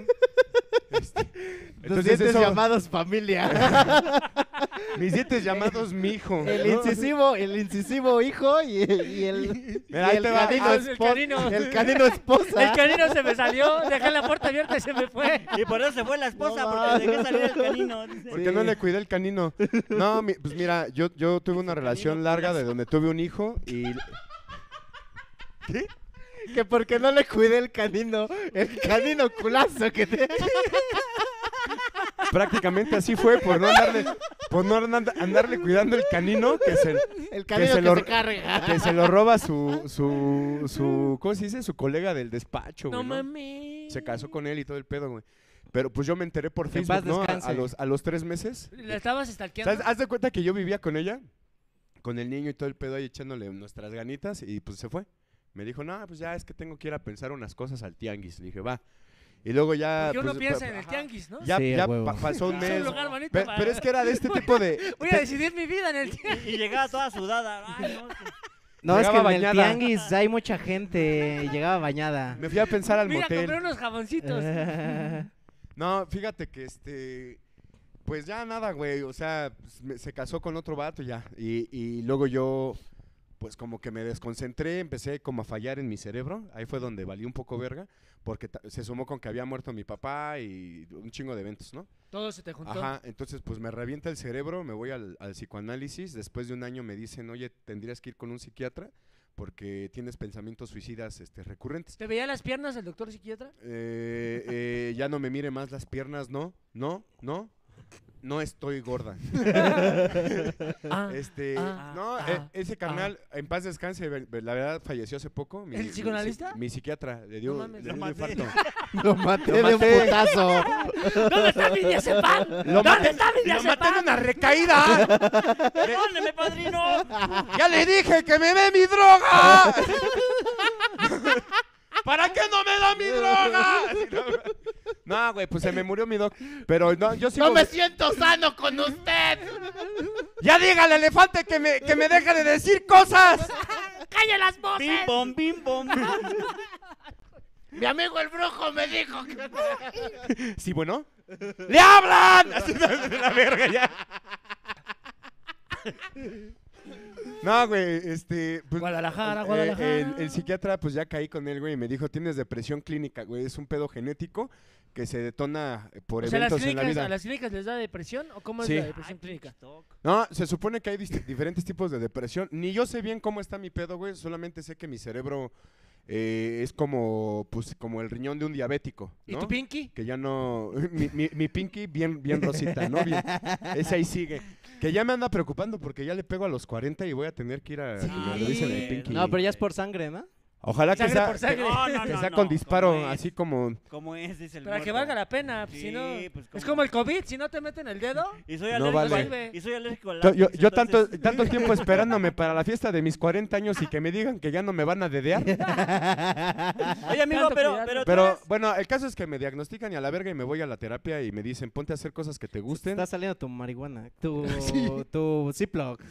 Speaker 4: Este,
Speaker 5: Los
Speaker 4: entonces
Speaker 5: dientes
Speaker 4: eso-
Speaker 5: llamados familia.
Speaker 4: mis dientes llamados mijo.
Speaker 2: El
Speaker 4: ¿no?
Speaker 2: incisivo, el incisivo hijo y, y el,
Speaker 4: Mira, ahí
Speaker 2: y el
Speaker 4: te va.
Speaker 2: canino
Speaker 3: Ah, el
Speaker 2: espo-
Speaker 3: canino.
Speaker 2: el canino esposa.
Speaker 3: El canino se me salió, dejé la puerta abierta y se me fue.
Speaker 1: Y por eso se fue la esposa,
Speaker 2: No
Speaker 1: porque dejé
Speaker 2: mames.
Speaker 1: salir el canino. dice.
Speaker 4: Porque no le cuidé el canino. No, mi- pues mira, yo, yo tuve una relación larga de donde tuve un hijo y
Speaker 5: que porque no le cuidé el canino. El canino culazo que te...
Speaker 4: prácticamente así fue por no andarle, por no andar- andarle cuidando el canino que se,
Speaker 5: El canino
Speaker 4: se
Speaker 5: que,
Speaker 4: lo-
Speaker 5: se carga.
Speaker 4: que se lo roba su, su, su, ¿cómo se dice? Su colega del despacho,
Speaker 3: No
Speaker 4: güey, ¿no?
Speaker 3: mames.
Speaker 4: Se casó con él y todo el pedo, güey. Pero pues yo me enteré por
Speaker 2: En
Speaker 4: Facebook,
Speaker 2: paz
Speaker 4: ¿no? A- A,
Speaker 2: descanse.
Speaker 4: los, a los tres meses.
Speaker 3: La estabas
Speaker 4: O sea,
Speaker 3: stalkeando.
Speaker 4: haz- haz de cuenta que yo vivía con ella, con el niño y todo el pedo ahí echándole nuestras ganitas y pues se fue. Me dijo, no, pues ya es que tengo que ir a pensar unas cosas al tianguis. Le dije, va. Y luego ya...
Speaker 3: Porque uno
Speaker 4: pues,
Speaker 3: piensa
Speaker 4: pa-
Speaker 3: en el
Speaker 4: ajá.
Speaker 3: tianguis, ¿no?
Speaker 4: Ya,
Speaker 2: Sí, a
Speaker 4: ya
Speaker 2: huevo.
Speaker 4: pa- pasó un
Speaker 3: Es un
Speaker 4: mes.
Speaker 3: lugar bonito
Speaker 4: Pe-
Speaker 3: para-
Speaker 4: Pero es que era de este tipo de...
Speaker 3: Voy a decidir mi vida en el tianguis.
Speaker 1: Y llegaba toda sudada. Ay, no, es que-
Speaker 2: No, es que
Speaker 4: Llegaba
Speaker 2: en el
Speaker 4: bañada.
Speaker 2: tianguis hay mucha gente y llegaba bañada.
Speaker 4: Me fui a pensar al
Speaker 3: Mira,
Speaker 4: motel.
Speaker 3: compré unos jaboncitos.
Speaker 2: Eh,
Speaker 4: No, fíjate que este. Pues ya nada, güey. O sea, pues, me- se casó con otro vato ya. Y, y luego yo, pues como que me desconcentré, empecé como a fallar en mi cerebro. Ahí fue donde valí un poco verga. Porque ta- se sumó con que había muerto mi papá y un chingo de eventos, ¿no?
Speaker 3: Todo se te juntó.
Speaker 4: Ajá. Entonces, pues me revienta el cerebro, me voy al, al psicoanálisis. Después de un año me dicen, oye, tendrías que ir con un psiquiatra porque tienes pensamientos suicidas este, recurrentes.
Speaker 3: ¿Te veía las piernas el doctor psiquiatra?
Speaker 4: Eh, eh, ya no me mire más las piernas, no, no, no. No estoy gorda.
Speaker 3: Ah,
Speaker 4: Este,
Speaker 3: ah,
Speaker 4: no,
Speaker 3: ah,
Speaker 4: eh, ese carnal, en paz descanse, ve- ve- la verdad falleció hace poco. mi-
Speaker 3: ¿El
Speaker 4: mi psi-
Speaker 3: psicoanalista?
Speaker 4: Mi, psiquiatra, le dio,
Speaker 3: No mames.
Speaker 4: le dio
Speaker 1: Lo
Speaker 4: un
Speaker 1: maté.
Speaker 4: infarto.
Speaker 5: Lo maté
Speaker 4: Lo
Speaker 5: de un
Speaker 4: maté.
Speaker 5: putazo.
Speaker 3: ¿Dónde está mi diazepam?
Speaker 4: Lo
Speaker 3: ¿Dónde
Speaker 4: maté-
Speaker 3: está mi
Speaker 4: ¡Lo maté en
Speaker 3: diazepam?
Speaker 4: una recaída!
Speaker 1: Perdóneme, padrino.
Speaker 4: ¡Ya le dije que me dé mi droga! ¿Para qué no me da mi droga? Así, no, no, güey, pues se me murió mi doc. Pero no, yo sigo...
Speaker 5: No me siento sano con usted.
Speaker 4: ¡Ya diga al elefante que me, que me deje de decir cosas!
Speaker 3: ¡Calla las voces!
Speaker 1: Bim, bom, bim, bom.
Speaker 5: Mi amigo el brujo me dijo que...
Speaker 4: Sí, bueno. ¡Le hablan! Así de de la verga ya. No, güey, este. pues,
Speaker 3: Guadalajara,
Speaker 4: eh,
Speaker 3: Guadalajara.
Speaker 4: el- el psiquiatra, pues ya caí con él, güey, y me dijo: Tienes depresión clínica, güey. Es un pedo genético que se detona por
Speaker 3: O sea, las
Speaker 4: eventos en la
Speaker 3: clínicas,
Speaker 4: vida.
Speaker 3: ¿a las clínicas les da depresión o cómo es
Speaker 4: Sí.
Speaker 3: la depresión clínica?
Speaker 4: No, se supone que hay dist- diferentes tipos de depresión. Ni yo sé bien cómo está mi pedo, güey. Solamente sé que mi cerebro eh, es como, pues, como el riñón de un diabético.
Speaker 3: ¿Y
Speaker 4: ¿no?
Speaker 3: tu pinky?
Speaker 4: que ya no. Mi, mi- mi pinky bien, bien rosita, ¿no? Bien, ese ahí sigue. Que ya me anda preocupando porque ya le pego a los 40 y voy a tener que ir a. que me revisen el
Speaker 1: Sí.
Speaker 4: pinky.
Speaker 2: No, pero ya es por sangre, ¿no?
Speaker 4: Ojalá que
Speaker 3: Sangre
Speaker 4: sea,
Speaker 3: por sangre.
Speaker 1: No, no,
Speaker 4: que
Speaker 1: no,
Speaker 4: sea
Speaker 1: no,
Speaker 4: con disparo,
Speaker 1: ¿cómo es?
Speaker 4: así como.
Speaker 1: ¿Cómo es? Dice el
Speaker 3: Para que
Speaker 1: muerto.
Speaker 3: valga la pena, pues, si
Speaker 1: Sí,
Speaker 3: no...
Speaker 1: pues,
Speaker 3: es
Speaker 1: ¿cómo?
Speaker 3: como el COVID, si no te meten el dedo...
Speaker 1: Y soy
Speaker 4: No
Speaker 1: alérgico,
Speaker 4: vale.
Speaker 1: al- y soy alérgico al
Speaker 4: Yo, yo-
Speaker 1: látex,
Speaker 4: yo tanto,
Speaker 1: entonces-
Speaker 4: tanto tiempo esperándome para la fiesta de mis 40 años y que me digan que ya no me van a dedear.
Speaker 1: Oye, amigo,
Speaker 3: tanto
Speaker 1: pero,
Speaker 3: cuidado.
Speaker 1: pero, tú
Speaker 4: Pero
Speaker 1: eres-
Speaker 4: bueno, el caso es que me diagnostican y a la verga y me voy a la terapia y me dicen, ponte a hacer cosas que te gusten.
Speaker 2: Está saliendo tu marihuana, tu, tu Ziploc.
Speaker 3: Tu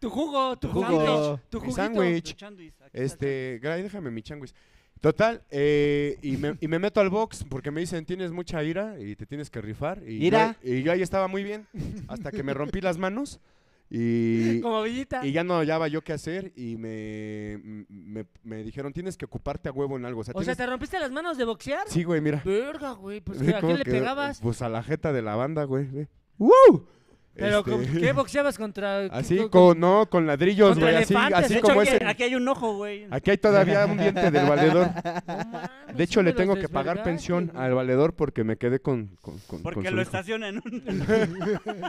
Speaker 3: Tu jugo, tu,
Speaker 2: Tu jugo.
Speaker 3: juguito, Tu
Speaker 4: Mi
Speaker 3: juguito.
Speaker 4: sándwich.
Speaker 1: Chandis, aquí está el
Speaker 4: Este, Gray, déjame mi changuis. Total, eh, y, me, y me meto al box porque me dicen, tienes mucha ira y te tienes que rifar. Y, yo-
Speaker 2: Ira.
Speaker 4: y yo ahí estaba muy bien, hasta que me rompí las manos y,
Speaker 3: Como villita.
Speaker 4: y ya no hallaba yo qué hacer y me, me, me dijeron, tienes que ocuparte a huevo en algo. O sea,
Speaker 3: O sea,
Speaker 4: tienes-
Speaker 3: ¿te rompiste las manos de boxear?
Speaker 4: Sí, güey, mira.
Speaker 3: Verga, güey. Pues,
Speaker 4: Ve
Speaker 3: ¿A
Speaker 4: cómo
Speaker 3: quién le
Speaker 4: quedó.
Speaker 3: pegabas?
Speaker 4: Pues a la jeta de la banda, güey. ve. ¡Woo!
Speaker 3: Pero,
Speaker 4: Este,
Speaker 3: ¿con ¿qué boxeabas contra...?
Speaker 4: Así,
Speaker 3: con-
Speaker 4: con, no, con ladrillos,
Speaker 3: Contra
Speaker 4: güey. Así,
Speaker 3: elefantes,
Speaker 1: tacho.
Speaker 4: así
Speaker 1: De hecho,
Speaker 4: como
Speaker 1: aquí,
Speaker 4: ese. Ah,
Speaker 1: aquí hay un ojo, güey.
Speaker 4: Aquí hay todavía un diente del valedor.
Speaker 3: Ah, No mames,
Speaker 4: De hecho,
Speaker 3: sí
Speaker 4: le
Speaker 3: me
Speaker 4: tengo
Speaker 3: los
Speaker 4: que pagar
Speaker 3: desvergaste,
Speaker 4: pensión
Speaker 3: güey.
Speaker 4: al valedor porque me quedé con. con, con- con
Speaker 1: Porque
Speaker 4: su
Speaker 1: lo
Speaker 4: hijo.
Speaker 1: estacionan.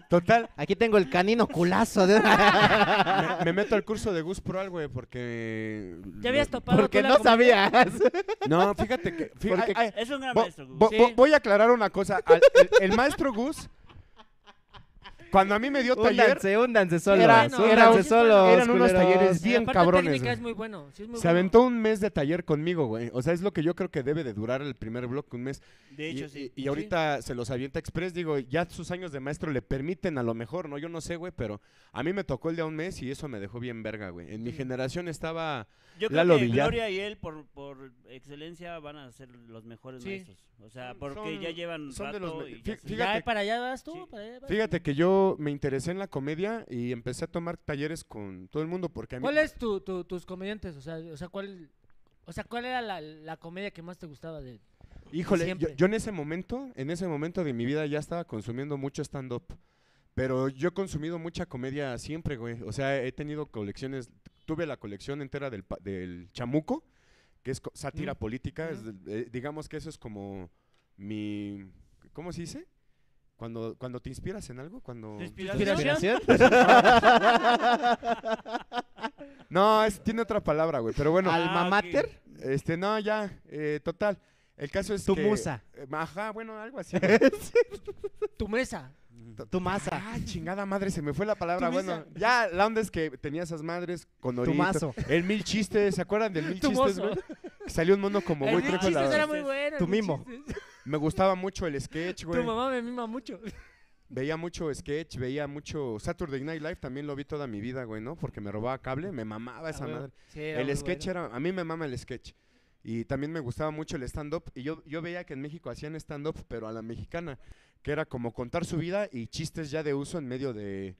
Speaker 4: Total,
Speaker 2: Aquí tengo el canino culazo. De...
Speaker 4: me, me meto al curso de Gus Proal, güey, porque.
Speaker 3: ¿Ya habías topado
Speaker 2: Porque
Speaker 3: tú la
Speaker 2: no
Speaker 3: comida?
Speaker 2: sabías.
Speaker 4: No, fíjate que. fí-
Speaker 2: Porque-
Speaker 4: ay, ay,
Speaker 1: Es un gran
Speaker 4: vo-
Speaker 1: maestro, güey.
Speaker 4: vo-
Speaker 3: Sí.
Speaker 4: vo- Voy a aclarar una cosa. Al- el, el maestro Gus, cuando a mí me dio taller,
Speaker 2: Húndanse, húndanse solos.
Speaker 4: Era-
Speaker 2: húndanse
Speaker 4: era un-
Speaker 2: solos,
Speaker 4: eran unos
Speaker 2: culeros.
Speaker 4: talleres
Speaker 3: Y
Speaker 4: bien
Speaker 3: aparte
Speaker 4: cabrones,
Speaker 3: técnica
Speaker 4: güey.
Speaker 3: es muy bueno. sí es muy
Speaker 4: se
Speaker 3: bueno.
Speaker 4: aventó un mes de taller conmigo, güey. O sea, es lo que yo creo que debe de durar el primer bloque, un mes.
Speaker 1: De
Speaker 4: Y-
Speaker 1: hecho,
Speaker 4: y,
Speaker 1: sí.
Speaker 4: y ahorita se los avienta Express, digo, ya sus años de maestro le permiten a lo mejor, ¿no? Yo no sé, güey, pero a mí me tocó el de a un mes y eso me dejó bien verga, güey. En mi generación estaba...
Speaker 1: Yo creo
Speaker 4: Lalo
Speaker 1: que
Speaker 4: Villar.
Speaker 1: Gloria y él, por, por excelencia, van a ser los mejores
Speaker 3: Sí.
Speaker 1: maestros. O sea,
Speaker 4: Son-
Speaker 1: porque ya llevan
Speaker 4: son
Speaker 1: rato
Speaker 4: de los me-
Speaker 1: y ya
Speaker 4: fí-
Speaker 1: se-
Speaker 4: fíjate-
Speaker 3: Ya, para allá vas tú,
Speaker 1: Sí.
Speaker 3: para allá vas
Speaker 4: Fíjate que yo me interesé en la comedia y empecé a tomar talleres con todo el mundo porque a
Speaker 3: tú.
Speaker 4: mí...
Speaker 3: ¿Cuál es tu, tu- tus comediantes? O sea, o sea, ¿cuál, o sea, ¿cuál era la, la comedia que más te gustaba de
Speaker 4: Híjole, yo,
Speaker 3: siempre?
Speaker 4: yo en ese momento, en ese momento de mi vida ya estaba consumiendo mucho stand-up. Pero yo he consumido mucha comedia siempre, güey. O sea, he tenido colecciones, tuve la colección entera del, pa- del Chamuco, que es co- sátira
Speaker 3: Mm.
Speaker 4: política. es
Speaker 3: Ujú.
Speaker 4: del- eh, digamos que eso es como mi... ¿Cómo se dice? Cuando, cuando te inspiras en algo, cuando...
Speaker 1: ¿Tu
Speaker 3: inspiración?
Speaker 1: inspiración?
Speaker 2: ¿Inspiración?
Speaker 4: No, es- tiene otra palabra, güey. Pero bueno,
Speaker 2: ¿Alma
Speaker 1: ok.
Speaker 2: mater?
Speaker 4: este, no, ya, eh, total. El caso es
Speaker 2: Tu
Speaker 4: que-
Speaker 2: musa.
Speaker 4: eh, Ajá, bueno, algo así. güey.
Speaker 3: Tu mesa.
Speaker 2: Tu masa.
Speaker 4: Ah, chingada madre, se me fue la palabra.
Speaker 3: Tu
Speaker 4: Bueno,
Speaker 3: misa.
Speaker 4: ya la onda es que tenía esas madres con
Speaker 2: Tu
Speaker 4: orito.
Speaker 2: mazo.
Speaker 4: El mil chistes, ¿se acuerdan del mil
Speaker 3: Tu
Speaker 4: chistes,
Speaker 3: mozo.
Speaker 4: güey? Que Salió un mono como
Speaker 3: El
Speaker 4: muy
Speaker 3: mil
Speaker 4: truco.
Speaker 3: chistes
Speaker 1: la-
Speaker 3: era muy bueno.
Speaker 2: Tu
Speaker 3: el mil
Speaker 2: mimo.
Speaker 3: chistes.
Speaker 4: Me gustaba mucho el sketch,
Speaker 3: Tu
Speaker 4: güey.
Speaker 3: mamá me mima mucho.
Speaker 4: Veía mucho sketch, veía mucho Saturday Night Live, también lo vi toda mi vida, güey, ¿no? Porque me robaba cable, me mamaba
Speaker 2: Ah,
Speaker 4: esa madre. El sketch era, a mí me mama el sketch. Y también me gustaba mucho el stand-up. Y yo, yo veía que en México hacían stand-up, pero a la mexicana, que era como contar su vida y chistes ya de uso en medio de,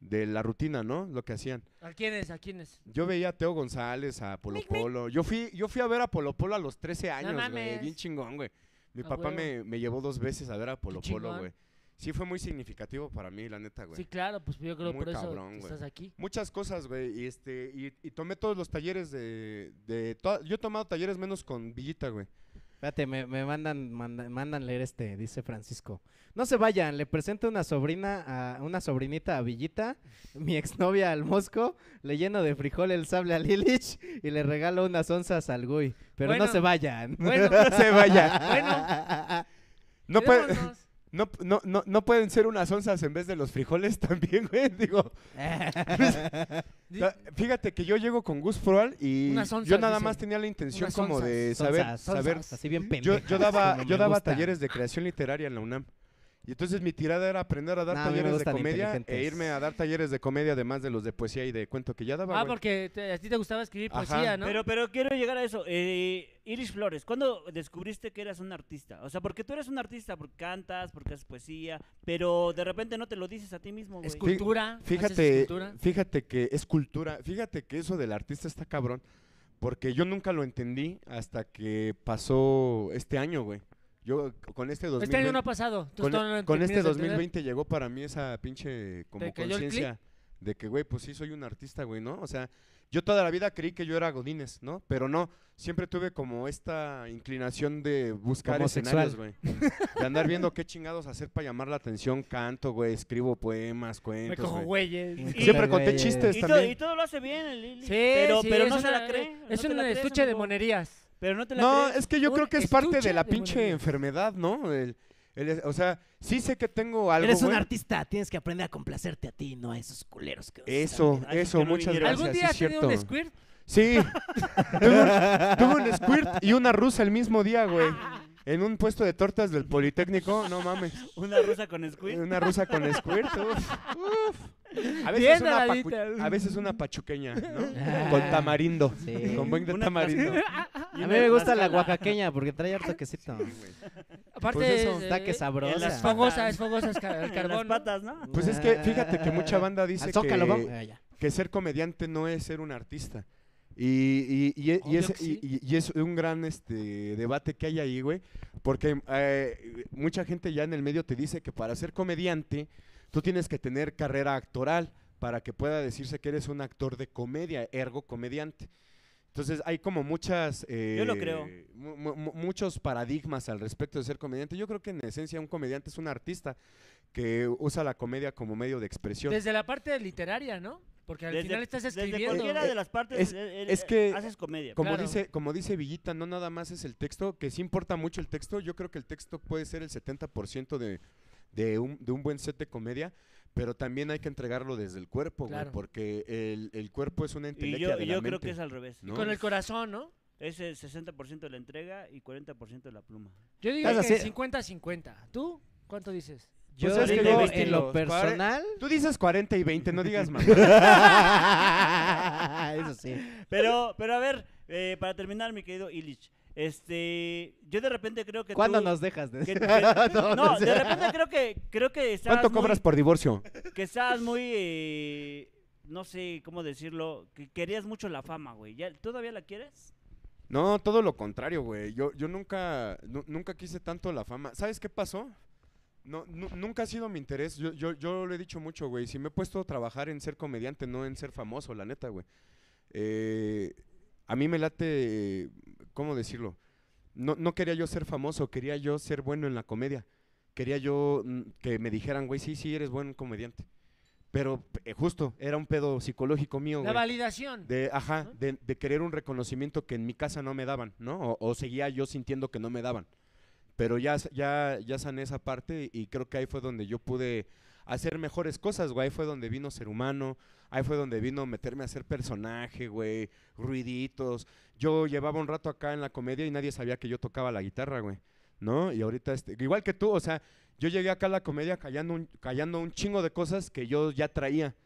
Speaker 4: de la rutina, ¿no? Lo que hacían.
Speaker 3: ¿A quién es? ¿A quién es?
Speaker 4: Yo veía a Teo González, a Polo Polo. Yo fui, yo fui a ver a Polo Polo a los 13 años, güey.
Speaker 3: mames.
Speaker 4: Bien chingón, güey. Mi
Speaker 3: A
Speaker 4: papá
Speaker 3: huevo.
Speaker 4: me, me llevó dos veces a ver a Polo Polo,
Speaker 3: chingón.
Speaker 4: güey. Sí, fue muy significativo para mí, la neta, güey.
Speaker 3: Sí, claro, pues yo creo
Speaker 4: Muy
Speaker 3: por eso
Speaker 4: cabrón,
Speaker 3: que
Speaker 4: güey.
Speaker 3: estás aquí.
Speaker 4: Muchas cosas, güey. Y, este, y, y tomé todos los talleres de. de to- yo he tomado talleres menos con Villita, güey.
Speaker 2: Espérate, me, me mandan, manda- mandan leer este, dice Francisco. No se vayan, le presento una sobrina, a, una sobrinita a Villita, mi exnovia al Mosco, le lleno de frijol el sable a Lilich y le regalo unas onzas al Gui. Pero no
Speaker 3: Bueno.
Speaker 2: se vayan.
Speaker 3: Bueno,
Speaker 4: Se vaya.
Speaker 2: Bueno.
Speaker 4: No, puede-
Speaker 3: quedémonos.
Speaker 4: no, no, no, no pueden ser unas onzas en vez de los frijoles también, güey. Digo.
Speaker 3: Di-
Speaker 4: Ta- Fíjate que yo llego con Gus Proal y
Speaker 3: Unas onzas,
Speaker 4: yo nada
Speaker 3: dice.
Speaker 4: más tenía la intención
Speaker 3: Unas
Speaker 4: como de
Speaker 2: Sonzas,
Speaker 4: saber,
Speaker 2: sonzas,
Speaker 4: saber.
Speaker 2: así bien
Speaker 4: Yo,
Speaker 2: pendejas,
Speaker 4: yo daba,
Speaker 2: como
Speaker 4: yo
Speaker 2: me
Speaker 4: daba
Speaker 2: gusta.
Speaker 4: talleres de creación literaria en la UNAM. Y entonces mi tirada era aprender a dar
Speaker 2: No, a mí me
Speaker 4: talleres de
Speaker 2: gustan
Speaker 4: comedia e
Speaker 2: inteligentes.
Speaker 4: irme a dar talleres de comedia además de los de poesía y de cuento que ya daba.
Speaker 3: Ah,
Speaker 4: güey.
Speaker 3: porque te- a ti te gustaba escribir
Speaker 4: Ajá.
Speaker 3: poesía, ¿no?
Speaker 1: Pero, pero quiero llegar a eso. Eh, Iris Flores, ¿cuándo descubriste que eras un artista? O sea, porque tú eres un artista, porque cantas, porque haces poesía, pero de repente no te lo dices a ti mismo, güey.
Speaker 3: escultura. haces
Speaker 4: Fíjate,
Speaker 3: escultura.
Speaker 4: fíjate que es cultura, fíjate que eso del artista está cabrón, porque yo nunca lo entendí hasta que pasó este año, güey. Yo con este 2020,
Speaker 3: Este año no ha pasado. entonces
Speaker 4: con,
Speaker 3: todavía no lo
Speaker 4: con este
Speaker 3: terminas de entender.
Speaker 4: 2020 llegó para mí esa pinche como
Speaker 3: ¿Te cayó el click?
Speaker 4: conciencia de que, güey, pues sí soy un artista, güey, ¿no? O sea, yo toda la vida creí que yo era Godínez, ¿no? Pero no, siempre tuve como esta inclinación de buscar
Speaker 2: Homosexual.
Speaker 4: escenarios, güey. De andar viendo qué chingados hacer para llamar la atención, canto, güey, escribo poemas,
Speaker 3: Me
Speaker 4: cuentos,
Speaker 3: cojo
Speaker 4: güey.
Speaker 3: güeyes.
Speaker 1: Y-
Speaker 4: Siempre conté
Speaker 2: Güey.
Speaker 4: chistes
Speaker 1: Y, to-
Speaker 4: también.
Speaker 1: y todo lo hace bien el Lili.
Speaker 3: Sí,
Speaker 1: pero,
Speaker 3: sí,
Speaker 1: pero
Speaker 3: es
Speaker 1: no se
Speaker 3: una-
Speaker 1: la cree. no
Speaker 3: Es
Speaker 1: te
Speaker 3: un
Speaker 1: la crees,
Speaker 3: estuche de
Speaker 1: amigo.
Speaker 3: monerías.
Speaker 1: Pero no te la
Speaker 4: No,
Speaker 1: crees.
Speaker 4: es que yo
Speaker 3: Un
Speaker 4: creo que es parte de
Speaker 3: estuche
Speaker 4: la
Speaker 3: de
Speaker 4: pinche
Speaker 3: monerías.
Speaker 4: enfermedad, ¿no? El- el- o sea, sí sé que tengo algo.
Speaker 2: Eres un
Speaker 4: güey.
Speaker 2: artista, tienes que aprender a complacerte a ti, no a esos culeros que...
Speaker 4: Eso,
Speaker 1: Ah, sí,
Speaker 4: eso,
Speaker 1: que no
Speaker 4: muchas
Speaker 1: vinieron.
Speaker 4: gracias.
Speaker 3: ¿Algún
Speaker 4: sí
Speaker 3: día
Speaker 4: es
Speaker 3: has tenido un
Speaker 4: cierto.
Speaker 3: squirt?
Speaker 4: Sí. tuve, un, tuve un squirt y una rusa el mismo día, güey. en un puesto de tortas del Politécnico, no mames.
Speaker 1: Una rusa con squid.
Speaker 4: Una rusa con squirt, uf, uf.
Speaker 3: Bien
Speaker 4: A veces, una pacu-
Speaker 3: doradita.
Speaker 4: a veces una pachuqueña,
Speaker 2: Ah.
Speaker 4: ¿no? Con tamarindo.
Speaker 2: Sí.
Speaker 4: Con buen de
Speaker 1: Una
Speaker 4: tamarindo.
Speaker 2: A
Speaker 3: Ah,
Speaker 2: mí me gusta la oaxaqueña porque trae harto quesito.
Speaker 3: Aparte,
Speaker 4: Pues eso.
Speaker 3: es,
Speaker 2: Está que
Speaker 3: eh,
Speaker 2: sabrosa.
Speaker 1: en
Speaker 3: Es
Speaker 1: las
Speaker 3: fogosa,
Speaker 1: patas.
Speaker 3: es fogosa, es ca- el
Speaker 1: En las
Speaker 3: carbón.
Speaker 1: patas, ¿no?
Speaker 4: Pues es que fíjate que mucha banda dice
Speaker 2: Al Zócalo,
Speaker 4: que-
Speaker 2: vamos. Ah, ya.
Speaker 4: que ser comediante no es ser un artista. Y, y- y- y
Speaker 3: Obvio
Speaker 4: es,
Speaker 3: que sí.
Speaker 4: y- y- y es un gran este, debate que hay ahí, güey. Porque eh, mucha gente ya en el medio te dice que para ser comediante tú tienes que tener carrera actoral para que pueda decirse que eres un actor de comedia, ergo comediante. Entonces hay como muchas...
Speaker 1: Yo lo
Speaker 4: eh,
Speaker 1: creo.
Speaker 4: mu- mu- mu- muchos paradigmas al respecto de ser comediante. Yo creo que en esencia un comediante es un artista que usa la comedia como medio de expresión.
Speaker 3: Desde la parte literaria, ¿no? Porque al final estás
Speaker 1: desde
Speaker 3: escribiendo.
Speaker 1: cualquiera de las partes
Speaker 4: Es-
Speaker 1: eh, eh,
Speaker 4: es
Speaker 1: eh,
Speaker 4: que-
Speaker 1: haces comedia.
Speaker 4: Como
Speaker 3: Claro.
Speaker 4: dice, como dice Villita, no nada más es el texto, que sí importa mucho el texto. Yo creo que el texto puede ser el 70% de, de, un, de un buen set de comedia, pero también hay que entregarlo desde el cuerpo, güey,
Speaker 3: Claro.
Speaker 4: porque el, el cuerpo es una
Speaker 1: Y
Speaker 4: entelequia
Speaker 1: yo,
Speaker 4: de
Speaker 1: y
Speaker 4: la
Speaker 1: yo creo
Speaker 4: mente,
Speaker 1: que es al revés.
Speaker 4: ¿no?
Speaker 3: Con el corazón, ¿no?
Speaker 1: Es el 60% de la entrega y 40% de la pluma.
Speaker 3: Yo digo que
Speaker 2: Estás así-
Speaker 3: 50-50. ¿Tú cuánto dices?
Speaker 2: Yo
Speaker 4: Pues es que
Speaker 2: digo,
Speaker 4: yo
Speaker 2: en
Speaker 4: estilo,
Speaker 2: lo personal.
Speaker 4: Tú dices 40 y 20, no digas más.
Speaker 2: Eso sí.
Speaker 1: Pero, pero a ver, eh, para terminar, mi querido Illich, este, yo de repente creo que
Speaker 2: ¿Cuándo
Speaker 1: tú-
Speaker 2: nos dejas de
Speaker 1: que-
Speaker 2: decir?
Speaker 1: que- no, de repente creo que creo que estabas
Speaker 4: ¿Cuánto
Speaker 1: muy-
Speaker 4: cobras por divorcio?
Speaker 1: que estabas muy eh, no sé cómo decirlo, que querías mucho la fama, güey. ¿Ya todavía la quieres?
Speaker 4: No, todo lo contrario, güey. Yo, yo nunca, nu- nunca quise tanto la fama. ¿Sabes qué pasó? No, nu- nunca ha sido mi interés. Yo, yo, yo lo he dicho mucho, güey. Si me he puesto a trabajar en ser comediante, no en ser famoso, la neta, güey. Eh, a mí me late, ¿cómo decirlo? No, no quería yo ser famoso, quería yo ser bueno en la comedia. Quería yo mm, que me dijeran, güey, sí, sí, eres buen comediante. Pero eh, justo, era un pedo psicológico mío,
Speaker 3: La
Speaker 4: güey.
Speaker 3: validación.
Speaker 4: De, ajá,
Speaker 3: ¿no?
Speaker 4: de, de querer un reconocimiento que en mi casa no me daban, ¿no? O, o seguía yo sintiendo que no me daban. Pero ya, s- ya, ya sané esa parte y creo que ahí fue donde yo pude hacer mejores cosas, güey. Ahí fue donde vino ser humano, ahí fue donde vino meterme a hacer personaje, güey, ruiditos. Yo llevaba un rato acá en la comedia y nadie sabía que yo tocaba la guitarra, güey. ¿No? Y ahorita, este, igual que tú, o sea, yo llegué acá a la comedia callando un, callando un chingo de cosas que yo ya traía.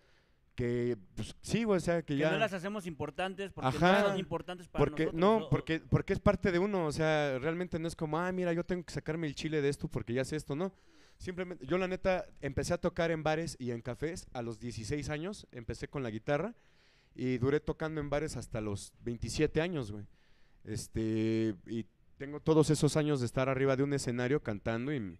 Speaker 4: Que, pues, sí, güey, o sea, que,
Speaker 1: Que
Speaker 4: ya...
Speaker 1: no las hacemos importantes porque
Speaker 4: Ajá.
Speaker 1: no son importantes para
Speaker 4: Porque,
Speaker 1: nosotros.
Speaker 4: no, porque, porque es parte de uno, o sea, realmente no es como, ah, mira, yo tengo que sacarme el chile de esto porque ya sé esto, no. Simplemente, yo la neta empecé a tocar en bares y en cafés a los 16 años, empecé con la guitarra y duré tocando en bares hasta los 27 años, güey. Este, y tengo todos esos años de estar arriba de un escenario cantando y m-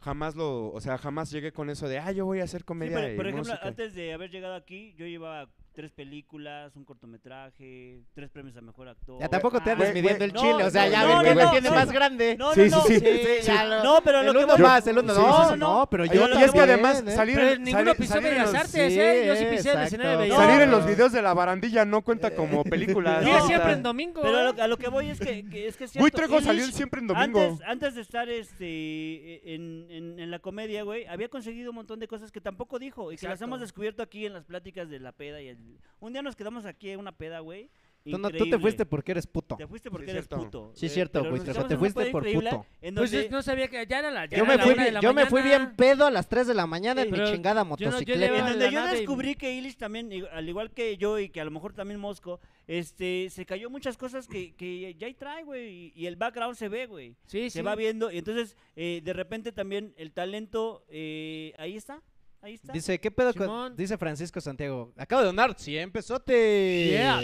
Speaker 4: jamás lo, o sea, jamás llegué con eso de, ah, yo voy a hacer
Speaker 1: Sí,
Speaker 4: comedia
Speaker 1: pero,
Speaker 4: y
Speaker 1: por ejemplo,
Speaker 4: música".
Speaker 1: antes de haber llegado aquí, yo llevaba tres películas, un cortometraje, tres premios a mejor actor.
Speaker 2: Ya tampoco te
Speaker 1: Ah,
Speaker 2: andes
Speaker 4: güey,
Speaker 2: midiendo el
Speaker 1: no,
Speaker 2: chile. O sea,
Speaker 4: no,
Speaker 2: ya
Speaker 4: no,
Speaker 2: ven quién
Speaker 4: no,
Speaker 2: la
Speaker 4: no,
Speaker 2: tiene
Speaker 4: no.
Speaker 2: más grande.
Speaker 1: No,
Speaker 4: Sí,
Speaker 1: no, no.
Speaker 4: sí, sí.
Speaker 5: ya lo-
Speaker 1: No, pero lo
Speaker 2: El
Speaker 1: que
Speaker 2: uno
Speaker 1: voy-
Speaker 2: más, el uno.
Speaker 4: Sí,
Speaker 2: No,
Speaker 1: sí, sí.
Speaker 2: no, pero
Speaker 1: Y
Speaker 2: yo.
Speaker 1: es
Speaker 4: y es que
Speaker 2: también,
Speaker 4: además
Speaker 2: ¿eh?
Speaker 4: salir,
Speaker 3: Pero
Speaker 4: en-
Speaker 3: ninguno
Speaker 4: sali-
Speaker 3: pisó
Speaker 4: salir en
Speaker 3: Bellas
Speaker 4: los-
Speaker 3: Artes,
Speaker 2: sí,
Speaker 3: ¿eh? Yo sí pisé el
Speaker 2: exacto.
Speaker 3: escenario de Bellas
Speaker 1: No.
Speaker 4: Salir en
Speaker 3: Artes.
Speaker 4: los videos de la barandilla no cuenta como película.
Speaker 3: Sí,
Speaker 1: No.
Speaker 3: siempre en domingo.
Speaker 1: Pero a
Speaker 3: ¿eh?
Speaker 1: lo, a lo que voy es que, que- es que es
Speaker 4: Güey,
Speaker 1: cierto,
Speaker 4: Trejo salió
Speaker 1: Illich,
Speaker 4: el siempre en domingo.
Speaker 1: Antes, antes de estar este eh, en, en- en la comedia, güey, había conseguido un montón de cosas que tampoco dijo y que las
Speaker 3: Exacto.
Speaker 1: hemos descubierto aquí en las pláticas de la peda. y el- Un día nos quedamos aquí en una peda, güey.
Speaker 2: Tú, no- tú te
Speaker 1: increíble.
Speaker 2: fuiste porque eres puto.
Speaker 1: Te fuiste porque
Speaker 4: Sí,
Speaker 1: eres
Speaker 4: cierto.
Speaker 1: puto.
Speaker 2: Sí,
Speaker 1: eh,
Speaker 2: cierto,
Speaker 1: pero
Speaker 2: güey,
Speaker 1: nos
Speaker 2: Trejo,
Speaker 1: quedamos
Speaker 2: te
Speaker 1: en una
Speaker 2: fuiste
Speaker 1: peda
Speaker 2: por
Speaker 1: increíble
Speaker 2: puto.
Speaker 1: en
Speaker 3: Pues
Speaker 1: donde-
Speaker 3: es- no sabía que ya era la. ya
Speaker 2: Yo
Speaker 3: era
Speaker 2: me,
Speaker 3: la
Speaker 2: fui,
Speaker 3: una de
Speaker 2: bien-
Speaker 3: la
Speaker 2: yo me fui
Speaker 3: mañana.
Speaker 2: bien pedo a las 3 de la mañana en mi
Speaker 3: Pero
Speaker 2: chingada
Speaker 3: yo no- yo
Speaker 2: motocicleta.
Speaker 1: en
Speaker 3: llevaba-
Speaker 1: donde
Speaker 3: la
Speaker 1: yo
Speaker 3: nave y-
Speaker 1: descubrí que Illich también, i- al igual que yo y que a lo mejor también Mosco, este, se cayó muchas cosas que, que ya ahí trae, güey, y, y el background se ve, güey.
Speaker 3: Sí, sí.
Speaker 1: Se va viendo, y entonces, eh, de repente también el talento, eh, ahí está, ahí está.
Speaker 2: Dice, ¿qué pedo con.?
Speaker 3: Simón.
Speaker 2: Dice Francisco Santiago. Acabo de donar 100 pesotes.
Speaker 3: Yeah.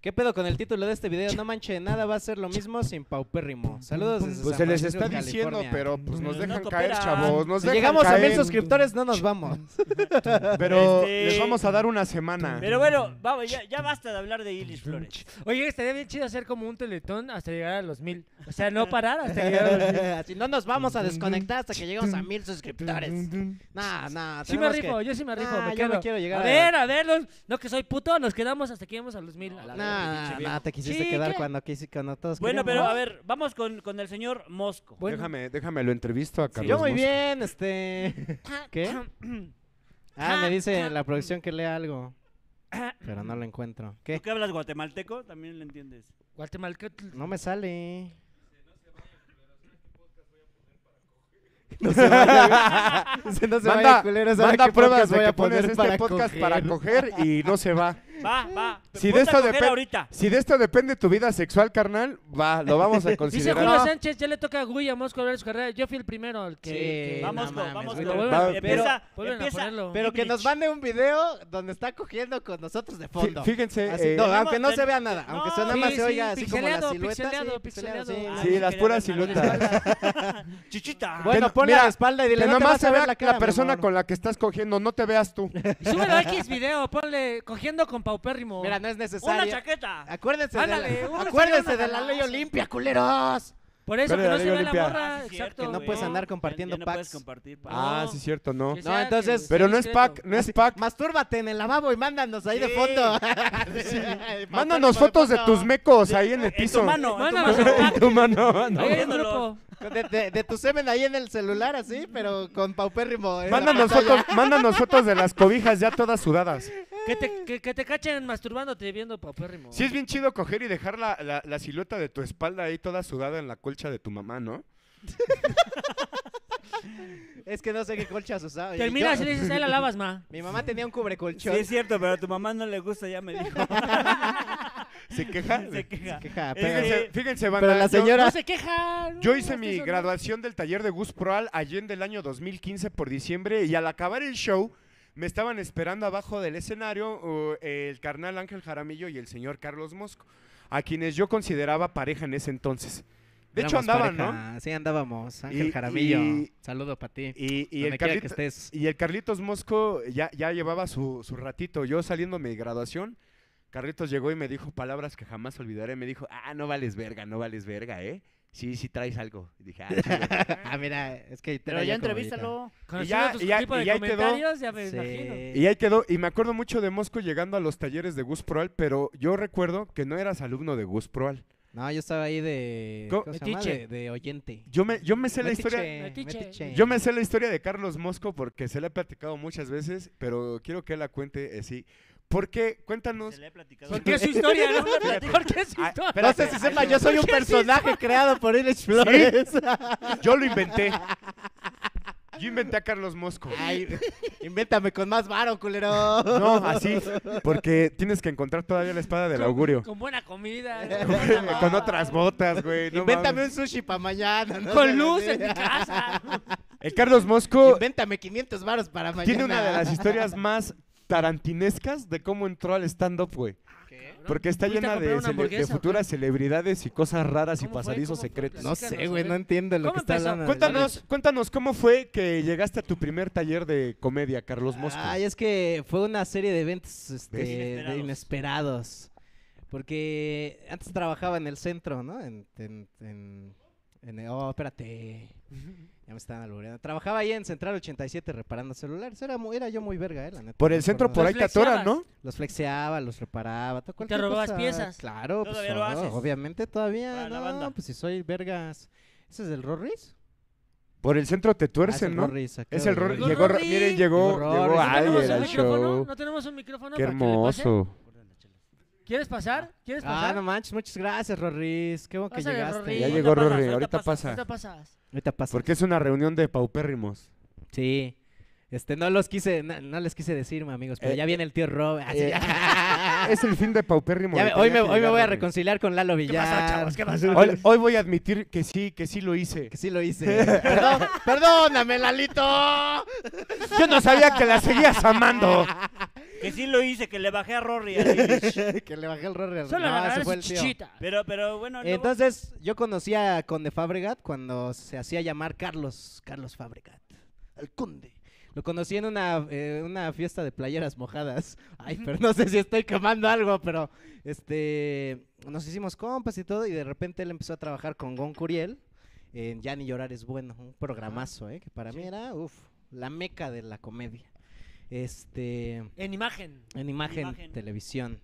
Speaker 2: ¿Qué pedo con el título de este video? No manche, nada va a ser lo mismo sin paupérrimo. Saludos desde
Speaker 4: Pues se
Speaker 2: San
Speaker 4: les
Speaker 2: Francisco,
Speaker 4: está diciendo,
Speaker 2: California. Mm,
Speaker 4: pero pues nos
Speaker 1: No
Speaker 4: dejan
Speaker 1: cooperan.
Speaker 4: caer, chavos. Nos
Speaker 2: Si
Speaker 4: dejan
Speaker 2: llegamos a
Speaker 4: caer,
Speaker 2: mil suscriptores, no nos vamos.
Speaker 4: Pero
Speaker 1: Este-
Speaker 4: les vamos a dar una semana.
Speaker 1: Pero bueno, vamos, ya, ya basta de hablar de Illich Flores.
Speaker 3: Oye, estaría bien chido hacer como un teletón hasta llegar a los mil. O sea, no parar hasta llegar a los mil.
Speaker 2: Así no nos vamos a desconectar hasta que lleguemos a mil suscriptores. No, no,
Speaker 3: Sí me
Speaker 2: tenemos que-
Speaker 3: rifo, yo sí me rifo.
Speaker 2: Ah,
Speaker 3: me
Speaker 2: yo no
Speaker 3: quedo.
Speaker 2: quiero llegar
Speaker 3: a
Speaker 2: a-
Speaker 3: ver, a ver, no, no que soy puto, nos quedamos hasta que lleguemos a los mil. a la
Speaker 2: No,
Speaker 3: verga, pinche
Speaker 2: no,
Speaker 3: viejo.
Speaker 2: no, te quisiste
Speaker 3: Sí,
Speaker 2: quedar
Speaker 3: ¿qué?
Speaker 2: cuando, quisi- cuando todos
Speaker 1: Bueno, pero
Speaker 2: queríamos.
Speaker 1: a ver, vamos con, con el señor Mosco.
Speaker 3: Bueno.
Speaker 4: Déjame, déjame, lo entrevisto a Carlos.
Speaker 2: Yo muy
Speaker 4: Mosco.
Speaker 2: bien, este... ¿Qué? Ah, me dice la producción que lea algo. Pero no lo encuentro.
Speaker 1: ¿Tú
Speaker 2: ¿Qué?
Speaker 1: que hablas guatemalteco? También lo entiendes.
Speaker 3: Guatemalteco.
Speaker 2: No me sale. No se vaya, se- no se vaya,
Speaker 4: manda
Speaker 2: culeros, ahora
Speaker 4: manda
Speaker 2: qué
Speaker 4: pruebas
Speaker 2: podcast
Speaker 4: de
Speaker 2: voy
Speaker 4: que
Speaker 2: a poner
Speaker 4: pones este
Speaker 2: para
Speaker 4: podcast
Speaker 2: coger.
Speaker 4: para coger y no se va.
Speaker 1: Va, va.
Speaker 4: Si de
Speaker 1: Ponte a
Speaker 4: esto
Speaker 1: coger
Speaker 4: depen-
Speaker 1: ahorita.
Speaker 4: Si de esto depende tu vida sexual, carnal, va, lo vamos a
Speaker 3: Dice
Speaker 4: considerar.
Speaker 3: Julio
Speaker 4: No.
Speaker 3: Sánchez, ya le toca a Gui a Mosco ver su carrera. Yo fui el primero al que...
Speaker 2: Sí,
Speaker 3: que-
Speaker 2: no
Speaker 1: Vamos, con,
Speaker 2: mames,
Speaker 1: vamos,
Speaker 2: güey,
Speaker 1: con-
Speaker 3: lo vuelven a-
Speaker 1: empieza,
Speaker 3: pero- vuelven a
Speaker 1: empieza.
Speaker 3: ponerlo.
Speaker 2: Pero que nos
Speaker 1: Ibrich.
Speaker 2: mande un video donde está cogiendo con nosotros de
Speaker 4: Fí-
Speaker 2: fondo.
Speaker 4: Fíjense,
Speaker 2: Así,
Speaker 4: eh,
Speaker 2: no,
Speaker 1: Tenemos-
Speaker 2: aunque no se
Speaker 1: ten-
Speaker 2: vea nada, aunque
Speaker 1: no,
Speaker 2: se nada más
Speaker 3: sí,
Speaker 2: se oiga
Speaker 3: sí,
Speaker 2: así como la
Speaker 3: pixeleado,
Speaker 2: silueta.
Speaker 3: pixeleado,
Speaker 2: sí, pixeleado,
Speaker 3: pixeleado.
Speaker 2: sí.
Speaker 1: Ah,
Speaker 4: Sí,
Speaker 1: yo
Speaker 4: las
Speaker 1: quería
Speaker 4: puras
Speaker 1: ver la
Speaker 4: siluetas.
Speaker 1: espalda. Chichita.
Speaker 2: Bueno, ponle
Speaker 4: mira,
Speaker 2: a la espalda y dile,
Speaker 4: que
Speaker 2: no te
Speaker 4: nomás
Speaker 2: vas a
Speaker 4: se
Speaker 2: ver
Speaker 4: vea
Speaker 2: la
Speaker 4: la,
Speaker 2: cara, mi
Speaker 4: persona
Speaker 2: amor".
Speaker 4: con la que estás cogiendo, no te veas tú.
Speaker 3: Súbelo a X video, ponle cogiendo con paupérrimo.
Speaker 2: Mira, no es
Speaker 1: Una
Speaker 2: necesario.
Speaker 1: chaqueta.
Speaker 2: Acuérdense, de
Speaker 3: Ándale,
Speaker 2: la,
Speaker 3: una
Speaker 2: acuérdense
Speaker 3: señora
Speaker 2: de la
Speaker 3: galán.
Speaker 2: ley Olimpia, culeros.
Speaker 3: Por eso
Speaker 4: Pero
Speaker 3: que
Speaker 4: la
Speaker 3: no se
Speaker 4: Liga
Speaker 3: ve la
Speaker 4: Olimpia.
Speaker 3: morra.
Speaker 1: Ah, sí,
Speaker 3: exacto.
Speaker 1: cierto,
Speaker 2: Que no
Speaker 1: güey.
Speaker 2: puedes andar
Speaker 1: Ya-
Speaker 2: compartiendo
Speaker 1: ya no puedes
Speaker 2: packs.
Speaker 1: compartir packs.
Speaker 4: Ah,
Speaker 3: No.
Speaker 4: sí, cierto, no.
Speaker 3: Que
Speaker 2: No,
Speaker 3: sea que
Speaker 2: entonces-
Speaker 3: sea
Speaker 4: Pero no es
Speaker 3: discreto.
Speaker 4: pack, no es pack.
Speaker 2: Mastúrbate en el lavabo y mándanos ahí de
Speaker 1: Sí.
Speaker 2: fondo.
Speaker 4: Mándanos fotos de tus mecos ahí en el
Speaker 1: En tu
Speaker 4: piso.
Speaker 1: mano, en tu
Speaker 3: Mándanos
Speaker 1: mano.
Speaker 3: un
Speaker 4: En tu mano,
Speaker 3: Ahí
Speaker 4: mano.
Speaker 3: hay un grupo.
Speaker 2: De, de- de tu semen ahí en el celular, así, pero con paupérrimo. en la
Speaker 4: Mándanos
Speaker 2: pantalla.
Speaker 4: fotos, mándanos fotos de las cobijas ya todas sudadas.
Speaker 3: Que te, que, que te cachen masturbándote viendo paupérrimo.
Speaker 4: Sí, es bien chido coger y dejar la, la- la silueta de tu espalda ahí toda sudada en la colcha de tu mamá, ¿no?
Speaker 2: Es que no sé qué colchas usaba. y
Speaker 3: Terminas
Speaker 2: yo-
Speaker 3: y le dices, ahí la lavas, ma.
Speaker 2: Mi mamá tenía un
Speaker 1: Sí,
Speaker 2: cubrecolchón.
Speaker 1: es cierto, pero a tu mamá no le gusta, ya me dijo.
Speaker 4: Se queja.
Speaker 1: Se queja.
Speaker 2: Queja,
Speaker 1: Eh,
Speaker 2: pero-
Speaker 4: Fíjense, fíjense, banda.
Speaker 2: Pero la
Speaker 4: yo-
Speaker 2: señora-
Speaker 3: No se quejan.
Speaker 4: Yo
Speaker 2: Pues
Speaker 4: hice mi graduación del taller de Gus Proal allí en el año 2015 por diciembre y al acabar el show me estaban esperando abajo del escenario uh, el carnal Ángel Jaramillo y el señor Carlos Mosco, a quienes yo consideraba pareja en ese entonces. De hecho
Speaker 2: Éramos
Speaker 4: andaban, ¿no?
Speaker 2: pareja, Sí, andábamos. Ángel
Speaker 4: Y-
Speaker 2: Jaramillo.
Speaker 4: y-
Speaker 2: Saludo para ti.
Speaker 4: Y,
Speaker 2: Donde
Speaker 4: y el
Speaker 2: quiera que
Speaker 4: Carlitos,
Speaker 2: estés.
Speaker 4: y el Carlitos Mosco ya, ya llevaba su, su ratito. Yo saliendo de mi graduación, Carlitos llegó y me dijo palabras que jamás olvidaré. Me dijo, ah, no vales verga, no vales verga, ¿eh? Sí, sí traes algo. Y dije, ah, chido".
Speaker 2: Ah, mira, es que.
Speaker 5: Pero ya entrevístalo.
Speaker 3: Con
Speaker 4: Y ya-
Speaker 3: tus
Speaker 4: y ya-
Speaker 3: tipos de
Speaker 4: y ya ahí quedó.
Speaker 3: comentarios, ya me imagino.
Speaker 4: Y
Speaker 2: Sí.
Speaker 4: ahí quedó. Y me acuerdo mucho de Mosco llegando a los talleres de Gus Proal, pero yo recuerdo que no eras alumno de Gus Proal.
Speaker 2: No, yo estaba ahí de.
Speaker 4: Co-
Speaker 2: ¿Cómo se llama?
Speaker 3: Metiche.
Speaker 2: De, de oyente.
Speaker 4: Yo me, yo me sé la historia.
Speaker 2: Metiche,
Speaker 3: Metiche.
Speaker 2: metiche.
Speaker 4: Yo me sé la historia de Carlos Mosco porque se la he platicado muchas veces, pero quiero que él la cuente eh, así. Porque,
Speaker 1: Se
Speaker 2: Pues,
Speaker 4: cuéntanos.
Speaker 1: le he platicado.
Speaker 3: Porque es su historia, ¿no?
Speaker 4: Fíjate.
Speaker 3: Porque es su
Speaker 4: Ah,
Speaker 3: historia.
Speaker 2: No
Speaker 4: espérate,
Speaker 2: sé si sepa,
Speaker 4: ahí
Speaker 2: yo soy un
Speaker 3: ¿Por qué se
Speaker 2: personaje creado por Alex Flores.
Speaker 4: va. yo lo inventé. Yo inventé a Carlos Mosco.
Speaker 2: Ay, invéntame con más varo, culero.
Speaker 4: No, así. Porque tienes que encontrar todavía la espada del augurio.
Speaker 3: Con buena comida.
Speaker 4: Con, con otras botas, güey. no
Speaker 2: Invéntame
Speaker 4: mames.
Speaker 2: un sushi para mañana. ¿no?
Speaker 3: Con luz en mi casa.
Speaker 4: El Carlos Mosco
Speaker 2: Invéntame 500 varos para mañana.
Speaker 4: Tiene una de las historias más tarantinescas de cómo entró al stand-up, güey. Porque está
Speaker 3: ¿Fuiste a
Speaker 4: llena
Speaker 3: comprar
Speaker 4: de,
Speaker 3: una
Speaker 4: cele- de
Speaker 3: hamburguesa o qué?
Speaker 4: futuras celebridades y cosas raras y
Speaker 3: ¿Cómo fue?
Speaker 4: pasadizos
Speaker 3: ¿Cómo fue?
Speaker 4: secretos.
Speaker 2: No
Speaker 3: Platícanos,
Speaker 2: sé,
Speaker 3: a
Speaker 2: güey,
Speaker 3: ver.
Speaker 2: no entiendo lo
Speaker 3: ¿Cómo
Speaker 2: que está
Speaker 3: empezó?
Speaker 2: hablando.
Speaker 4: Cuéntanos, cuéntanos cómo fue que llegaste a tu primer taller de comedia,
Speaker 2: Ah,
Speaker 4: Carlos Mosco.
Speaker 2: Ay, es que fue una serie de eventos este, de inesperados.
Speaker 1: Inesperados.
Speaker 2: Porque antes trabajaba en el centro, ¿no? En, en, en- en el- oh, espérate. Ya me estaban albureando. Trabajaba ahí en Central 87 reparando celulares. Era, muy- era yo muy verga, eh, la neta.
Speaker 4: Por
Speaker 2: me
Speaker 4: el centro,
Speaker 2: acuerdo.
Speaker 4: por ahí te atoran, ¿no?
Speaker 2: Los flexeaba, los reparaba. todo- cualquier
Speaker 3: robabas
Speaker 2: cosa.
Speaker 3: piezas?
Speaker 2: Claro, pues,
Speaker 1: Todavía lo
Speaker 2: oh,
Speaker 1: haces.
Speaker 2: obviamente todavía.
Speaker 1: Para la
Speaker 2: no,
Speaker 1: banda.
Speaker 2: pues si soy vergas. ¿Ese es el Rorris?
Speaker 4: Por el centro te
Speaker 2: Ah, es
Speaker 4: tuercen,
Speaker 2: el
Speaker 4: ¿no?
Speaker 2: Rorris, acá,
Speaker 4: Es el
Speaker 2: güey.
Speaker 4: rol.
Speaker 3: Rorris.
Speaker 4: Llegó, miren, llegó,
Speaker 2: Llegó
Speaker 4: llegó
Speaker 2: Rorris.
Speaker 3: ¿No
Speaker 4: alguien
Speaker 3: tenemos un
Speaker 4: al
Speaker 3: micrófono?
Speaker 4: show.
Speaker 3: ¿No tenemos un micrófono?
Speaker 4: Qué
Speaker 3: para que le pase?
Speaker 4: hermoso.
Speaker 3: ¿Quieres pasar? ¿Quieres
Speaker 2: Ah,
Speaker 3: pasar?
Speaker 2: no manches, muchas gracias, Rorris. Qué bueno que
Speaker 3: Pásale,
Speaker 2: llegaste.
Speaker 3: Rorris.
Speaker 4: Ya
Speaker 3: Ahorita
Speaker 4: llegó
Speaker 1: pasa,
Speaker 4: Rorri,
Speaker 1: ahorita
Speaker 4: ahorita
Speaker 1: pasa,
Speaker 4: pasa.
Speaker 3: Ahorita pasas.
Speaker 2: Ahorita pasa.
Speaker 4: Porque es una reunión de paupérrimos.
Speaker 2: Sí. Este, no los quise, no, no les quise decir, amigos, pero
Speaker 4: Eh,
Speaker 2: ya viene el tío Rob. así,
Speaker 4: eh,
Speaker 2: ya.
Speaker 4: Es el fin de paupérrimo.
Speaker 2: Ya
Speaker 4: le
Speaker 2: me- hoy me,
Speaker 4: tenía que
Speaker 2: hoy me
Speaker 4: llegar,
Speaker 2: voy a
Speaker 4: Rorri.
Speaker 2: reconciliar con Lalo Villar.
Speaker 4: Hoy, hoy voy a admitir que sí, que sí lo hice.
Speaker 2: Que sí lo hice. Perdón, perdóname, Lalito.
Speaker 4: Yo no sabía que la seguías amando.
Speaker 1: Que sí lo hice, que le bajé a Rory. así.
Speaker 2: que le bajé el rorre al
Speaker 3: Solo
Speaker 2: no,
Speaker 3: agarrar
Speaker 2: se fue
Speaker 3: su
Speaker 2: el tío.
Speaker 3: chichita.
Speaker 1: Pero, pero bueno, luego-
Speaker 2: Entonces, yo conocí a Conde Fabregat cuando se hacía llamar Carlos, Carlos Fabregat. El Conde. Lo conocí en una, eh, una fiesta de playeras mojadas. Ay, pero no sé si estoy quemando algo, pero este nos hicimos compas y todo. Y de repente él empezó a trabajar con Gon Curiel en Ya ni llorar es bueno. Un programazo, ¿eh? Que para mí era, uff, la meca de la comedia. Este.
Speaker 3: En imagen.
Speaker 2: En imagen,
Speaker 1: Imagen.
Speaker 2: televisión.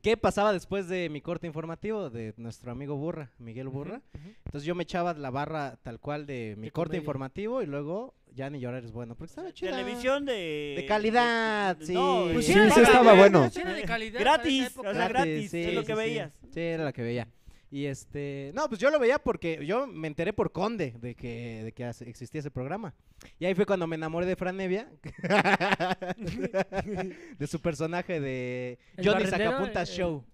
Speaker 2: ¿Qué pasaba después de mi corte informativo de nuestro amigo Burra, Miguel Burra?
Speaker 3: ujú.
Speaker 2: Entonces yo me echaba la barra tal cual de mi
Speaker 3: De
Speaker 2: corte
Speaker 3: comedia.
Speaker 2: informativo y luego ya ni llorar es bueno, porque estaba chida.
Speaker 1: televisión de...
Speaker 2: De calidad, sí.
Speaker 1: de-
Speaker 2: Pues sí,
Speaker 1: de-
Speaker 4: sí
Speaker 1: de-
Speaker 4: estaba
Speaker 1: de-
Speaker 4: bueno.
Speaker 3: Sí era de calidad para esa
Speaker 1: Gratis, o sea,
Speaker 3: época.
Speaker 1: gratis, es lo que
Speaker 2: sí.
Speaker 1: veías.
Speaker 2: Sí, era lo que veía. Y este, no, pues yo lo veía porque yo me enteré por Conde de que, de que as- existía ese programa. Y ahí fue cuando me enamoré de Fran Evia, de su personaje de
Speaker 3: El
Speaker 2: Johnny
Speaker 3: barrendero,
Speaker 2: Sacapuntas
Speaker 3: eh,
Speaker 2: Show.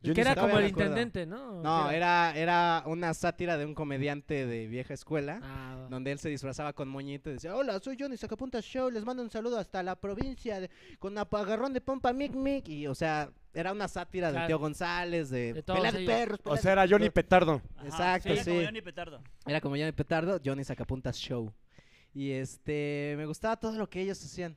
Speaker 4: Yo
Speaker 3: que
Speaker 4: ni
Speaker 3: era
Speaker 2: siquiera
Speaker 3: como
Speaker 2: me
Speaker 3: el
Speaker 2: acuerdo.
Speaker 3: intendente, ¿no?
Speaker 2: No,
Speaker 3: ¿Qué
Speaker 2: era, era una sátira de un comediante de vieja escuela.
Speaker 3: Ah, va.
Speaker 2: Donde él se disfrazaba con moñito y decía, hola, soy Johnny Sacapuntas Show, les mando un saludo hasta la provincia, de- con apagarrón de pompa, mic, mic. Y, o sea, era una sátira de
Speaker 3: Claro.
Speaker 2: Tío González, de,
Speaker 3: De todos
Speaker 2: pelea de
Speaker 3: ellos.
Speaker 2: perros.
Speaker 4: O
Speaker 2: pelea
Speaker 4: sea,
Speaker 2: de-".
Speaker 4: era Johnny Petardo.
Speaker 1: Ajá,
Speaker 2: Exacto,
Speaker 1: era como
Speaker 2: sí.
Speaker 1: Johnny Petardo.
Speaker 2: Era como Johnny Petardo, Johnny Sacapuntas Show. Y, este, me gustaba todo lo que ellos hacían.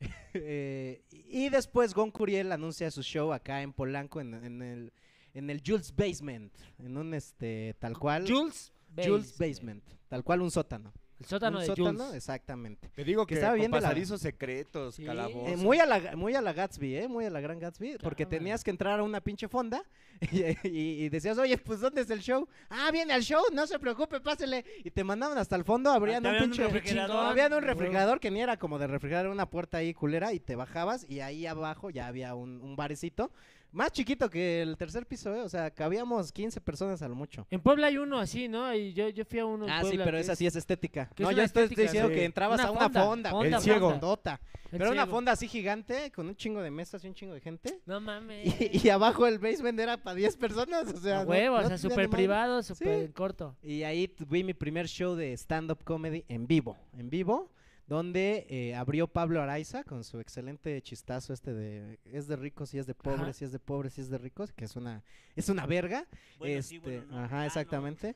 Speaker 2: Eh, y después Gon Curiel anuncia su show acá en Polanco, en, en el... En el Jules Basement, en un este, tal cual.
Speaker 3: Jules
Speaker 2: Jules Basement, tal cual un sótano.
Speaker 3: El sótano
Speaker 2: un
Speaker 3: de
Speaker 2: sótano,
Speaker 3: Jules.
Speaker 2: exactamente.
Speaker 4: Te digo
Speaker 2: Que
Speaker 4: que,
Speaker 2: estaba
Speaker 4: con
Speaker 2: viendo la-
Speaker 4: pasadizos secretos,
Speaker 3: Sí.
Speaker 2: Eh,
Speaker 4: calabozos.
Speaker 2: muy, a la, muy a la Gatsby, ¿eh? Muy a la gran Gatsby, porque
Speaker 3: Cámara.
Speaker 2: tenías que entrar a una pinche fonda y, y- y decías, oye, pues ¿dónde es el show? Ah, viene al show, no se preocupe, pásele. Y te mandaban hasta el fondo, abrían
Speaker 1: te
Speaker 2: un
Speaker 1: abrían un
Speaker 2: pinche...
Speaker 1: refrigerador.
Speaker 2: Habían un
Speaker 3: Huevo.
Speaker 2: refrigerador que ni era como de refrigerar una puerta ahí culera y te bajabas y ahí abajo ya había un, un barecito. Más chiquito que el tercer piso, ¿eh? O sea, cabíamos 15 personas a lo mucho.
Speaker 3: En Puebla hay uno así, ¿no? Y yo, yo fui a uno en
Speaker 2: Ah, sí,
Speaker 3: Puebla
Speaker 2: pero
Speaker 3: que
Speaker 2: esa sí es estética.
Speaker 3: que
Speaker 2: No,
Speaker 3: es una
Speaker 2: yo estoy
Speaker 3: estética,
Speaker 2: diciendo
Speaker 4: sí.
Speaker 2: que entrabas
Speaker 3: Una
Speaker 2: a una
Speaker 3: fonda,
Speaker 2: fonda.
Speaker 3: fonda,
Speaker 2: güey,
Speaker 4: El ciego.
Speaker 2: fondota.
Speaker 3: el
Speaker 2: Pero era una
Speaker 3: ciego.
Speaker 2: fonda así gigante, con un chingo de mesas y un chingo de gente.
Speaker 3: No mames.
Speaker 2: Y, y abajo el basement era para 10 personas, o sea.
Speaker 3: Eh. a
Speaker 2: no-
Speaker 3: huevo,
Speaker 2: no
Speaker 3: o sea,
Speaker 2: tenía
Speaker 3: súper
Speaker 2: ni madre.
Speaker 3: privado, súper corto.
Speaker 2: Y ahí t- vi mi primer show de stand-up comedy en vivo, en vivo, donde eh, abrió Pablo Araiza con su excelente chistazo este de es de ricos y es de pobres
Speaker 3: Ajá.
Speaker 2: y es de pobres y es de ricos, que es una, es una verga.
Speaker 1: Bueno,
Speaker 2: este,
Speaker 1: sí, bueno, no. Ah,
Speaker 2: Ajá,
Speaker 1: no.
Speaker 2: exactamente.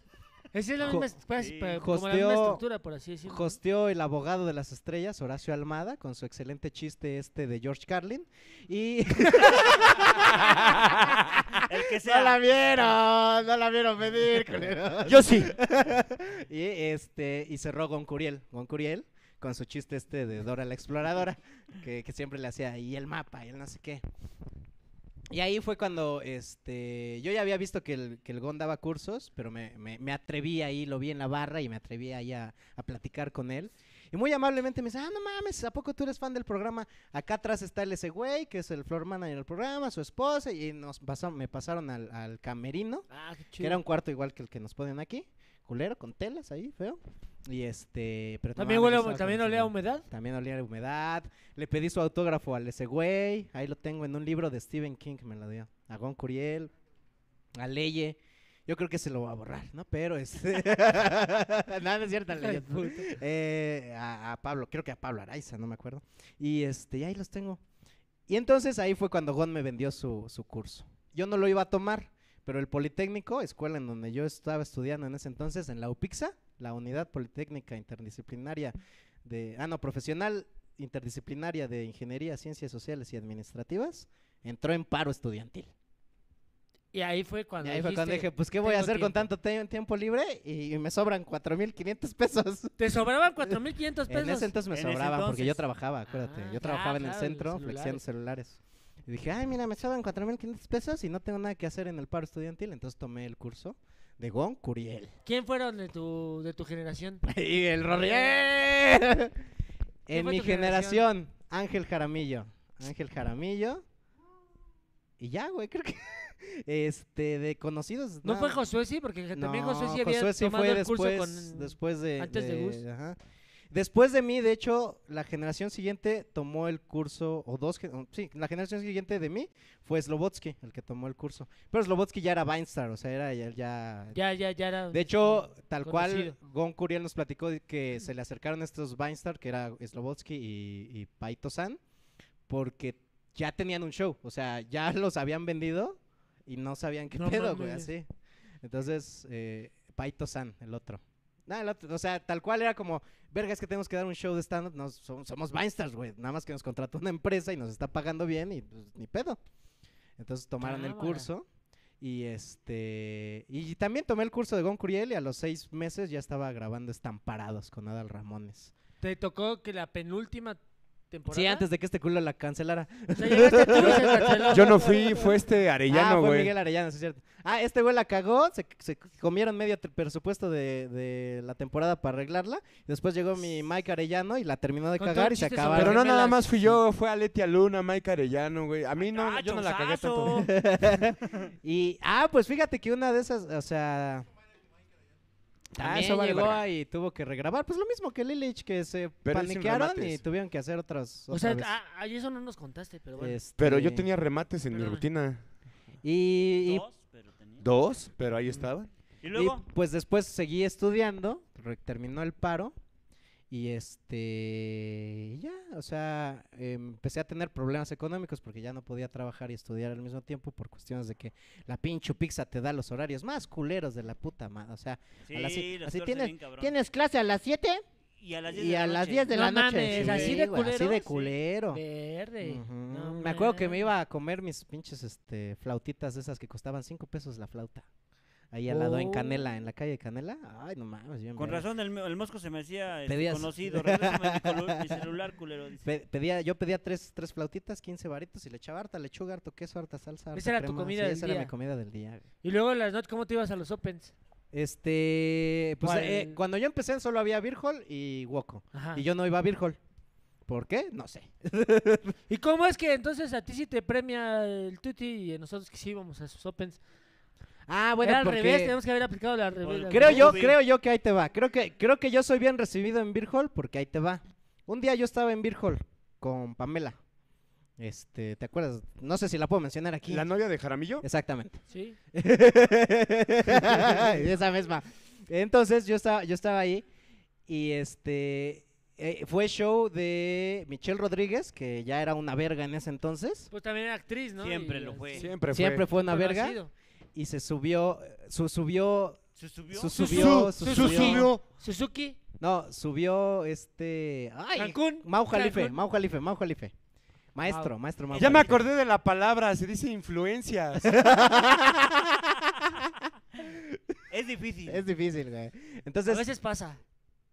Speaker 3: Esa es la
Speaker 2: Jo-
Speaker 3: misma, es- pues,
Speaker 1: Sí.
Speaker 3: pero como la
Speaker 2: Hosteó-
Speaker 3: misma estructura, por así decirlo.
Speaker 2: Hosteó el abogado de las estrellas, Horacio Almada, con su excelente chiste este de George Carlin. Y
Speaker 1: El que sea.
Speaker 5: No la vieron, no la vieron venir, culero.
Speaker 2: Yo sí. y este y cerró Goncuriel, Goncuriel con su chiste este de Dora la exploradora, que, que siempre le hacía y el mapa, y el no sé qué. Y ahí fue cuando este yo ya había visto que el, que el Gon daba cursos, pero me, me- me atreví ahí, lo vi en la barra y me atreví ahí a, a platicar con él. Y muy amablemente me dice, ah, no mames, ¿a poco tú eres fan del programa? Acá atrás está el ese güey, que es el floor manager del programa, su esposa, y nos pasó- me pasaron al- al camerino.
Speaker 3: Ah, qué chido.
Speaker 2: Que era un cuarto igual que el que nos ponen aquí. Culero, con telas ahí, feo. Y este. Pero
Speaker 3: También,
Speaker 2: no mames,
Speaker 3: huele,
Speaker 2: estaba
Speaker 3: a- también
Speaker 2: con
Speaker 3: olía a
Speaker 2: humedad.
Speaker 3: humedad.
Speaker 2: También olía a humedad. Le pedí su autógrafo al ese güey. Ahí lo tengo en un libro de Stephen King, me lo dio. A Gon Curiel. A Leye. Yo creo que se lo va a borrar, ¿no? Pero este. Nada, no es cierto,
Speaker 3: Hija de
Speaker 2: Leye.
Speaker 3: puta.
Speaker 2: Eh, a, a Pablo, creo que a Pablo Araiza, no me acuerdo. Y este, y ahí los tengo. Y entonces ahí fue cuando Gon me vendió su, su curso. Yo no lo iba a tomar, pero el Politécnico, escuela en donde yo estaba estudiando en ese entonces, en la UPIXA, la Unidad Politécnica Interdisciplinaria de, ah no, profesional interdisciplinaria de Ingeniería, Ciencias Sociales y Administrativas, entró en paro estudiantil.
Speaker 3: Y ahí fue
Speaker 2: Y
Speaker 3: cuando.
Speaker 2: ahí fue cuando
Speaker 3: Ah, dijiste,
Speaker 2: dije, pues ¿qué voy a
Speaker 3: "Tengo
Speaker 2: hacer con
Speaker 3: tiempo".
Speaker 2: tanto te- tiempo libre? Y, y me sobran 4.500 pesos.
Speaker 3: Te sobraban 4.500 pesos.
Speaker 2: En ese entonces me
Speaker 1: En ese
Speaker 2: sobraban porque yo
Speaker 1: entonces.
Speaker 2: trabajaba, acuérdate.
Speaker 3: Ah,
Speaker 2: yo
Speaker 3: ya,
Speaker 2: trabajaba en el
Speaker 3: claro,
Speaker 2: centro
Speaker 3: los
Speaker 2: flexiando celulares. Y dije, ay, mira, me sobran 4.500 pesos y no tengo nada que hacer en el paro estudiantil. Entonces tomé el curso de Gon Curiel.
Speaker 3: ¿Quién fueron de tu, de tu generación?
Speaker 2: y el Rorriel.
Speaker 3: ¿Quién
Speaker 2: en
Speaker 3: fue
Speaker 2: mi
Speaker 3: tu generación?
Speaker 2: generación, Ángel Jaramillo. Ángel Jaramillo. Y ya, güey, creo que... Este, de conocidos.
Speaker 3: ¿No
Speaker 2: nada
Speaker 3: fue
Speaker 2: más.
Speaker 3: Josué sí? Porque también
Speaker 2: No,
Speaker 3: Josué sí había
Speaker 2: Josué sí
Speaker 3: tomado
Speaker 2: fue
Speaker 3: el curso
Speaker 2: después,
Speaker 3: con...
Speaker 2: después de,
Speaker 3: antes de Gus.
Speaker 2: ajá. Después de mí, de hecho, la generación siguiente tomó el curso, o dos, gen- o- sí, la generación siguiente de mí fue Slobotsky, el que tomó el curso. Pero Slobotsky ya era Vinestar, o sea, era ya... ya-
Speaker 3: Ya, ya, ya era...
Speaker 2: de hecho, tal
Speaker 3: conocido.
Speaker 2: cual, Gon Curiel nos platicó de que se le acercaron estos Vinestar, que era Slobotsky y, y Paito San, porque ya tenían un show, o sea, ya los habían vendido y no sabían qué
Speaker 3: No
Speaker 2: pedo, güey,
Speaker 3: mames.
Speaker 2: así. Entonces, eh, Paito San, el otro. No, el otro, o sea, tal cual era como, verga, es que tenemos que dar un show de stand-up, nos- somos, somos Vinestars, güey, nada más que nos contrató una empresa y nos está pagando bien y pues, ni pedo. Entonces tomaron el
Speaker 3: Cámara.
Speaker 2: curso y este, y también tomé el curso de Gon Curiel y a los seis meses ya estaba grabando Estamparados con Adal Ramones.
Speaker 3: Te tocó que la penúltima temporada.
Speaker 2: Sí, antes de que este culo la cancelara.
Speaker 3: O sea, llegaste tú y se canceló.
Speaker 4: Yo no fui, fue este
Speaker 2: ah,
Speaker 4: Arellano,
Speaker 2: fue
Speaker 4: güey.
Speaker 2: Miguel Arellano, sí es cierto. Ah, este güey la cagó, se, se comieron medio te- presupuesto de, de la temporada para arreglarla. Después llegó mi Mike Arellano y la terminó de
Speaker 3: Con todo
Speaker 2: cagar y se
Speaker 3: chistes sobre
Speaker 2: acabaron.
Speaker 4: Pero no nada
Speaker 3: Gemelas.
Speaker 4: más fui yo, fue Aletia Luna, Mike Arellano, güey. A mí no,
Speaker 1: Ah,
Speaker 4: yo no la cagué tanto.
Speaker 1: chonzazo.
Speaker 2: Y, ah, pues fíjate que una de esas, o sea... ah, También
Speaker 4: eso vale
Speaker 2: llegó
Speaker 4: verga.
Speaker 2: ahí y tuvo que regrabar. Pues lo mismo que Lilich, que se
Speaker 4: Pero sin
Speaker 2: paniquearon y
Speaker 4: remates.
Speaker 2: tuvieron que hacer otras.
Speaker 3: O
Speaker 2: otra
Speaker 3: sea,
Speaker 2: vez.
Speaker 3: a- a eso no nos contaste, pero bueno.
Speaker 2: Este,
Speaker 4: Pero yo tenía remates en mi
Speaker 3: Perdóname.
Speaker 4: rutina.
Speaker 2: Y, y-
Speaker 1: Dos, pero tenía.
Speaker 4: Dos, pero ahí estaban.
Speaker 1: Y
Speaker 2: y,
Speaker 1: luego,
Speaker 2: pues después seguí estudiando, re- terminó el paro y este ya, o sea, em, empecé a tener problemas económicos porque ya no podía trabajar y estudiar al mismo tiempo por cuestiones de que la pinche pizza te da los horarios más culeros de la puta madre, o sea,
Speaker 1: sí,
Speaker 2: a las si-
Speaker 1: las
Speaker 2: así
Speaker 1: torce
Speaker 2: tienes-
Speaker 1: bien cabrón.
Speaker 5: ¿Tienes clase a las 7?
Speaker 1: Y a las 10
Speaker 2: y
Speaker 1: de la
Speaker 2: a las
Speaker 1: noche.
Speaker 5: 10 de
Speaker 2: de
Speaker 5: No
Speaker 2: la noche,
Speaker 5: mames, ¿así
Speaker 3: de
Speaker 2: güey, así
Speaker 3: culero?
Speaker 2: de
Speaker 3: Sí.
Speaker 2: culero.
Speaker 3: Verde.
Speaker 2: Ujú.
Speaker 3: No
Speaker 2: Me acuerdo que me
Speaker 3: mames.
Speaker 2: iba a comer mis pinches este, flautitas de esas que costaban cinco pesos la flauta. Ahí al lado en
Speaker 3: Oh.
Speaker 2: Canela, en la calle de Canela. Ay, no mames. bien
Speaker 1: Con
Speaker 2: verga.
Speaker 1: razón, el, el mosco se me hacía este,
Speaker 2: Pedías.
Speaker 1: conocido. Regrésame mi, colu- mi celular, culero. dice.
Speaker 2: Pe- pedía, yo pedía tres, tres flautitas, 15 varitos y le echaba harta lechuga, harto queso, harta salsa. harta
Speaker 3: Esa era tu
Speaker 2: crema,
Speaker 3: comida
Speaker 2: sí,
Speaker 3: del
Speaker 2: esa era
Speaker 3: día.
Speaker 2: mi comida del día. güey.
Speaker 3: Y luego en las noches, ¿cómo te ibas a los Opens?
Speaker 2: Este, pues
Speaker 3: ¿Cuál? Ah.
Speaker 2: eh, cuando yo empecé solo había Beer Hall y Woco.
Speaker 3: Ajá.
Speaker 2: Y yo no iba a Beer Hall. ¿Por qué? No sé.
Speaker 3: ¿Y cómo es que entonces a ti sí te premia el Tuti y a nosotros que sí íbamos a sus Opens?
Speaker 2: Ah, bueno,
Speaker 3: Bueno, Era al
Speaker 2: porque
Speaker 3: revés, tenemos que haber aplicado la revés.
Speaker 1: Bueno,
Speaker 3: la
Speaker 2: creo
Speaker 3: revés.
Speaker 2: yo,
Speaker 1: Ubi.
Speaker 2: creo yo que ahí te va. Creo que, creo que yo soy bien recibido en Beer Hall porque ahí te va. Un día yo estaba en Beer Hall con Pamela. Este, ¿te acuerdas? No sé si la puedo mencionar aquí.
Speaker 4: ¿La novia de Jaramillo?
Speaker 2: Exactamente.
Speaker 3: Sí.
Speaker 2: Esa misma. Entonces yo estaba, yo estaba ahí y este eh, fue show de Michelle Rodríguez, que ya era una verga en ese entonces.
Speaker 3: Pues también era actriz, ¿no?
Speaker 1: Siempre
Speaker 3: Y,
Speaker 1: lo
Speaker 3: eh,
Speaker 1: fue.
Speaker 3: sí.
Speaker 4: Siempre fue.
Speaker 2: Siempre fue una verga
Speaker 3: Conocido.
Speaker 2: y se subió, su, subió,
Speaker 1: ¿Se subió?
Speaker 2: su- subió,
Speaker 3: Susu-
Speaker 2: su-
Speaker 3: Suzuki,
Speaker 2: subió.
Speaker 3: Suzuki.
Speaker 2: no, subió este, ay,
Speaker 3: Cancún,
Speaker 2: Mau Jalife,
Speaker 3: Cancún.
Speaker 2: Mau Jalife, Mau Jalife. Maestro, maestro Mau
Speaker 4: Ya me
Speaker 2: Jalife.
Speaker 4: acordé de la palabra, se dice influencias.
Speaker 1: Es difícil.
Speaker 2: Es difícil, güey.
Speaker 3: A
Speaker 2: Entonces,
Speaker 3: veces pasa.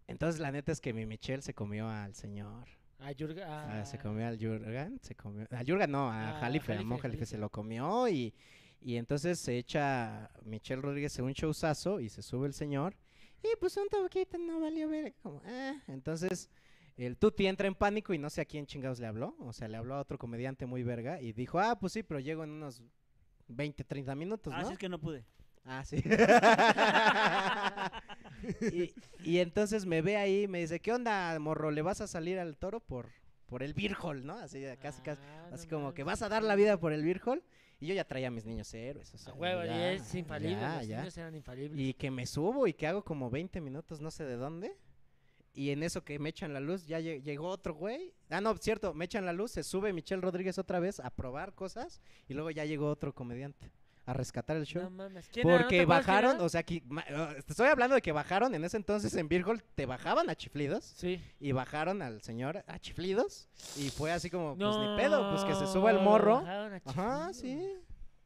Speaker 2: entonces la neta es que mi Michelle se comió al señor.
Speaker 3: A Yurga.
Speaker 2: Ah,
Speaker 3: a-
Speaker 2: se comió al Jurgen, se comió... Al Jurgen no, a
Speaker 3: Ah,
Speaker 2: Jalife, a
Speaker 3: Jalife,
Speaker 2: Mon Jalife
Speaker 3: Jalife.
Speaker 2: se lo comió y, y entonces se echa Michelle Rodríguez en un showzazo y se sube el señor y pues un tabaquito no valió ver, como, ah. Entonces el Tuti entra en pánico y no sé a quién chingados le habló, o sea, le habló a otro comediante muy verga y dijo, ah, pues sí, pero llego en unos 20, 30 minutos,
Speaker 1: Así
Speaker 2: ¿no?
Speaker 1: es que no pude.
Speaker 2: Ah, sí. y, y entonces me ve ahí y me dice, ¿qué onda, morro? ¿Le vas a salir al toro por, por el virjol, no? Así, casi, casi.
Speaker 3: Ah,
Speaker 2: Así
Speaker 3: no
Speaker 2: como que
Speaker 3: mames.
Speaker 2: vas a dar la vida por el virjol. Y yo ya traía a mis niños héroes. O sea,
Speaker 3: A huevo,
Speaker 2: ya,
Speaker 3: y es infalible.
Speaker 2: ya,
Speaker 3: los
Speaker 2: ya.
Speaker 3: niños eran infalibles.
Speaker 2: Y que me subo y que hago como 20 minutos, no sé de dónde. Y en eso que me echan la luz, ya lle- llegó otro güey. Ah, no, cierto, me echan la luz, se sube Michelle Rodríguez otra vez a probar cosas. Y luego ya llegó otro comediante a rescatar el show.
Speaker 3: No mames. ¿Quién era? ¿No
Speaker 2: Porque
Speaker 3: te acuerdas quién
Speaker 2: bajaron,
Speaker 3: era?
Speaker 2: o sea, aquí, ma- eh, te estoy hablando de que bajaron en ese entonces en Virgol, te bajaban a chiflidos
Speaker 3: Sí.
Speaker 2: y bajaron al señor a chiflidos y fue así como, pues ni pedo, pues que se suba el morro.
Speaker 3: bajaron a
Speaker 2: Ajá,
Speaker 3: chiflidos.
Speaker 2: sí.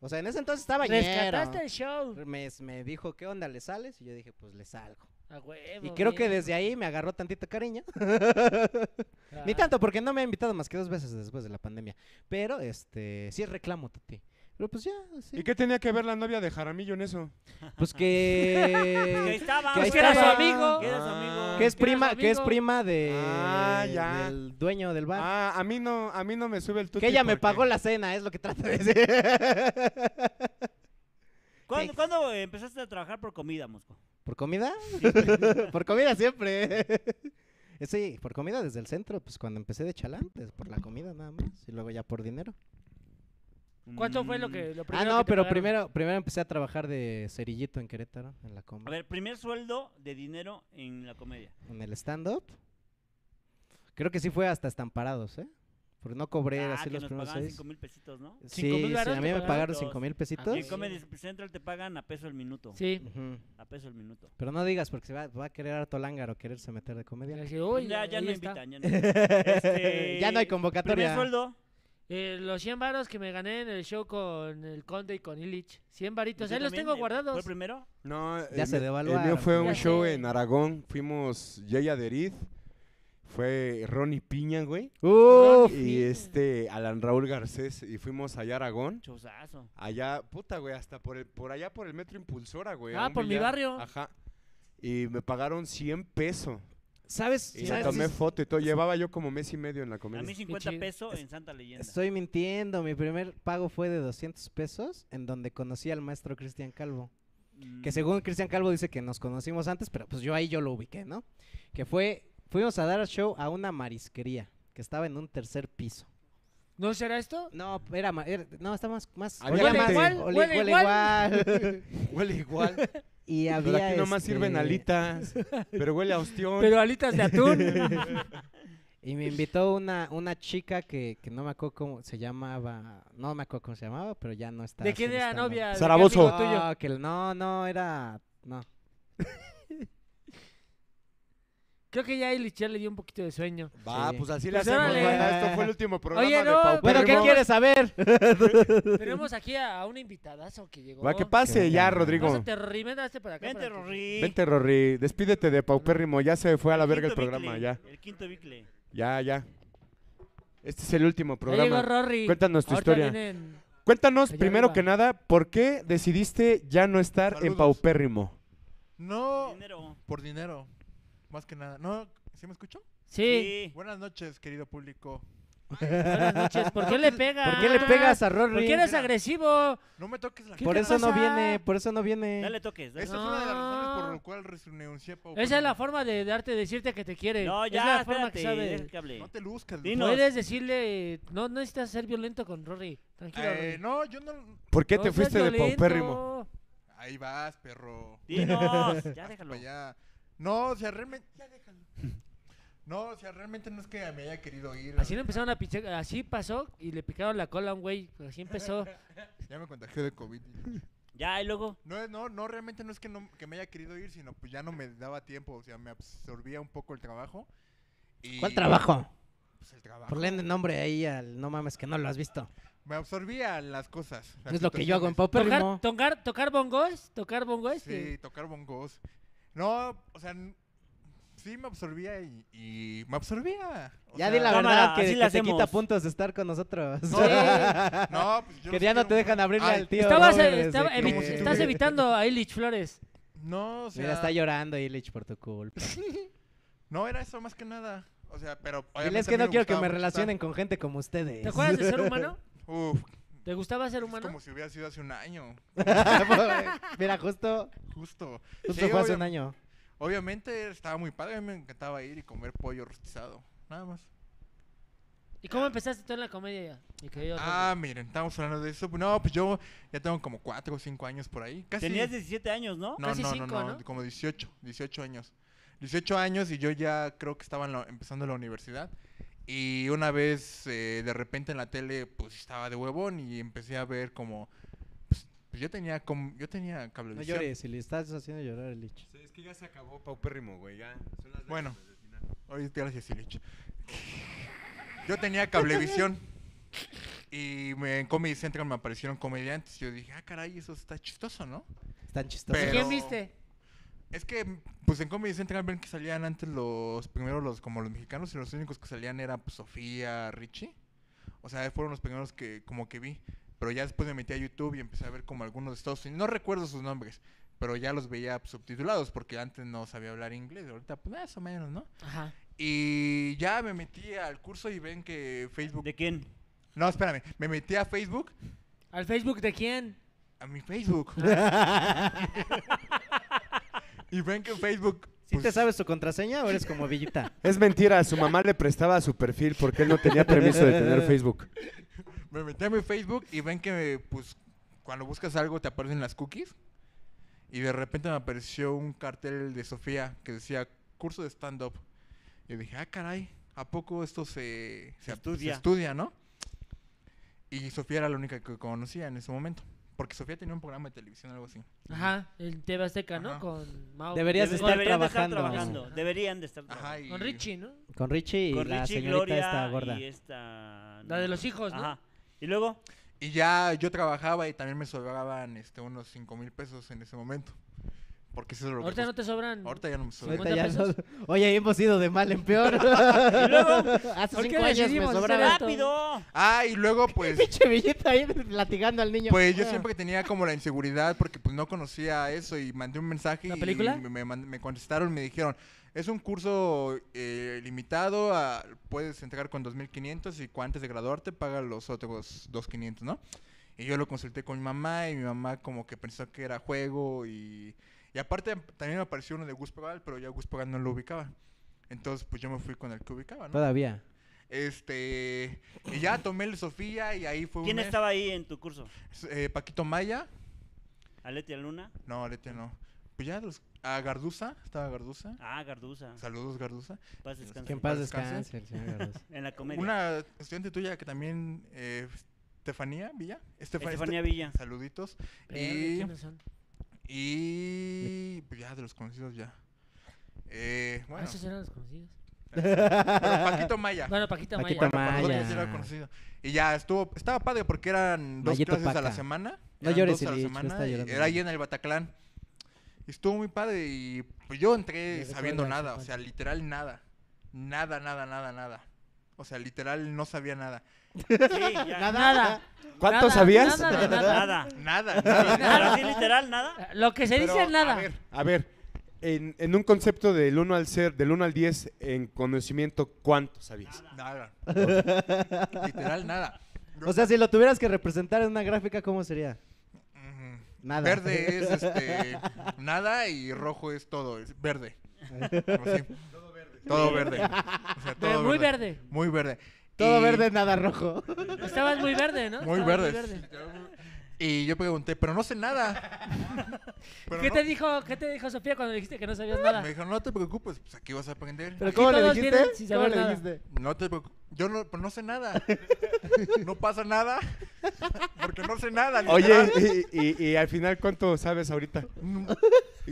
Speaker 2: O sea, en ese entonces estaba
Speaker 3: Rescataste
Speaker 2: ñero.
Speaker 3: el show.
Speaker 2: Me, me dijo, ¿qué onda? ¿Le sales? Y yo dije, pues le salgo.
Speaker 3: A huevo.
Speaker 2: Y creo que
Speaker 3: bien.
Speaker 2: desde ahí me agarró tantito cariño. Ni
Speaker 3: Ah,
Speaker 2: tanto, porque no me ha invitado más que dos veces después de la pandemia. Pero, este, sí reclamo, Tati. Pero pues ya, sí.
Speaker 4: ¿Y qué tenía que ver la novia de Jaramillo en eso?
Speaker 2: Pues
Speaker 1: Que ahí
Speaker 2: que...
Speaker 1: estaba.
Speaker 2: que ahí
Speaker 1: que era su
Speaker 2: estaba.
Speaker 1: amigo. Que era su
Speaker 4: Ah.
Speaker 1: amigo.
Speaker 2: que es
Speaker 3: que era su
Speaker 2: prima, que es
Speaker 3: amigo.
Speaker 2: prima de
Speaker 4: Ah, ya.
Speaker 2: del dueño del bar.
Speaker 4: Ah, a mí no, a mí no me sube el tuti.
Speaker 2: que ella me
Speaker 4: porque-
Speaker 2: pagó la cena, es lo que trato de decir.
Speaker 1: ¿Cuándo, cuándo empezaste a trabajar por comida, Mosco?
Speaker 2: ¿Por comida? por comida siempre. Eh, Sí, por comida desde el centro, pues cuando empecé de chalán, pues, por la comida nada más, y luego ya por dinero.
Speaker 3: ¿Cuánto fue lo
Speaker 1: Mm.
Speaker 3: que lo
Speaker 2: Ah,
Speaker 3: primero
Speaker 2: no,
Speaker 3: que te
Speaker 2: pero
Speaker 3: pagaron?
Speaker 2: primero, primero empecé a trabajar de cerillito en Querétaro, en la
Speaker 1: Mm, A
Speaker 2: comida,
Speaker 1: ver, primer sueldo de dinero en la comedia.
Speaker 2: en el stand-up. Creo que sí fue hasta estamparados, ¿eh? Porque no cobré
Speaker 1: ah,
Speaker 2: así
Speaker 1: que
Speaker 2: los
Speaker 1: nos
Speaker 2: primeros
Speaker 1: pagaban
Speaker 2: seis.
Speaker 1: 5 mil pesitos, ¿no?
Speaker 2: Sí,
Speaker 3: mil
Speaker 2: sí,
Speaker 3: varos
Speaker 2: a
Speaker 3: te
Speaker 2: mí me
Speaker 3: pagaron
Speaker 2: pagaron
Speaker 1: dos. Ah,
Speaker 2: cinco mil
Speaker 1: Y
Speaker 2: pesitos.
Speaker 1: en Comedy Central te pagan a peso el minuto.
Speaker 3: Sí.
Speaker 2: Ujú.
Speaker 1: A peso el minuto.
Speaker 2: Pero no digas porque se va, va a querer harto lángaro quererse meter de comedia.
Speaker 3: Así, "Uy,
Speaker 1: ya, ya
Speaker 3: ahí
Speaker 1: no
Speaker 3: está".
Speaker 1: invitan, ya no invitan. Este,
Speaker 2: ya no hay
Speaker 1: Primer
Speaker 2: convocatoria.
Speaker 1: sueldo.
Speaker 3: Eh, los 100 varos que me gané en el show con el Conde y con Illich. 100 varitos.
Speaker 1: Yo
Speaker 3: Ahí los
Speaker 1: también,
Speaker 3: tengo
Speaker 1: eh, ¿Fue
Speaker 3: guardados.
Speaker 1: el primero?
Speaker 4: No,
Speaker 2: Ya
Speaker 4: el
Speaker 2: se
Speaker 4: mi-
Speaker 2: devaluaron, pues.
Speaker 4: El mío fue
Speaker 2: güey.
Speaker 4: un
Speaker 3: Ya
Speaker 4: show
Speaker 3: sé.
Speaker 4: en Aragón. Fuimos Yaya Deriz. Fue Ronnie Piña, güey.
Speaker 2: Uf.
Speaker 4: Y este, Alan Raúl Garcés. Y fuimos allá a Aragón.
Speaker 1: Chozazo.
Speaker 4: Allá, puta, güey, hasta por, el- por allá por el metro Impulsora, güey. a
Speaker 3: Ah,
Speaker 4: un
Speaker 3: por mi
Speaker 4: billar.
Speaker 3: barrio.
Speaker 4: Ajá. Y me pagaron 100 pesos.
Speaker 2: ¿Sabes?
Speaker 4: Y
Speaker 2: ¿Sabes?
Speaker 4: tomé foto y todo. Llevaba yo como mes y medio en la
Speaker 1: A mí
Speaker 4: comedia.
Speaker 1: 50
Speaker 3: chido.
Speaker 1: pesos en Santa Leyenda.
Speaker 2: Estoy mintiendo. Mi primer pago fue de 200 pesos en donde conocí al maestro Cristian Calvo.
Speaker 1: Mm,
Speaker 2: Que según Cristian Calvo dice que nos conocimos antes, pero pues yo ahí yo lo ubiqué, ¿no? Que fue, fuimos a dar show a una marisquería que estaba en un tercer piso.
Speaker 3: ¿No será esto?
Speaker 2: No, era, ma- era- no, está más, más.
Speaker 4: Había Huele gente. igual,
Speaker 2: Oli-
Speaker 3: huele
Speaker 2: huele
Speaker 3: igual.
Speaker 2: igual.
Speaker 4: Huele igual.
Speaker 2: y había.
Speaker 4: Pero aquí nomás
Speaker 2: este,
Speaker 4: sirven alitas. Pero huele a ostión.
Speaker 3: Pero alitas de atún.
Speaker 2: Y me invitó una, una chica que, que no me acuerdo cómo se llamaba. No me acuerdo cómo se llamaba, pero ya no está.
Speaker 3: ¿De quién era
Speaker 2: stand-up.
Speaker 3: novia? ¿De qué
Speaker 4: Zaragozo.
Speaker 3: amigo tuyo?
Speaker 2: Ah, que el- no, no, era. No.
Speaker 3: Creo que ya Illich ya le dio un poquito de sueño.
Speaker 4: Va,
Speaker 2: Sí.
Speaker 4: pues así
Speaker 3: Pues
Speaker 4: le hacemos,
Speaker 3: órale.
Speaker 4: banda. Esto fue el último programa
Speaker 3: Oye,
Speaker 4: de
Speaker 3: no,
Speaker 4: Pauper.
Speaker 2: Bueno, ¿qué
Speaker 3: Pero-
Speaker 2: quieres saber?
Speaker 3: Tenemos aquí a, a un invitadazo que llegó.
Speaker 4: Va, que pase
Speaker 2: Que
Speaker 4: ya,
Speaker 2: venga.
Speaker 4: Rodrigo.
Speaker 3: Pásate, Rory, ven, hazte para acá.
Speaker 1: Vente,
Speaker 3: para que-
Speaker 1: Rory.
Speaker 4: Vente, Rory. Despídete de Paupérrimo. Ya se fue a la verga el
Speaker 1: Quinto
Speaker 4: programa. Ya,
Speaker 1: bicle, El quinto bicle.
Speaker 4: ya, ya. Este es el último
Speaker 3: Ya llegó
Speaker 4: programa.
Speaker 3: Rory.
Speaker 4: Cuéntanos tu
Speaker 3: Ahorita
Speaker 4: historia.
Speaker 3: vienen-
Speaker 4: Cuéntanos,
Speaker 3: Allá
Speaker 4: primero
Speaker 3: arriba.
Speaker 4: que nada, ¿por qué decidiste ya no estar en
Speaker 6: Saludos.
Speaker 4: Paupérrimo?
Speaker 6: No,
Speaker 1: Dinero.
Speaker 6: por dinero. Más que nada. No, ¿sí me escucho?
Speaker 3: Sí.
Speaker 1: Sí.
Speaker 6: Buenas noches, querido público.
Speaker 3: Buenas noches. ¿Por qué le pegas?
Speaker 2: ¿Por qué le pegas a Rory?
Speaker 3: Ah, ¿Por qué eres agresivo?
Speaker 6: No me toques la
Speaker 3: ¿Qué
Speaker 2: Por
Speaker 3: te
Speaker 6: cara.
Speaker 2: eso no
Speaker 3: pasa?
Speaker 2: viene, por eso no viene.
Speaker 1: Dale toques. dale
Speaker 6: Esa es una de las razones por
Speaker 3: No.
Speaker 6: la cual renuncié a Pauper.
Speaker 3: Esa es la forma de darte decirte que te quiere.
Speaker 1: toques. No,
Speaker 3: Es
Speaker 1: ya,
Speaker 3: la forma
Speaker 1: espérate,
Speaker 3: que sabe.
Speaker 1: deja que hable.
Speaker 6: No te luzcas.
Speaker 1: Dino.
Speaker 6: Luz.
Speaker 3: Puedes decirle, no, no necesitas ser violento con Rory. Tranquilo.
Speaker 6: Eh,
Speaker 3: Rory.
Speaker 6: no, yo no.
Speaker 4: ¿Por qué
Speaker 3: No
Speaker 4: te
Speaker 3: seas
Speaker 4: fuiste de
Speaker 3: violento.
Speaker 4: Paupérrimo?
Speaker 6: Ahí vas, perro.
Speaker 1: Dinos, ya déjalo.
Speaker 6: Para allá. No, o sea, realmente. Ya déjalo. No, o sea, realmente no es que me haya querido ir.
Speaker 3: Así le empezaron a pichar- así pasó y le picaron la cola a un güey. Así empezó.
Speaker 6: Ya me contagié de COVID.
Speaker 1: Ya, y luego.
Speaker 6: No, es- no, no, realmente no es que, no, que me haya querido ir, sino pues ya no me daba tiempo. O sea, me absorbía un poco el trabajo. y-
Speaker 2: ¿Cuál trabajo?
Speaker 6: Pues el trabajo.
Speaker 2: Ponle nombre ahí al no mames que no lo has visto.
Speaker 6: Me absorbía las cosas. las
Speaker 2: Es lo que yo hago en
Speaker 6: situaciones.
Speaker 2: Paupérrimo.
Speaker 3: Tocar, tocar, tocar bongos, tocar bongos.
Speaker 6: Sí, tocar bongos. No, o sea, n- sí me absorbía y, y me absorbía. O
Speaker 2: Ya
Speaker 6: sea,
Speaker 2: di la
Speaker 1: cámara,
Speaker 2: verdad
Speaker 1: así
Speaker 2: que,
Speaker 1: la
Speaker 2: que te
Speaker 1: hacemos.
Speaker 2: quita puntos de estar con nosotros.
Speaker 6: No, no, pues yo
Speaker 2: que
Speaker 6: los
Speaker 2: ya no
Speaker 6: quiero
Speaker 2: te dejan
Speaker 6: mucho.
Speaker 2: abrirle
Speaker 6: Ay,
Speaker 2: al tío.
Speaker 3: Estabas,
Speaker 2: Robert
Speaker 3: eh,
Speaker 2: desde
Speaker 3: estaba-
Speaker 2: que-
Speaker 3: evi-
Speaker 6: Como si
Speaker 3: estás
Speaker 6: tuviera-
Speaker 3: evitando a Illich Flores.
Speaker 6: No, o sea,
Speaker 2: Mira, está llorando Illich por tu culpa.
Speaker 6: no era eso más que nada. O sea, pero obviamente
Speaker 2: Diles
Speaker 6: a
Speaker 2: que
Speaker 6: mí
Speaker 2: no quiero que
Speaker 6: gustaba
Speaker 2: me
Speaker 6: mucho
Speaker 2: relacionen con gente como ustedes.
Speaker 3: ¿Te acuerdas de ser humano?
Speaker 6: estar- Uf,
Speaker 3: ¿Te gustaba ser
Speaker 6: es
Speaker 3: humano?
Speaker 6: como si hubiera sido hace un año,
Speaker 2: Mira, justo,
Speaker 6: justo.
Speaker 2: justo
Speaker 6: Sí,
Speaker 2: fue hace
Speaker 6: obvia-
Speaker 2: un año.
Speaker 6: Obviamente estaba muy padre, a mí me encantaba ir y comer pollo rostizado, nada más.
Speaker 3: ¿Y cómo empezaste tú en la comedia? Mi querido
Speaker 6: Ah, miren, estamos hablando de eso. No, pues yo ya tengo como 4 o 5 años por ahí. Casi,
Speaker 1: Tenías 17 años, ¿no?
Speaker 6: no,
Speaker 3: casi
Speaker 6: no,
Speaker 3: cinco,
Speaker 6: no, no,
Speaker 3: ¿no?
Speaker 6: como 18, 18 años. 18 años y yo ya creo que estaba en la- empezando la universidad. Y una vez eh, de repente en la tele pues estaba de huevón y empecé a ver como... Pues, pues, yo tenía, com- yo tenía
Speaker 2: No
Speaker 6: cablevisión.
Speaker 2: llores, si le estás haciendo llorar el Lich.
Speaker 4: es que ya se acabó Paupérrimo, güey. Ya.
Speaker 6: Bueno. Oye, gracias, Ilich. Yo tenía cablevisión. Y me, en Comedy Central me aparecieron comediantes. Yo dije, ah, caray, eso está chistoso, ¿no?
Speaker 2: Están chistosos.
Speaker 3: Rory? ¿Y
Speaker 6: pero-
Speaker 3: quién viste?
Speaker 6: Es que, mm, pues en Comedy Central ven que salían antes los, primero los, como los mexicanos, y los únicos que salían eran pues, Sofía, Richie. O sea, fueron los primeros que como que vi. Pero ya después me metí a YouTube y empecé a ver como algunos de Estados Unidos. No recuerdo sus nombres, pero ya los veía pues, subtitulados porque antes no sabía hablar inglés. Ahorita, pues más o menos, ¿no?
Speaker 3: Ajá.
Speaker 6: Y ya me metí al curso y ven que Facebook...
Speaker 1: ¿De quién?
Speaker 6: No, espérame. Me metí a Facebook.
Speaker 3: ¿Al Facebook de quién?
Speaker 6: A mi Facebook. y ven que Facebook...
Speaker 2: ¿Sí
Speaker 6: pues,
Speaker 2: te sabes su contraseña o eres como Villita?
Speaker 4: Es mentira, su mamá le prestaba su perfil porque él no tenía permiso de tener Facebook.
Speaker 6: Me metí a mi Facebook y ven que, pues, cuando buscas algo te aparecen las cookies. Y de repente me apareció un cartel de Sofía que decía curso de stand-up. Yo dije, ah, caray, ¿a poco esto se, se, ap- se
Speaker 1: Estudia.
Speaker 6: estudia, no? Y Sofía era la única que conocía en ese momento. Porque Sofía tenía un programa de televisión, algo así.
Speaker 3: Ajá, el TV Azteca, ¿no?
Speaker 6: Ajá.
Speaker 3: Con Mao.
Speaker 2: Deberías
Speaker 1: Debe-
Speaker 2: estar
Speaker 1: deberían
Speaker 2: trabajando.
Speaker 1: de estar trabajando. Deberían de estar
Speaker 6: Ajá,
Speaker 1: trabajando.
Speaker 6: y...
Speaker 3: Con Richie, ¿no?
Speaker 2: Con Richie y este,
Speaker 1: Con
Speaker 2: la
Speaker 1: Richie,
Speaker 2: señorita
Speaker 1: Gloria
Speaker 2: esta gorda.
Speaker 1: y esta...
Speaker 3: La de los hijos, ¿no?
Speaker 1: Ajá. ¿Y luego?
Speaker 6: Y ya yo trabajaba y también me sobraban este, unos 5 mil pesos en ese momento. Porque eso es lo que
Speaker 3: Ahorita no
Speaker 6: busco.
Speaker 3: te sobran.
Speaker 6: Ahorita ya no me sobra.
Speaker 2: Ahorita ya
Speaker 3: 50
Speaker 2: no- Oye, hemos ido de mal en peor.
Speaker 1: Y luego,
Speaker 5: Hace
Speaker 3: ¿Por qué
Speaker 5: cinco años me
Speaker 3: decidimos
Speaker 5: sobraba.
Speaker 3: hacer
Speaker 1: rápido.
Speaker 6: Ah, y luego pues...
Speaker 5: Pinche billete ahí platicando al niño.
Speaker 6: Pues yo siempre tenía como la inseguridad porque pues no conocía eso y mandé un mensaje
Speaker 3: ¿La
Speaker 6: y
Speaker 3: película?
Speaker 6: me, man- me contestaron, me dijeron, es un curso eh, limitado, a- puedes entregar con 2.500 y cu- antes de graduarte paga los otros 2.500, ¿no? Y yo lo consulté con mi mamá y mi mamá como que pensó que era juego y, y aparte también me apareció uno de Gus Progal, pero ya Gus Progal no lo ubicaba. Entonces pues yo me fui con el que ubicaba, ¿no?
Speaker 2: Todavía.
Speaker 6: Este, y ya tomé el Sofía y ahí fue un
Speaker 1: ¿Quién
Speaker 6: mes.
Speaker 1: estaba ahí en tu curso?
Speaker 6: Eh, Paquito Maya.
Speaker 1: ¿Aleti Luna?
Speaker 6: No, ahorita no. Pues ya los- a Garduza, estaba Garduza.
Speaker 1: Ah, Garduza.
Speaker 6: Saludos, Garduza.
Speaker 1: Paz, descanse.
Speaker 2: Que en paz descanse el señor Garduza.
Speaker 1: En la comedia.
Speaker 6: Una estudiante tuya que también, eh, Estefanía Villa. Estefa-
Speaker 1: Estefanía
Speaker 6: Este-
Speaker 1: Villa.
Speaker 6: Saluditos.
Speaker 3: Verde,
Speaker 6: Y-
Speaker 3: ¿quiénes son?
Speaker 6: Y pues ya de los conocidos ya. Eh,
Speaker 3: Ah,
Speaker 6: bueno,
Speaker 3: esos eran los conocidos.
Speaker 6: pero Paquito Maya.
Speaker 3: Bueno, Paquita Maya.
Speaker 2: Paquita
Speaker 3: Bueno,
Speaker 6: para nosotros
Speaker 2: Maya.
Speaker 6: sí era conocido. Y ya estuvo, estaba padre porque eran dos
Speaker 2: Mayito
Speaker 6: clases a la
Speaker 2: Paca.
Speaker 6: semana.
Speaker 2: No
Speaker 6: eran
Speaker 2: llores,
Speaker 6: dos a la
Speaker 2: Ilich, no
Speaker 6: semana,
Speaker 2: está
Speaker 6: y
Speaker 2: llorando.
Speaker 6: Era ahí en el Bataclán. Y estuvo muy padre y pues yo
Speaker 3: Me
Speaker 6: entré sabiendo
Speaker 3: recuerda,
Speaker 6: nada, o
Speaker 3: Juan.
Speaker 6: sea, literal nada. Nada, nada, nada, nada. O sea, literal no sabía nada.
Speaker 1: Sí, ya.
Speaker 5: Nada.
Speaker 3: Nada.
Speaker 4: ¿Cuánto
Speaker 3: nada,
Speaker 4: sabías?
Speaker 3: Nada, de nada.
Speaker 1: Nada.
Speaker 6: Nada, nada.
Speaker 1: Pero así literal, nada.
Speaker 3: Lo que se
Speaker 6: Pero,
Speaker 3: dice es nada.
Speaker 6: A ver,
Speaker 4: A ver, en, en un concepto del 1 al ser, del 1 al 10 en conocimiento, ¿cuánto sabías?
Speaker 6: nada. literal nada.
Speaker 2: O sea, si lo tuvieras que representar en una gráfica, ¿cómo sería?
Speaker 6: Ujú.
Speaker 2: Nada.
Speaker 6: Verde es este, nada y rojo es todo, es verde. Todo verde. Todo verde. O sea,
Speaker 3: Pero
Speaker 6: todo
Speaker 3: muy verde.
Speaker 6: Muy verde.
Speaker 2: Todo
Speaker 6: Y-
Speaker 2: verde, nada rojo.
Speaker 3: Estabas muy verde, ¿no?
Speaker 6: Muy
Speaker 3: Estabas
Speaker 6: verde. Y yo pregunté, pero no sé nada. Pero
Speaker 3: ¿Qué,
Speaker 6: no-
Speaker 3: te dijo, ¿Qué te dijo Sofía cuando dijiste que no sabías nada?
Speaker 6: Me dijeron, no te preocupes, pues aquí vas a aprender.
Speaker 2: ¿Pero
Speaker 3: Aquí
Speaker 2: cómo le
Speaker 3: todos vienen
Speaker 2: dijiste?
Speaker 3: sin
Speaker 2: ¿Cómo
Speaker 3: saber
Speaker 2: le
Speaker 3: nada.
Speaker 2: dijiste?
Speaker 6: No te preocupes. Yo no, pues no sé nada. No pasa nada. Porque no sé nada. literal. Mm,
Speaker 4: Oye, y, y- y al final, ¿cuánto sabes ahorita?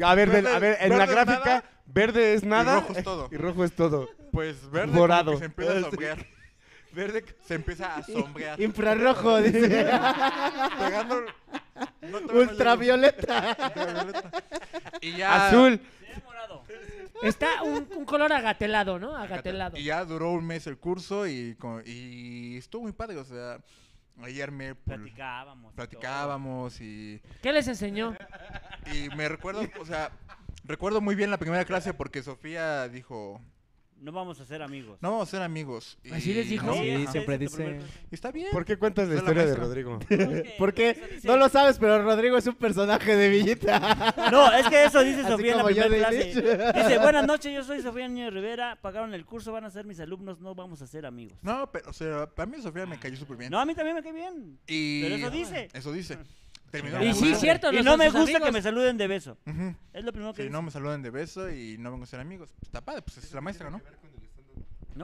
Speaker 4: A ver, del- a ver en la
Speaker 6: Verde es
Speaker 4: gráfica,
Speaker 6: nada.
Speaker 4: verde es nada.
Speaker 6: Y rojo es todo.
Speaker 4: Y rojo es todo.
Speaker 6: Pues verde como
Speaker 4: Morado. Este.
Speaker 6: que se empieza a sombrear. Verde que se empieza a sombrear.
Speaker 2: Infrarrojo, dice.
Speaker 6: Pegando. no te veo la luz.
Speaker 2: Ultravioleta.
Speaker 6: Ultravioleta. Y ya.
Speaker 4: Azul.
Speaker 1: Sí, morado.
Speaker 3: Está un, un color agatelado, ¿no? Agatelado.
Speaker 6: Y ya duró un mes el curso y, co- y estuvo muy padre. O sea, ayer me
Speaker 1: Platicábamos. y
Speaker 6: platicábamos y,
Speaker 3: ¿Qué les enseñó?
Speaker 6: y me recuerdo, o sea, recuerdo muy bien la primera clase porque Sofía dijo,
Speaker 1: todo. No vamos a ser amigos.
Speaker 6: no vamos a ser amigos. Y
Speaker 3: ¿Así les dijo?
Speaker 6: no,
Speaker 2: Sí,
Speaker 6: ajá.
Speaker 2: siempre
Speaker 1: ese es tu
Speaker 2: dice.
Speaker 1: primer
Speaker 6: Y Está bien.
Speaker 4: ¿Por qué cuentas la
Speaker 6: Soy la
Speaker 4: historia de
Speaker 6: maestra.
Speaker 4: Rodrigo?
Speaker 1: contacto.
Speaker 2: Porque
Speaker 1: Eso dice-
Speaker 2: no lo sabes, pero Rodrigo es un personaje de Villita.
Speaker 1: No, es que eso dice
Speaker 2: Así
Speaker 1: Sofía en la
Speaker 2: como yo
Speaker 1: primera
Speaker 2: de
Speaker 1: clase.
Speaker 2: inicio.
Speaker 1: Dice, buenas noches, yo soy Sofía Niño Rivera, pagaron el curso, van a ser mis alumnos, no vamos a ser amigos.
Speaker 6: No, pero, o sea, para mí Sofía me cayó súper bien.
Speaker 1: No, a mí también me cae bien.
Speaker 6: Y-
Speaker 1: Pero eso dice.
Speaker 6: Eso dice. Terminó
Speaker 3: Y
Speaker 6: la
Speaker 3: sí,
Speaker 6: clase.
Speaker 3: cierto.
Speaker 1: Y no
Speaker 3: son
Speaker 1: me
Speaker 3: sus
Speaker 1: gusta
Speaker 3: amigos.
Speaker 1: que me saluden de beso.
Speaker 6: Ujú.
Speaker 1: Es lo primero que
Speaker 6: Sí,
Speaker 1: dice.
Speaker 6: no
Speaker 1: no.
Speaker 6: me saludan de beso y no vengo a ser amigos. Pues Está padre, pues es la maestra, ¿no?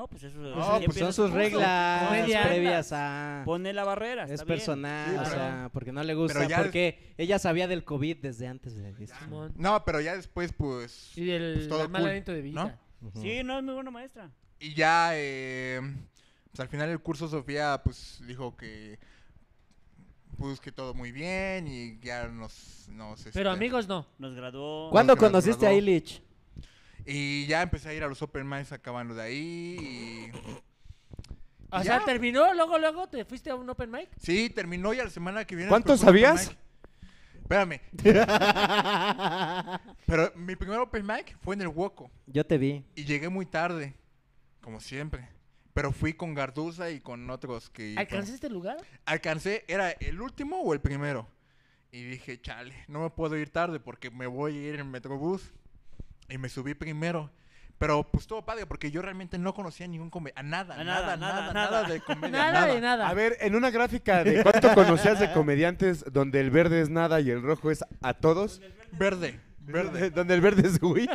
Speaker 1: pues eso
Speaker 6: No,
Speaker 1: así
Speaker 6: pues
Speaker 1: empieza
Speaker 2: Son
Speaker 1: su
Speaker 2: sus
Speaker 1: curso.
Speaker 2: reglas
Speaker 3: Comedia.
Speaker 2: previas a...
Speaker 1: Pone la barrera.
Speaker 2: Es
Speaker 1: está bien.
Speaker 2: personal,
Speaker 6: Sí,
Speaker 2: o
Speaker 6: pero-
Speaker 2: sea, porque no le gusta,
Speaker 6: pero ya-
Speaker 2: porque ella sabía del COVID desde antes de esto.
Speaker 3: Simón.
Speaker 6: No, pero ya después, pues.
Speaker 3: Y el
Speaker 6: pues todo
Speaker 3: el mal
Speaker 6: cool,
Speaker 3: aliento de Villita.
Speaker 6: ¿no?
Speaker 2: Ujú.
Speaker 1: Sí, no, es muy buena maestra.
Speaker 6: Y ya, eh, pues al final del curso Sofía, pues dijo que, pues que todo muy bien y ya nos, nos, este,
Speaker 3: Pero amigos no.
Speaker 1: Nos graduó.
Speaker 2: ¿Cuándo
Speaker 6: Porque nos
Speaker 2: conociste a
Speaker 6: graduó.
Speaker 2: Illich?
Speaker 6: Y ya empecé a ir a los open minds acabando de ahí y...
Speaker 3: O
Speaker 6: Ya.
Speaker 3: sea, terminó, luego, luego te fuiste a un open mic.
Speaker 6: Sí, terminó ya la semana que viene.
Speaker 4: ¿Cuánto
Speaker 6: después fue el
Speaker 4: sabías?
Speaker 6: open mic. Espérame. Pero mi primer open mic fue en el Woco
Speaker 2: Yo te vi.
Speaker 6: y llegué muy tarde, como siempre. Pero fui con Garduza y con otros que...
Speaker 3: ¿Alcanzaste el lugar?
Speaker 6: alcancé, era el último o el primero. Y dije, chale, no me puedo ir tarde porque me voy a ir en Metrobús. Y me subí primero. Pero pues todo padre porque yo realmente no conocía ningún come a nada,
Speaker 1: A
Speaker 6: nada, nada, nada,
Speaker 1: nada.
Speaker 6: de comedia.
Speaker 3: Nada, de nada.
Speaker 4: A ver, en una gráfica de cuánto conocías de comediantes donde el verde es nada y el rojo es a todos.
Speaker 6: Verde,
Speaker 4: Verde,
Speaker 6: verde,
Speaker 4: donde el verde es güey.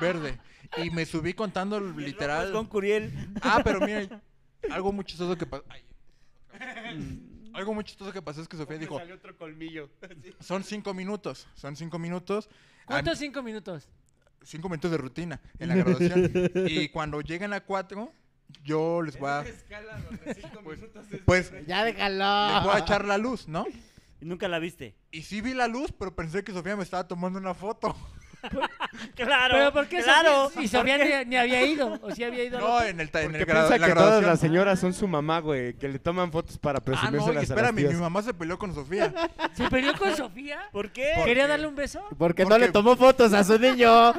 Speaker 6: verde. Y me subí contando
Speaker 1: Y el
Speaker 6: literal.
Speaker 1: rojo es Con Curiel.
Speaker 6: Ah, pero miren, algo muy chistoso que pasó. Algo muy chistoso que pasó es que Sofía dijo,
Speaker 4: otro colmillo.
Speaker 6: son cinco minutos, son cinco minutos. A mí-
Speaker 3: ¿Cuántos cinco minutos?
Speaker 6: cinco minutos de rutina en la graduación. y cuando lleguen a cuatro, yo les voy a. Pues, les
Speaker 5: Ya déjalo.
Speaker 6: voy a echar la luz, ¿no?
Speaker 1: Y nunca la viste.
Speaker 6: Y sí vi la luz, pero pensé que Sofía me estaba tomando una foto.
Speaker 1: Claro.
Speaker 3: Pero ¿por qué
Speaker 1: claro.
Speaker 3: Sofía? Si Sofía ni, ni había ido, o si había ido. a la-
Speaker 6: No, en el, ta- en el
Speaker 4: Porque
Speaker 6: gra-
Speaker 4: piensa
Speaker 6: la
Speaker 4: que todas
Speaker 6: graduación.
Speaker 4: las señoras son su mamá, güey, que le toman fotos para
Speaker 6: Ah,
Speaker 4: presumirse
Speaker 6: no, y
Speaker 4: las
Speaker 6: espérame, mi
Speaker 4: arrastías.
Speaker 6: mamá se peleó con Sofía.
Speaker 3: ¿Se peleó con Sofía?
Speaker 1: ¿Por qué?
Speaker 6: Por-
Speaker 3: ¿Quería darle un beso?
Speaker 2: Porque no
Speaker 6: Porque-
Speaker 2: le tomó fotos a su niño.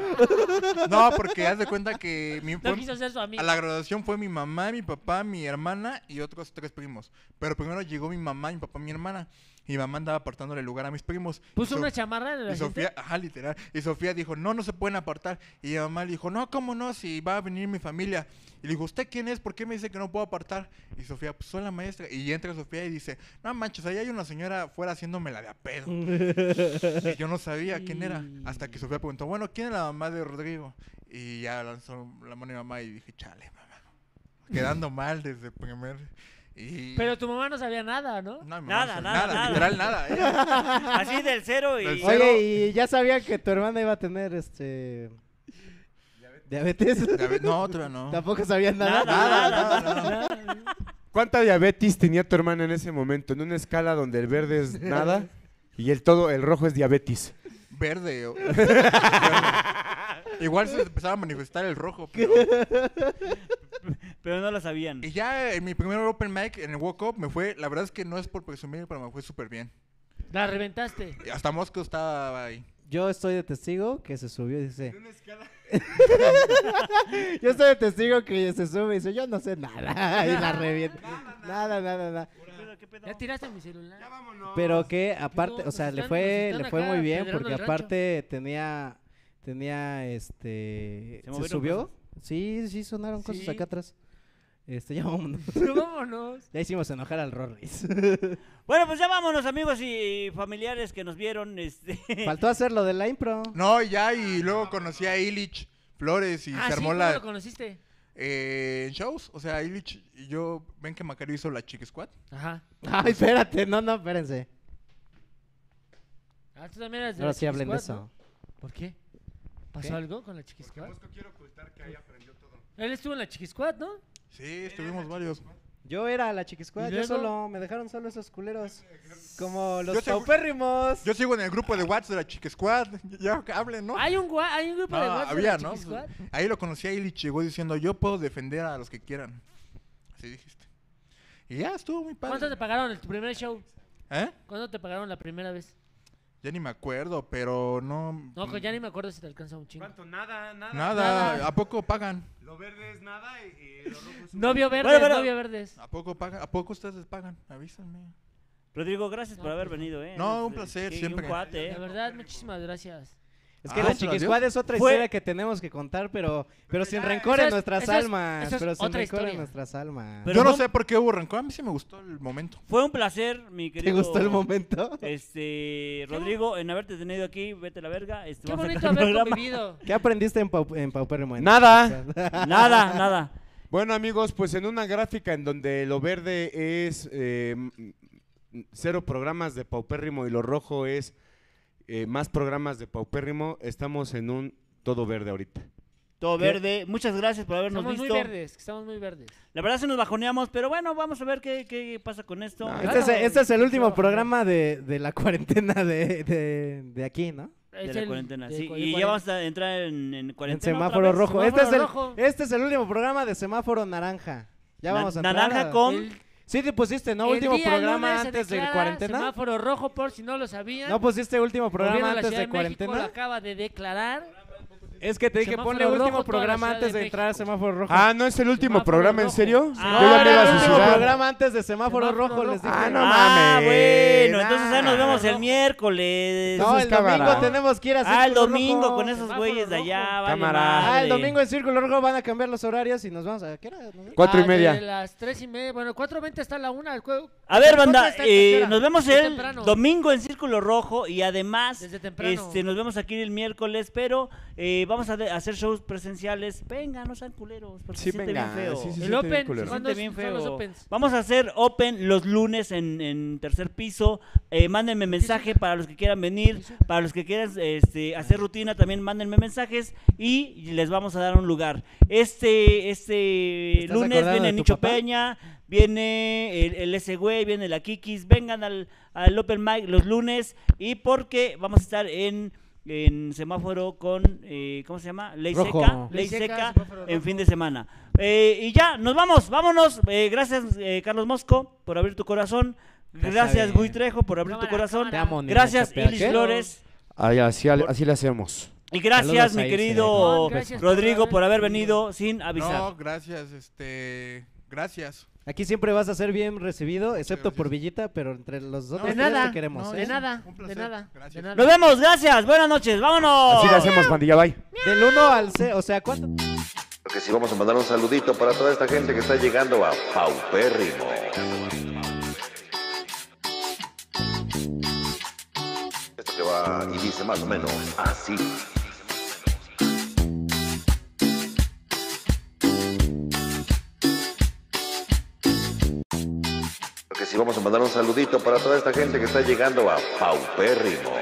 Speaker 6: No, porque haz de cuenta que mi,
Speaker 3: No
Speaker 6: fue-
Speaker 3: quiso ser su amigo.
Speaker 6: a la graduación fue mi mamá, mi papá, mi hermana y otros tres primos. Pero primero llegó mi mamá, mi papá, mi hermana. Mi mamá andaba apartándole lugar a mis primos.
Speaker 3: Puso
Speaker 6: Y
Speaker 3: una
Speaker 6: Sof-
Speaker 3: chamarra en la
Speaker 6: Y Sofía, ajá, literal. Y Sofía dijo, no, no se pueden apartar. Y mi mamá le dijo, no, ¿cómo no? Si va a venir mi familia. Y le dijo, ¿usted quién es? ¿Por qué me dice que no puedo apartar? Y Sofía, pues soy la maestra. Y entra Sofía y dice, no manches, ahí hay una señora fuera haciéndome la de a pedo. y yo no sabía quién era. Hasta que Sofía preguntó, bueno, ¿quién es la mamá de Rodrigo? Y ya lanzó la mano mi mamá y dije, chale, mamá. Quedando mal desde primer... Y...
Speaker 3: Pero tu mamá no sabía nada, ¿no?
Speaker 6: No, mi
Speaker 1: Nada,
Speaker 6: mamá no sabía
Speaker 1: nada, nada.
Speaker 6: literal nada. Ella-
Speaker 1: Así del cero y...
Speaker 6: Del cero.
Speaker 2: Oye, y ya sabía que tu hermana iba a tener este. Diabetes.
Speaker 6: Diabe- No, todavía no.
Speaker 2: Tampoco sabía nada.
Speaker 1: Nada, nada.
Speaker 4: ¿Cuánta diabetes tenía tu hermana en ese momento? En una escala donde el verde es nada y el todo, el rojo es diabetes.
Speaker 6: Verde. o- Igual se empezaba a manifestar el rojo. Pero...
Speaker 1: Pero no lo sabían.
Speaker 6: Y ya en mi primer open mic, en el Walk Up, me fue. La verdad es que no es por presumir, pero me fue súper bien.
Speaker 3: La reventaste.
Speaker 6: Y Hasta Mosco estaba ahí.
Speaker 2: Yo estoy de testigo que se subió y dice. yo estoy de testigo que se sube y dice, yo no sé nada. Y la revienta. Nada, nada, nada.
Speaker 1: Pero, ¿qué pedo?
Speaker 3: Ya tiraste mi celular.
Speaker 2: Pero que aparte,
Speaker 3: Pero
Speaker 2: o sea,
Speaker 3: nos
Speaker 2: le
Speaker 3: pues, están-
Speaker 2: fue,
Speaker 3: nos
Speaker 2: le
Speaker 3: están
Speaker 2: fue
Speaker 3: acá
Speaker 2: muy bien
Speaker 3: apedreando
Speaker 2: porque
Speaker 3: el rancho.
Speaker 2: aparte tenía, tenía, este,
Speaker 1: Se
Speaker 2: se,
Speaker 1: movieron
Speaker 2: subió. Sí, sí, sonaron cosas
Speaker 3: Sí.
Speaker 2: acá atrás. Este, ya vámonos.
Speaker 3: Pero vámonos.
Speaker 2: Ya hicimos enojar al Rorris.
Speaker 1: Bueno, pues ya vámonos, amigos y familiares que nos vieron. Este...
Speaker 2: Faltó hacer lo de la impro.
Speaker 6: No, y ya, y luego conocí a Illich Flores y
Speaker 3: ah,
Speaker 6: se
Speaker 3: sí,
Speaker 6: armó
Speaker 3: ¿cómo
Speaker 6: la.
Speaker 3: lo conociste?
Speaker 6: eh, en shows. O sea, Illich y yo. Ven que Macario hizo la Chick Squad.
Speaker 3: Ajá.
Speaker 2: Ay, espérate, no, no, espérense.
Speaker 3: Ah, tú también eras de
Speaker 2: Ahora
Speaker 3: la
Speaker 2: sí hablen de
Speaker 3: Chiquisquad,
Speaker 2: eso.
Speaker 3: ¿no? ¿Por qué? ¿Pasó
Speaker 2: ¿Qué?
Speaker 3: algo con la chiquisquad?
Speaker 6: quiero ocultar que ahí aprendió todo.
Speaker 3: Él estuvo en la chiquisquad, ¿no?
Speaker 6: Sí, estuvimos varios.
Speaker 2: Yo era la chiquiscuela,
Speaker 3: ¿Y
Speaker 2: yo
Speaker 3: luego?
Speaker 2: solo, me dejaron solo esos culeros. Como
Speaker 6: Yo
Speaker 2: los
Speaker 6: seguro-
Speaker 2: paupérrimos.
Speaker 6: Yo sigo en el grupo de WhatsApp de la Chick Squad. Ya hablen, ¿no?
Speaker 3: Hay un, gua- hay un grupo
Speaker 6: No,
Speaker 3: de WhatsApp de
Speaker 6: había,
Speaker 3: la
Speaker 6: ¿no? Pues,
Speaker 3: chiquisquad.
Speaker 6: Ahí lo conocí a Illich, llegó diciendo, yo puedo defender a los que quieran. Así dijiste. Y ya, estuvo muy padre.
Speaker 3: ¿Cuánto te pagaron el tu primer show?
Speaker 6: ¿Eh?
Speaker 3: ¿Cuánto te pagaron la primera vez?
Speaker 6: Ya ni me acuerdo, pero no...
Speaker 3: No, que ya ni me acuerdo si te alcanza un chingo.
Speaker 7: Nada, nada.
Speaker 6: Nada,
Speaker 3: nada.
Speaker 6: ¿a poco pagan?
Speaker 7: Lo verde es nada y, y lo rojo es
Speaker 3: Novio verdes,
Speaker 1: Bueno, bueno.
Speaker 3: novio verdes.
Speaker 6: ¿A poco pagan? ¿A poco ustedes pagan? Avísenme.
Speaker 1: Rodrigo, gracias por
Speaker 3: No,
Speaker 1: haber
Speaker 3: pues,
Speaker 1: venido, ¿eh?
Speaker 6: no,
Speaker 1: Eres,
Speaker 6: un placer,
Speaker 1: que- y
Speaker 6: siempre.
Speaker 1: Un cuate,
Speaker 3: La
Speaker 1: ¿eh?
Speaker 3: verdad, muchísimas gracias.
Speaker 2: Es que
Speaker 6: Ah,
Speaker 2: la
Speaker 6: ¿se la dio?
Speaker 2: chiquiscuad es otra
Speaker 1: Fue-
Speaker 2: historia que tenemos que contar, pero, pero sin rencor
Speaker 3: esa
Speaker 2: en
Speaker 3: es-
Speaker 2: nuestras
Speaker 3: esa es-
Speaker 2: almas.
Speaker 3: esa es
Speaker 2: Pero sin
Speaker 3: otra
Speaker 2: rencor en
Speaker 3: historia.
Speaker 2: nuestras almas.
Speaker 1: Pero
Speaker 6: yo no,
Speaker 1: no-
Speaker 6: sé por qué hubo rencor, a mí sí me gustó el momento.
Speaker 1: Fue un placer, mi
Speaker 2: ¿Te
Speaker 1: querido.
Speaker 2: gustó el momento?
Speaker 1: Este,
Speaker 3: bo-
Speaker 1: Rodrigo, en haberte tenido aquí, vete a la verga. Este,
Speaker 3: Qué
Speaker 1: vamos a
Speaker 3: bonito
Speaker 1: sacar el
Speaker 3: haber
Speaker 1: programa.
Speaker 3: convivido.
Speaker 2: ¿Qué aprendiste en, Pau- en Paupérrimo? En-
Speaker 4: Nada.
Speaker 1: Nada, nada.
Speaker 4: Bueno, amigos, pues en una gráfica en donde lo verde es eh, m- m- cero programas de paupérrimo y lo rojo es eh, más programas de paupérrimo, estamos en un todo verde ahorita.
Speaker 1: Todo
Speaker 2: ¿Qué?
Speaker 1: verde. Muchas gracias por habernos
Speaker 3: Estamos muy
Speaker 1: visto.
Speaker 3: verdes, estamos muy verdes.
Speaker 1: La verdad se nos bajoneamos, pero bueno, vamos a ver qué, qué pasa con esto.
Speaker 4: No,
Speaker 2: Este, es,
Speaker 3: Claro.
Speaker 2: este es el último
Speaker 3: Claro.
Speaker 2: programa de, de la cuarentena de, de, de aquí, ¿no?
Speaker 1: de
Speaker 3: Es
Speaker 1: la
Speaker 3: el-
Speaker 1: cuarentena,
Speaker 3: de
Speaker 1: sí.
Speaker 3: cu- de
Speaker 1: Y
Speaker 3: cuaren-
Speaker 1: ya vamos a entrar en, en
Speaker 2: En
Speaker 1: cuarentena. otra
Speaker 2: semáforo
Speaker 1: vez.
Speaker 2: rojo.
Speaker 3: Semáforo
Speaker 2: este, es el,
Speaker 3: rojo.
Speaker 2: este es el último programa de semáforo naranja. Ya
Speaker 1: Na-
Speaker 2: vamos a entrar
Speaker 1: naranja
Speaker 2: a-
Speaker 1: con
Speaker 3: El-
Speaker 2: Sí te pusiste, ¿no?
Speaker 3: el
Speaker 2: último
Speaker 3: día
Speaker 2: programa
Speaker 3: lunes se
Speaker 2: antes de
Speaker 3: declara
Speaker 2: cuarentena.
Speaker 3: Semáforo rojo, por si no lo sabían.
Speaker 2: ¿No pusiste último
Speaker 3: Gobierno
Speaker 2: programa
Speaker 3: de la
Speaker 2: antes
Speaker 3: Ciudad
Speaker 2: de
Speaker 3: México
Speaker 2: cuarentena?
Speaker 3: lo acaba de declarar.
Speaker 2: Es que te dije,
Speaker 3: Semáforo
Speaker 2: ponle
Speaker 3: rojo
Speaker 2: último
Speaker 3: toda la
Speaker 2: programa
Speaker 3: Ciudad
Speaker 2: antes
Speaker 3: de
Speaker 2: de entrar a
Speaker 3: México.
Speaker 2: semáforo rojo.
Speaker 4: Ah, ¿no es el último
Speaker 3: Semáforo
Speaker 4: programa? ¿En
Speaker 3: rojo.
Speaker 4: serio?
Speaker 1: Ah,
Speaker 4: Yo ya me iba
Speaker 2: era el
Speaker 4: a
Speaker 2: último
Speaker 4: suicidar.
Speaker 2: programa antes de semáforo,
Speaker 3: Semáforo
Speaker 2: rojo, les dije.
Speaker 4: Ah, no
Speaker 1: ah,
Speaker 4: mames.
Speaker 1: bueno,
Speaker 4: Ah.
Speaker 1: entonces ahí nos vemos el miércoles.
Speaker 2: No, el domingo
Speaker 4: cámara.
Speaker 2: tenemos que ir a
Speaker 1: Ah, el
Speaker 2: Círculo
Speaker 1: domingo
Speaker 2: Rojo.
Speaker 1: con esos
Speaker 3: Semáforo
Speaker 1: güeyes de allá.
Speaker 3: rojo.
Speaker 1: vale
Speaker 4: Cámara.
Speaker 1: madre.
Speaker 2: Ah, el domingo en Círculo Rojo van a cambiar los horarios y nos vamos a... ¿Qué hora?
Speaker 4: Cuatro y
Speaker 3: Ah,
Speaker 4: media.
Speaker 3: De las tres y media. Bueno, 4.20 está la una. el juego-
Speaker 1: A ver,
Speaker 3: ¿Cuatro
Speaker 1: banda,
Speaker 3: está? ¿Qué
Speaker 1: eh,
Speaker 3: hora?
Speaker 1: nos vemos
Speaker 3: Desde
Speaker 1: el
Speaker 3: temprano.
Speaker 1: domingo en Círculo Rojo y además
Speaker 3: Desde temprano.
Speaker 1: este, nos vemos aquí el miércoles, pero eh, vamos a de- hacer shows presenciales. Venga, no sean culeros, porque
Speaker 4: Sí,
Speaker 1: se siente
Speaker 4: venga.
Speaker 1: bien feo.
Speaker 4: sí, sí,
Speaker 3: El
Speaker 4: siente
Speaker 3: Open,
Speaker 4: bien culero.
Speaker 1: Se
Speaker 3: ¿Cuándo
Speaker 1: siente
Speaker 3: es-
Speaker 1: bien
Speaker 3: son los
Speaker 1: feo.
Speaker 3: opens?
Speaker 1: Vamos a hacer open los lunes en, en tercer piso. Eh, mándenme mensaje para los que quieran venir, para los que quieran este, hacer rutina también mándenme mensajes y les vamos a dar un lugar. Este este
Speaker 2: ¿Estás
Speaker 1: lunes
Speaker 2: acordado
Speaker 1: viene
Speaker 2: de tu
Speaker 1: Nicho
Speaker 2: papá?
Speaker 1: Peña, viene el, el ese güey, viene la Kikis, vengan al, al open mic los lunes y porque vamos a estar en en semáforo con, eh, ¿cómo se llama? Ley
Speaker 2: Rojo.
Speaker 1: seca, ley
Speaker 3: Ley seca,
Speaker 1: seca,
Speaker 3: semáforo
Speaker 1: en
Speaker 3: rojo.
Speaker 1: fin de semana. Eh, y ya, nos vamos, vámonos. Eh, gracias, eh, Carlos Mosco, por abrir tu corazón. Gracias,
Speaker 2: bien.
Speaker 1: Gui Trejo, por abrir tu
Speaker 3: Cámara,
Speaker 1: corazón.
Speaker 2: Te amo, niña
Speaker 1: Gracias,
Speaker 2: Chapea.
Speaker 1: Ilis
Speaker 2: ¿Qué?
Speaker 1: Flores.
Speaker 8: Ay, así, al- así le hacemos.
Speaker 1: Y gracias,
Speaker 2: Saludos
Speaker 1: mi
Speaker 2: ahí,
Speaker 1: querido
Speaker 3: Federico. Gracias por
Speaker 1: Rodrigo,
Speaker 3: haber
Speaker 1: por haber
Speaker 3: venido.
Speaker 1: venido sin avisar.
Speaker 6: No, gracias, este. Gracias.
Speaker 2: Aquí siempre vas a ser bien recibido, excepto
Speaker 6: gracias.
Speaker 2: por Villita, pero entre los otros
Speaker 3: de
Speaker 2: tres
Speaker 3: nada,
Speaker 2: te queremos.
Speaker 6: no,
Speaker 2: ¿eh?
Speaker 3: de nada,
Speaker 6: Un
Speaker 3: de
Speaker 6: placer.
Speaker 3: nada, de
Speaker 6: Gracias.
Speaker 3: nada.
Speaker 1: Nos vemos, gracias, buenas noches, vámonos.
Speaker 8: Así le hacemos, pandilla, bye.
Speaker 2: Del 1 al C, o sea, ¿cuánto?
Speaker 9: Porque si vamos a mandar un saludito para toda esta gente que está llegando a Paupérrimo. Esto que va y dice más o menos así. Porque si vamos a mandar un saludito para toda esta gente que está llegando a Paupérrimo.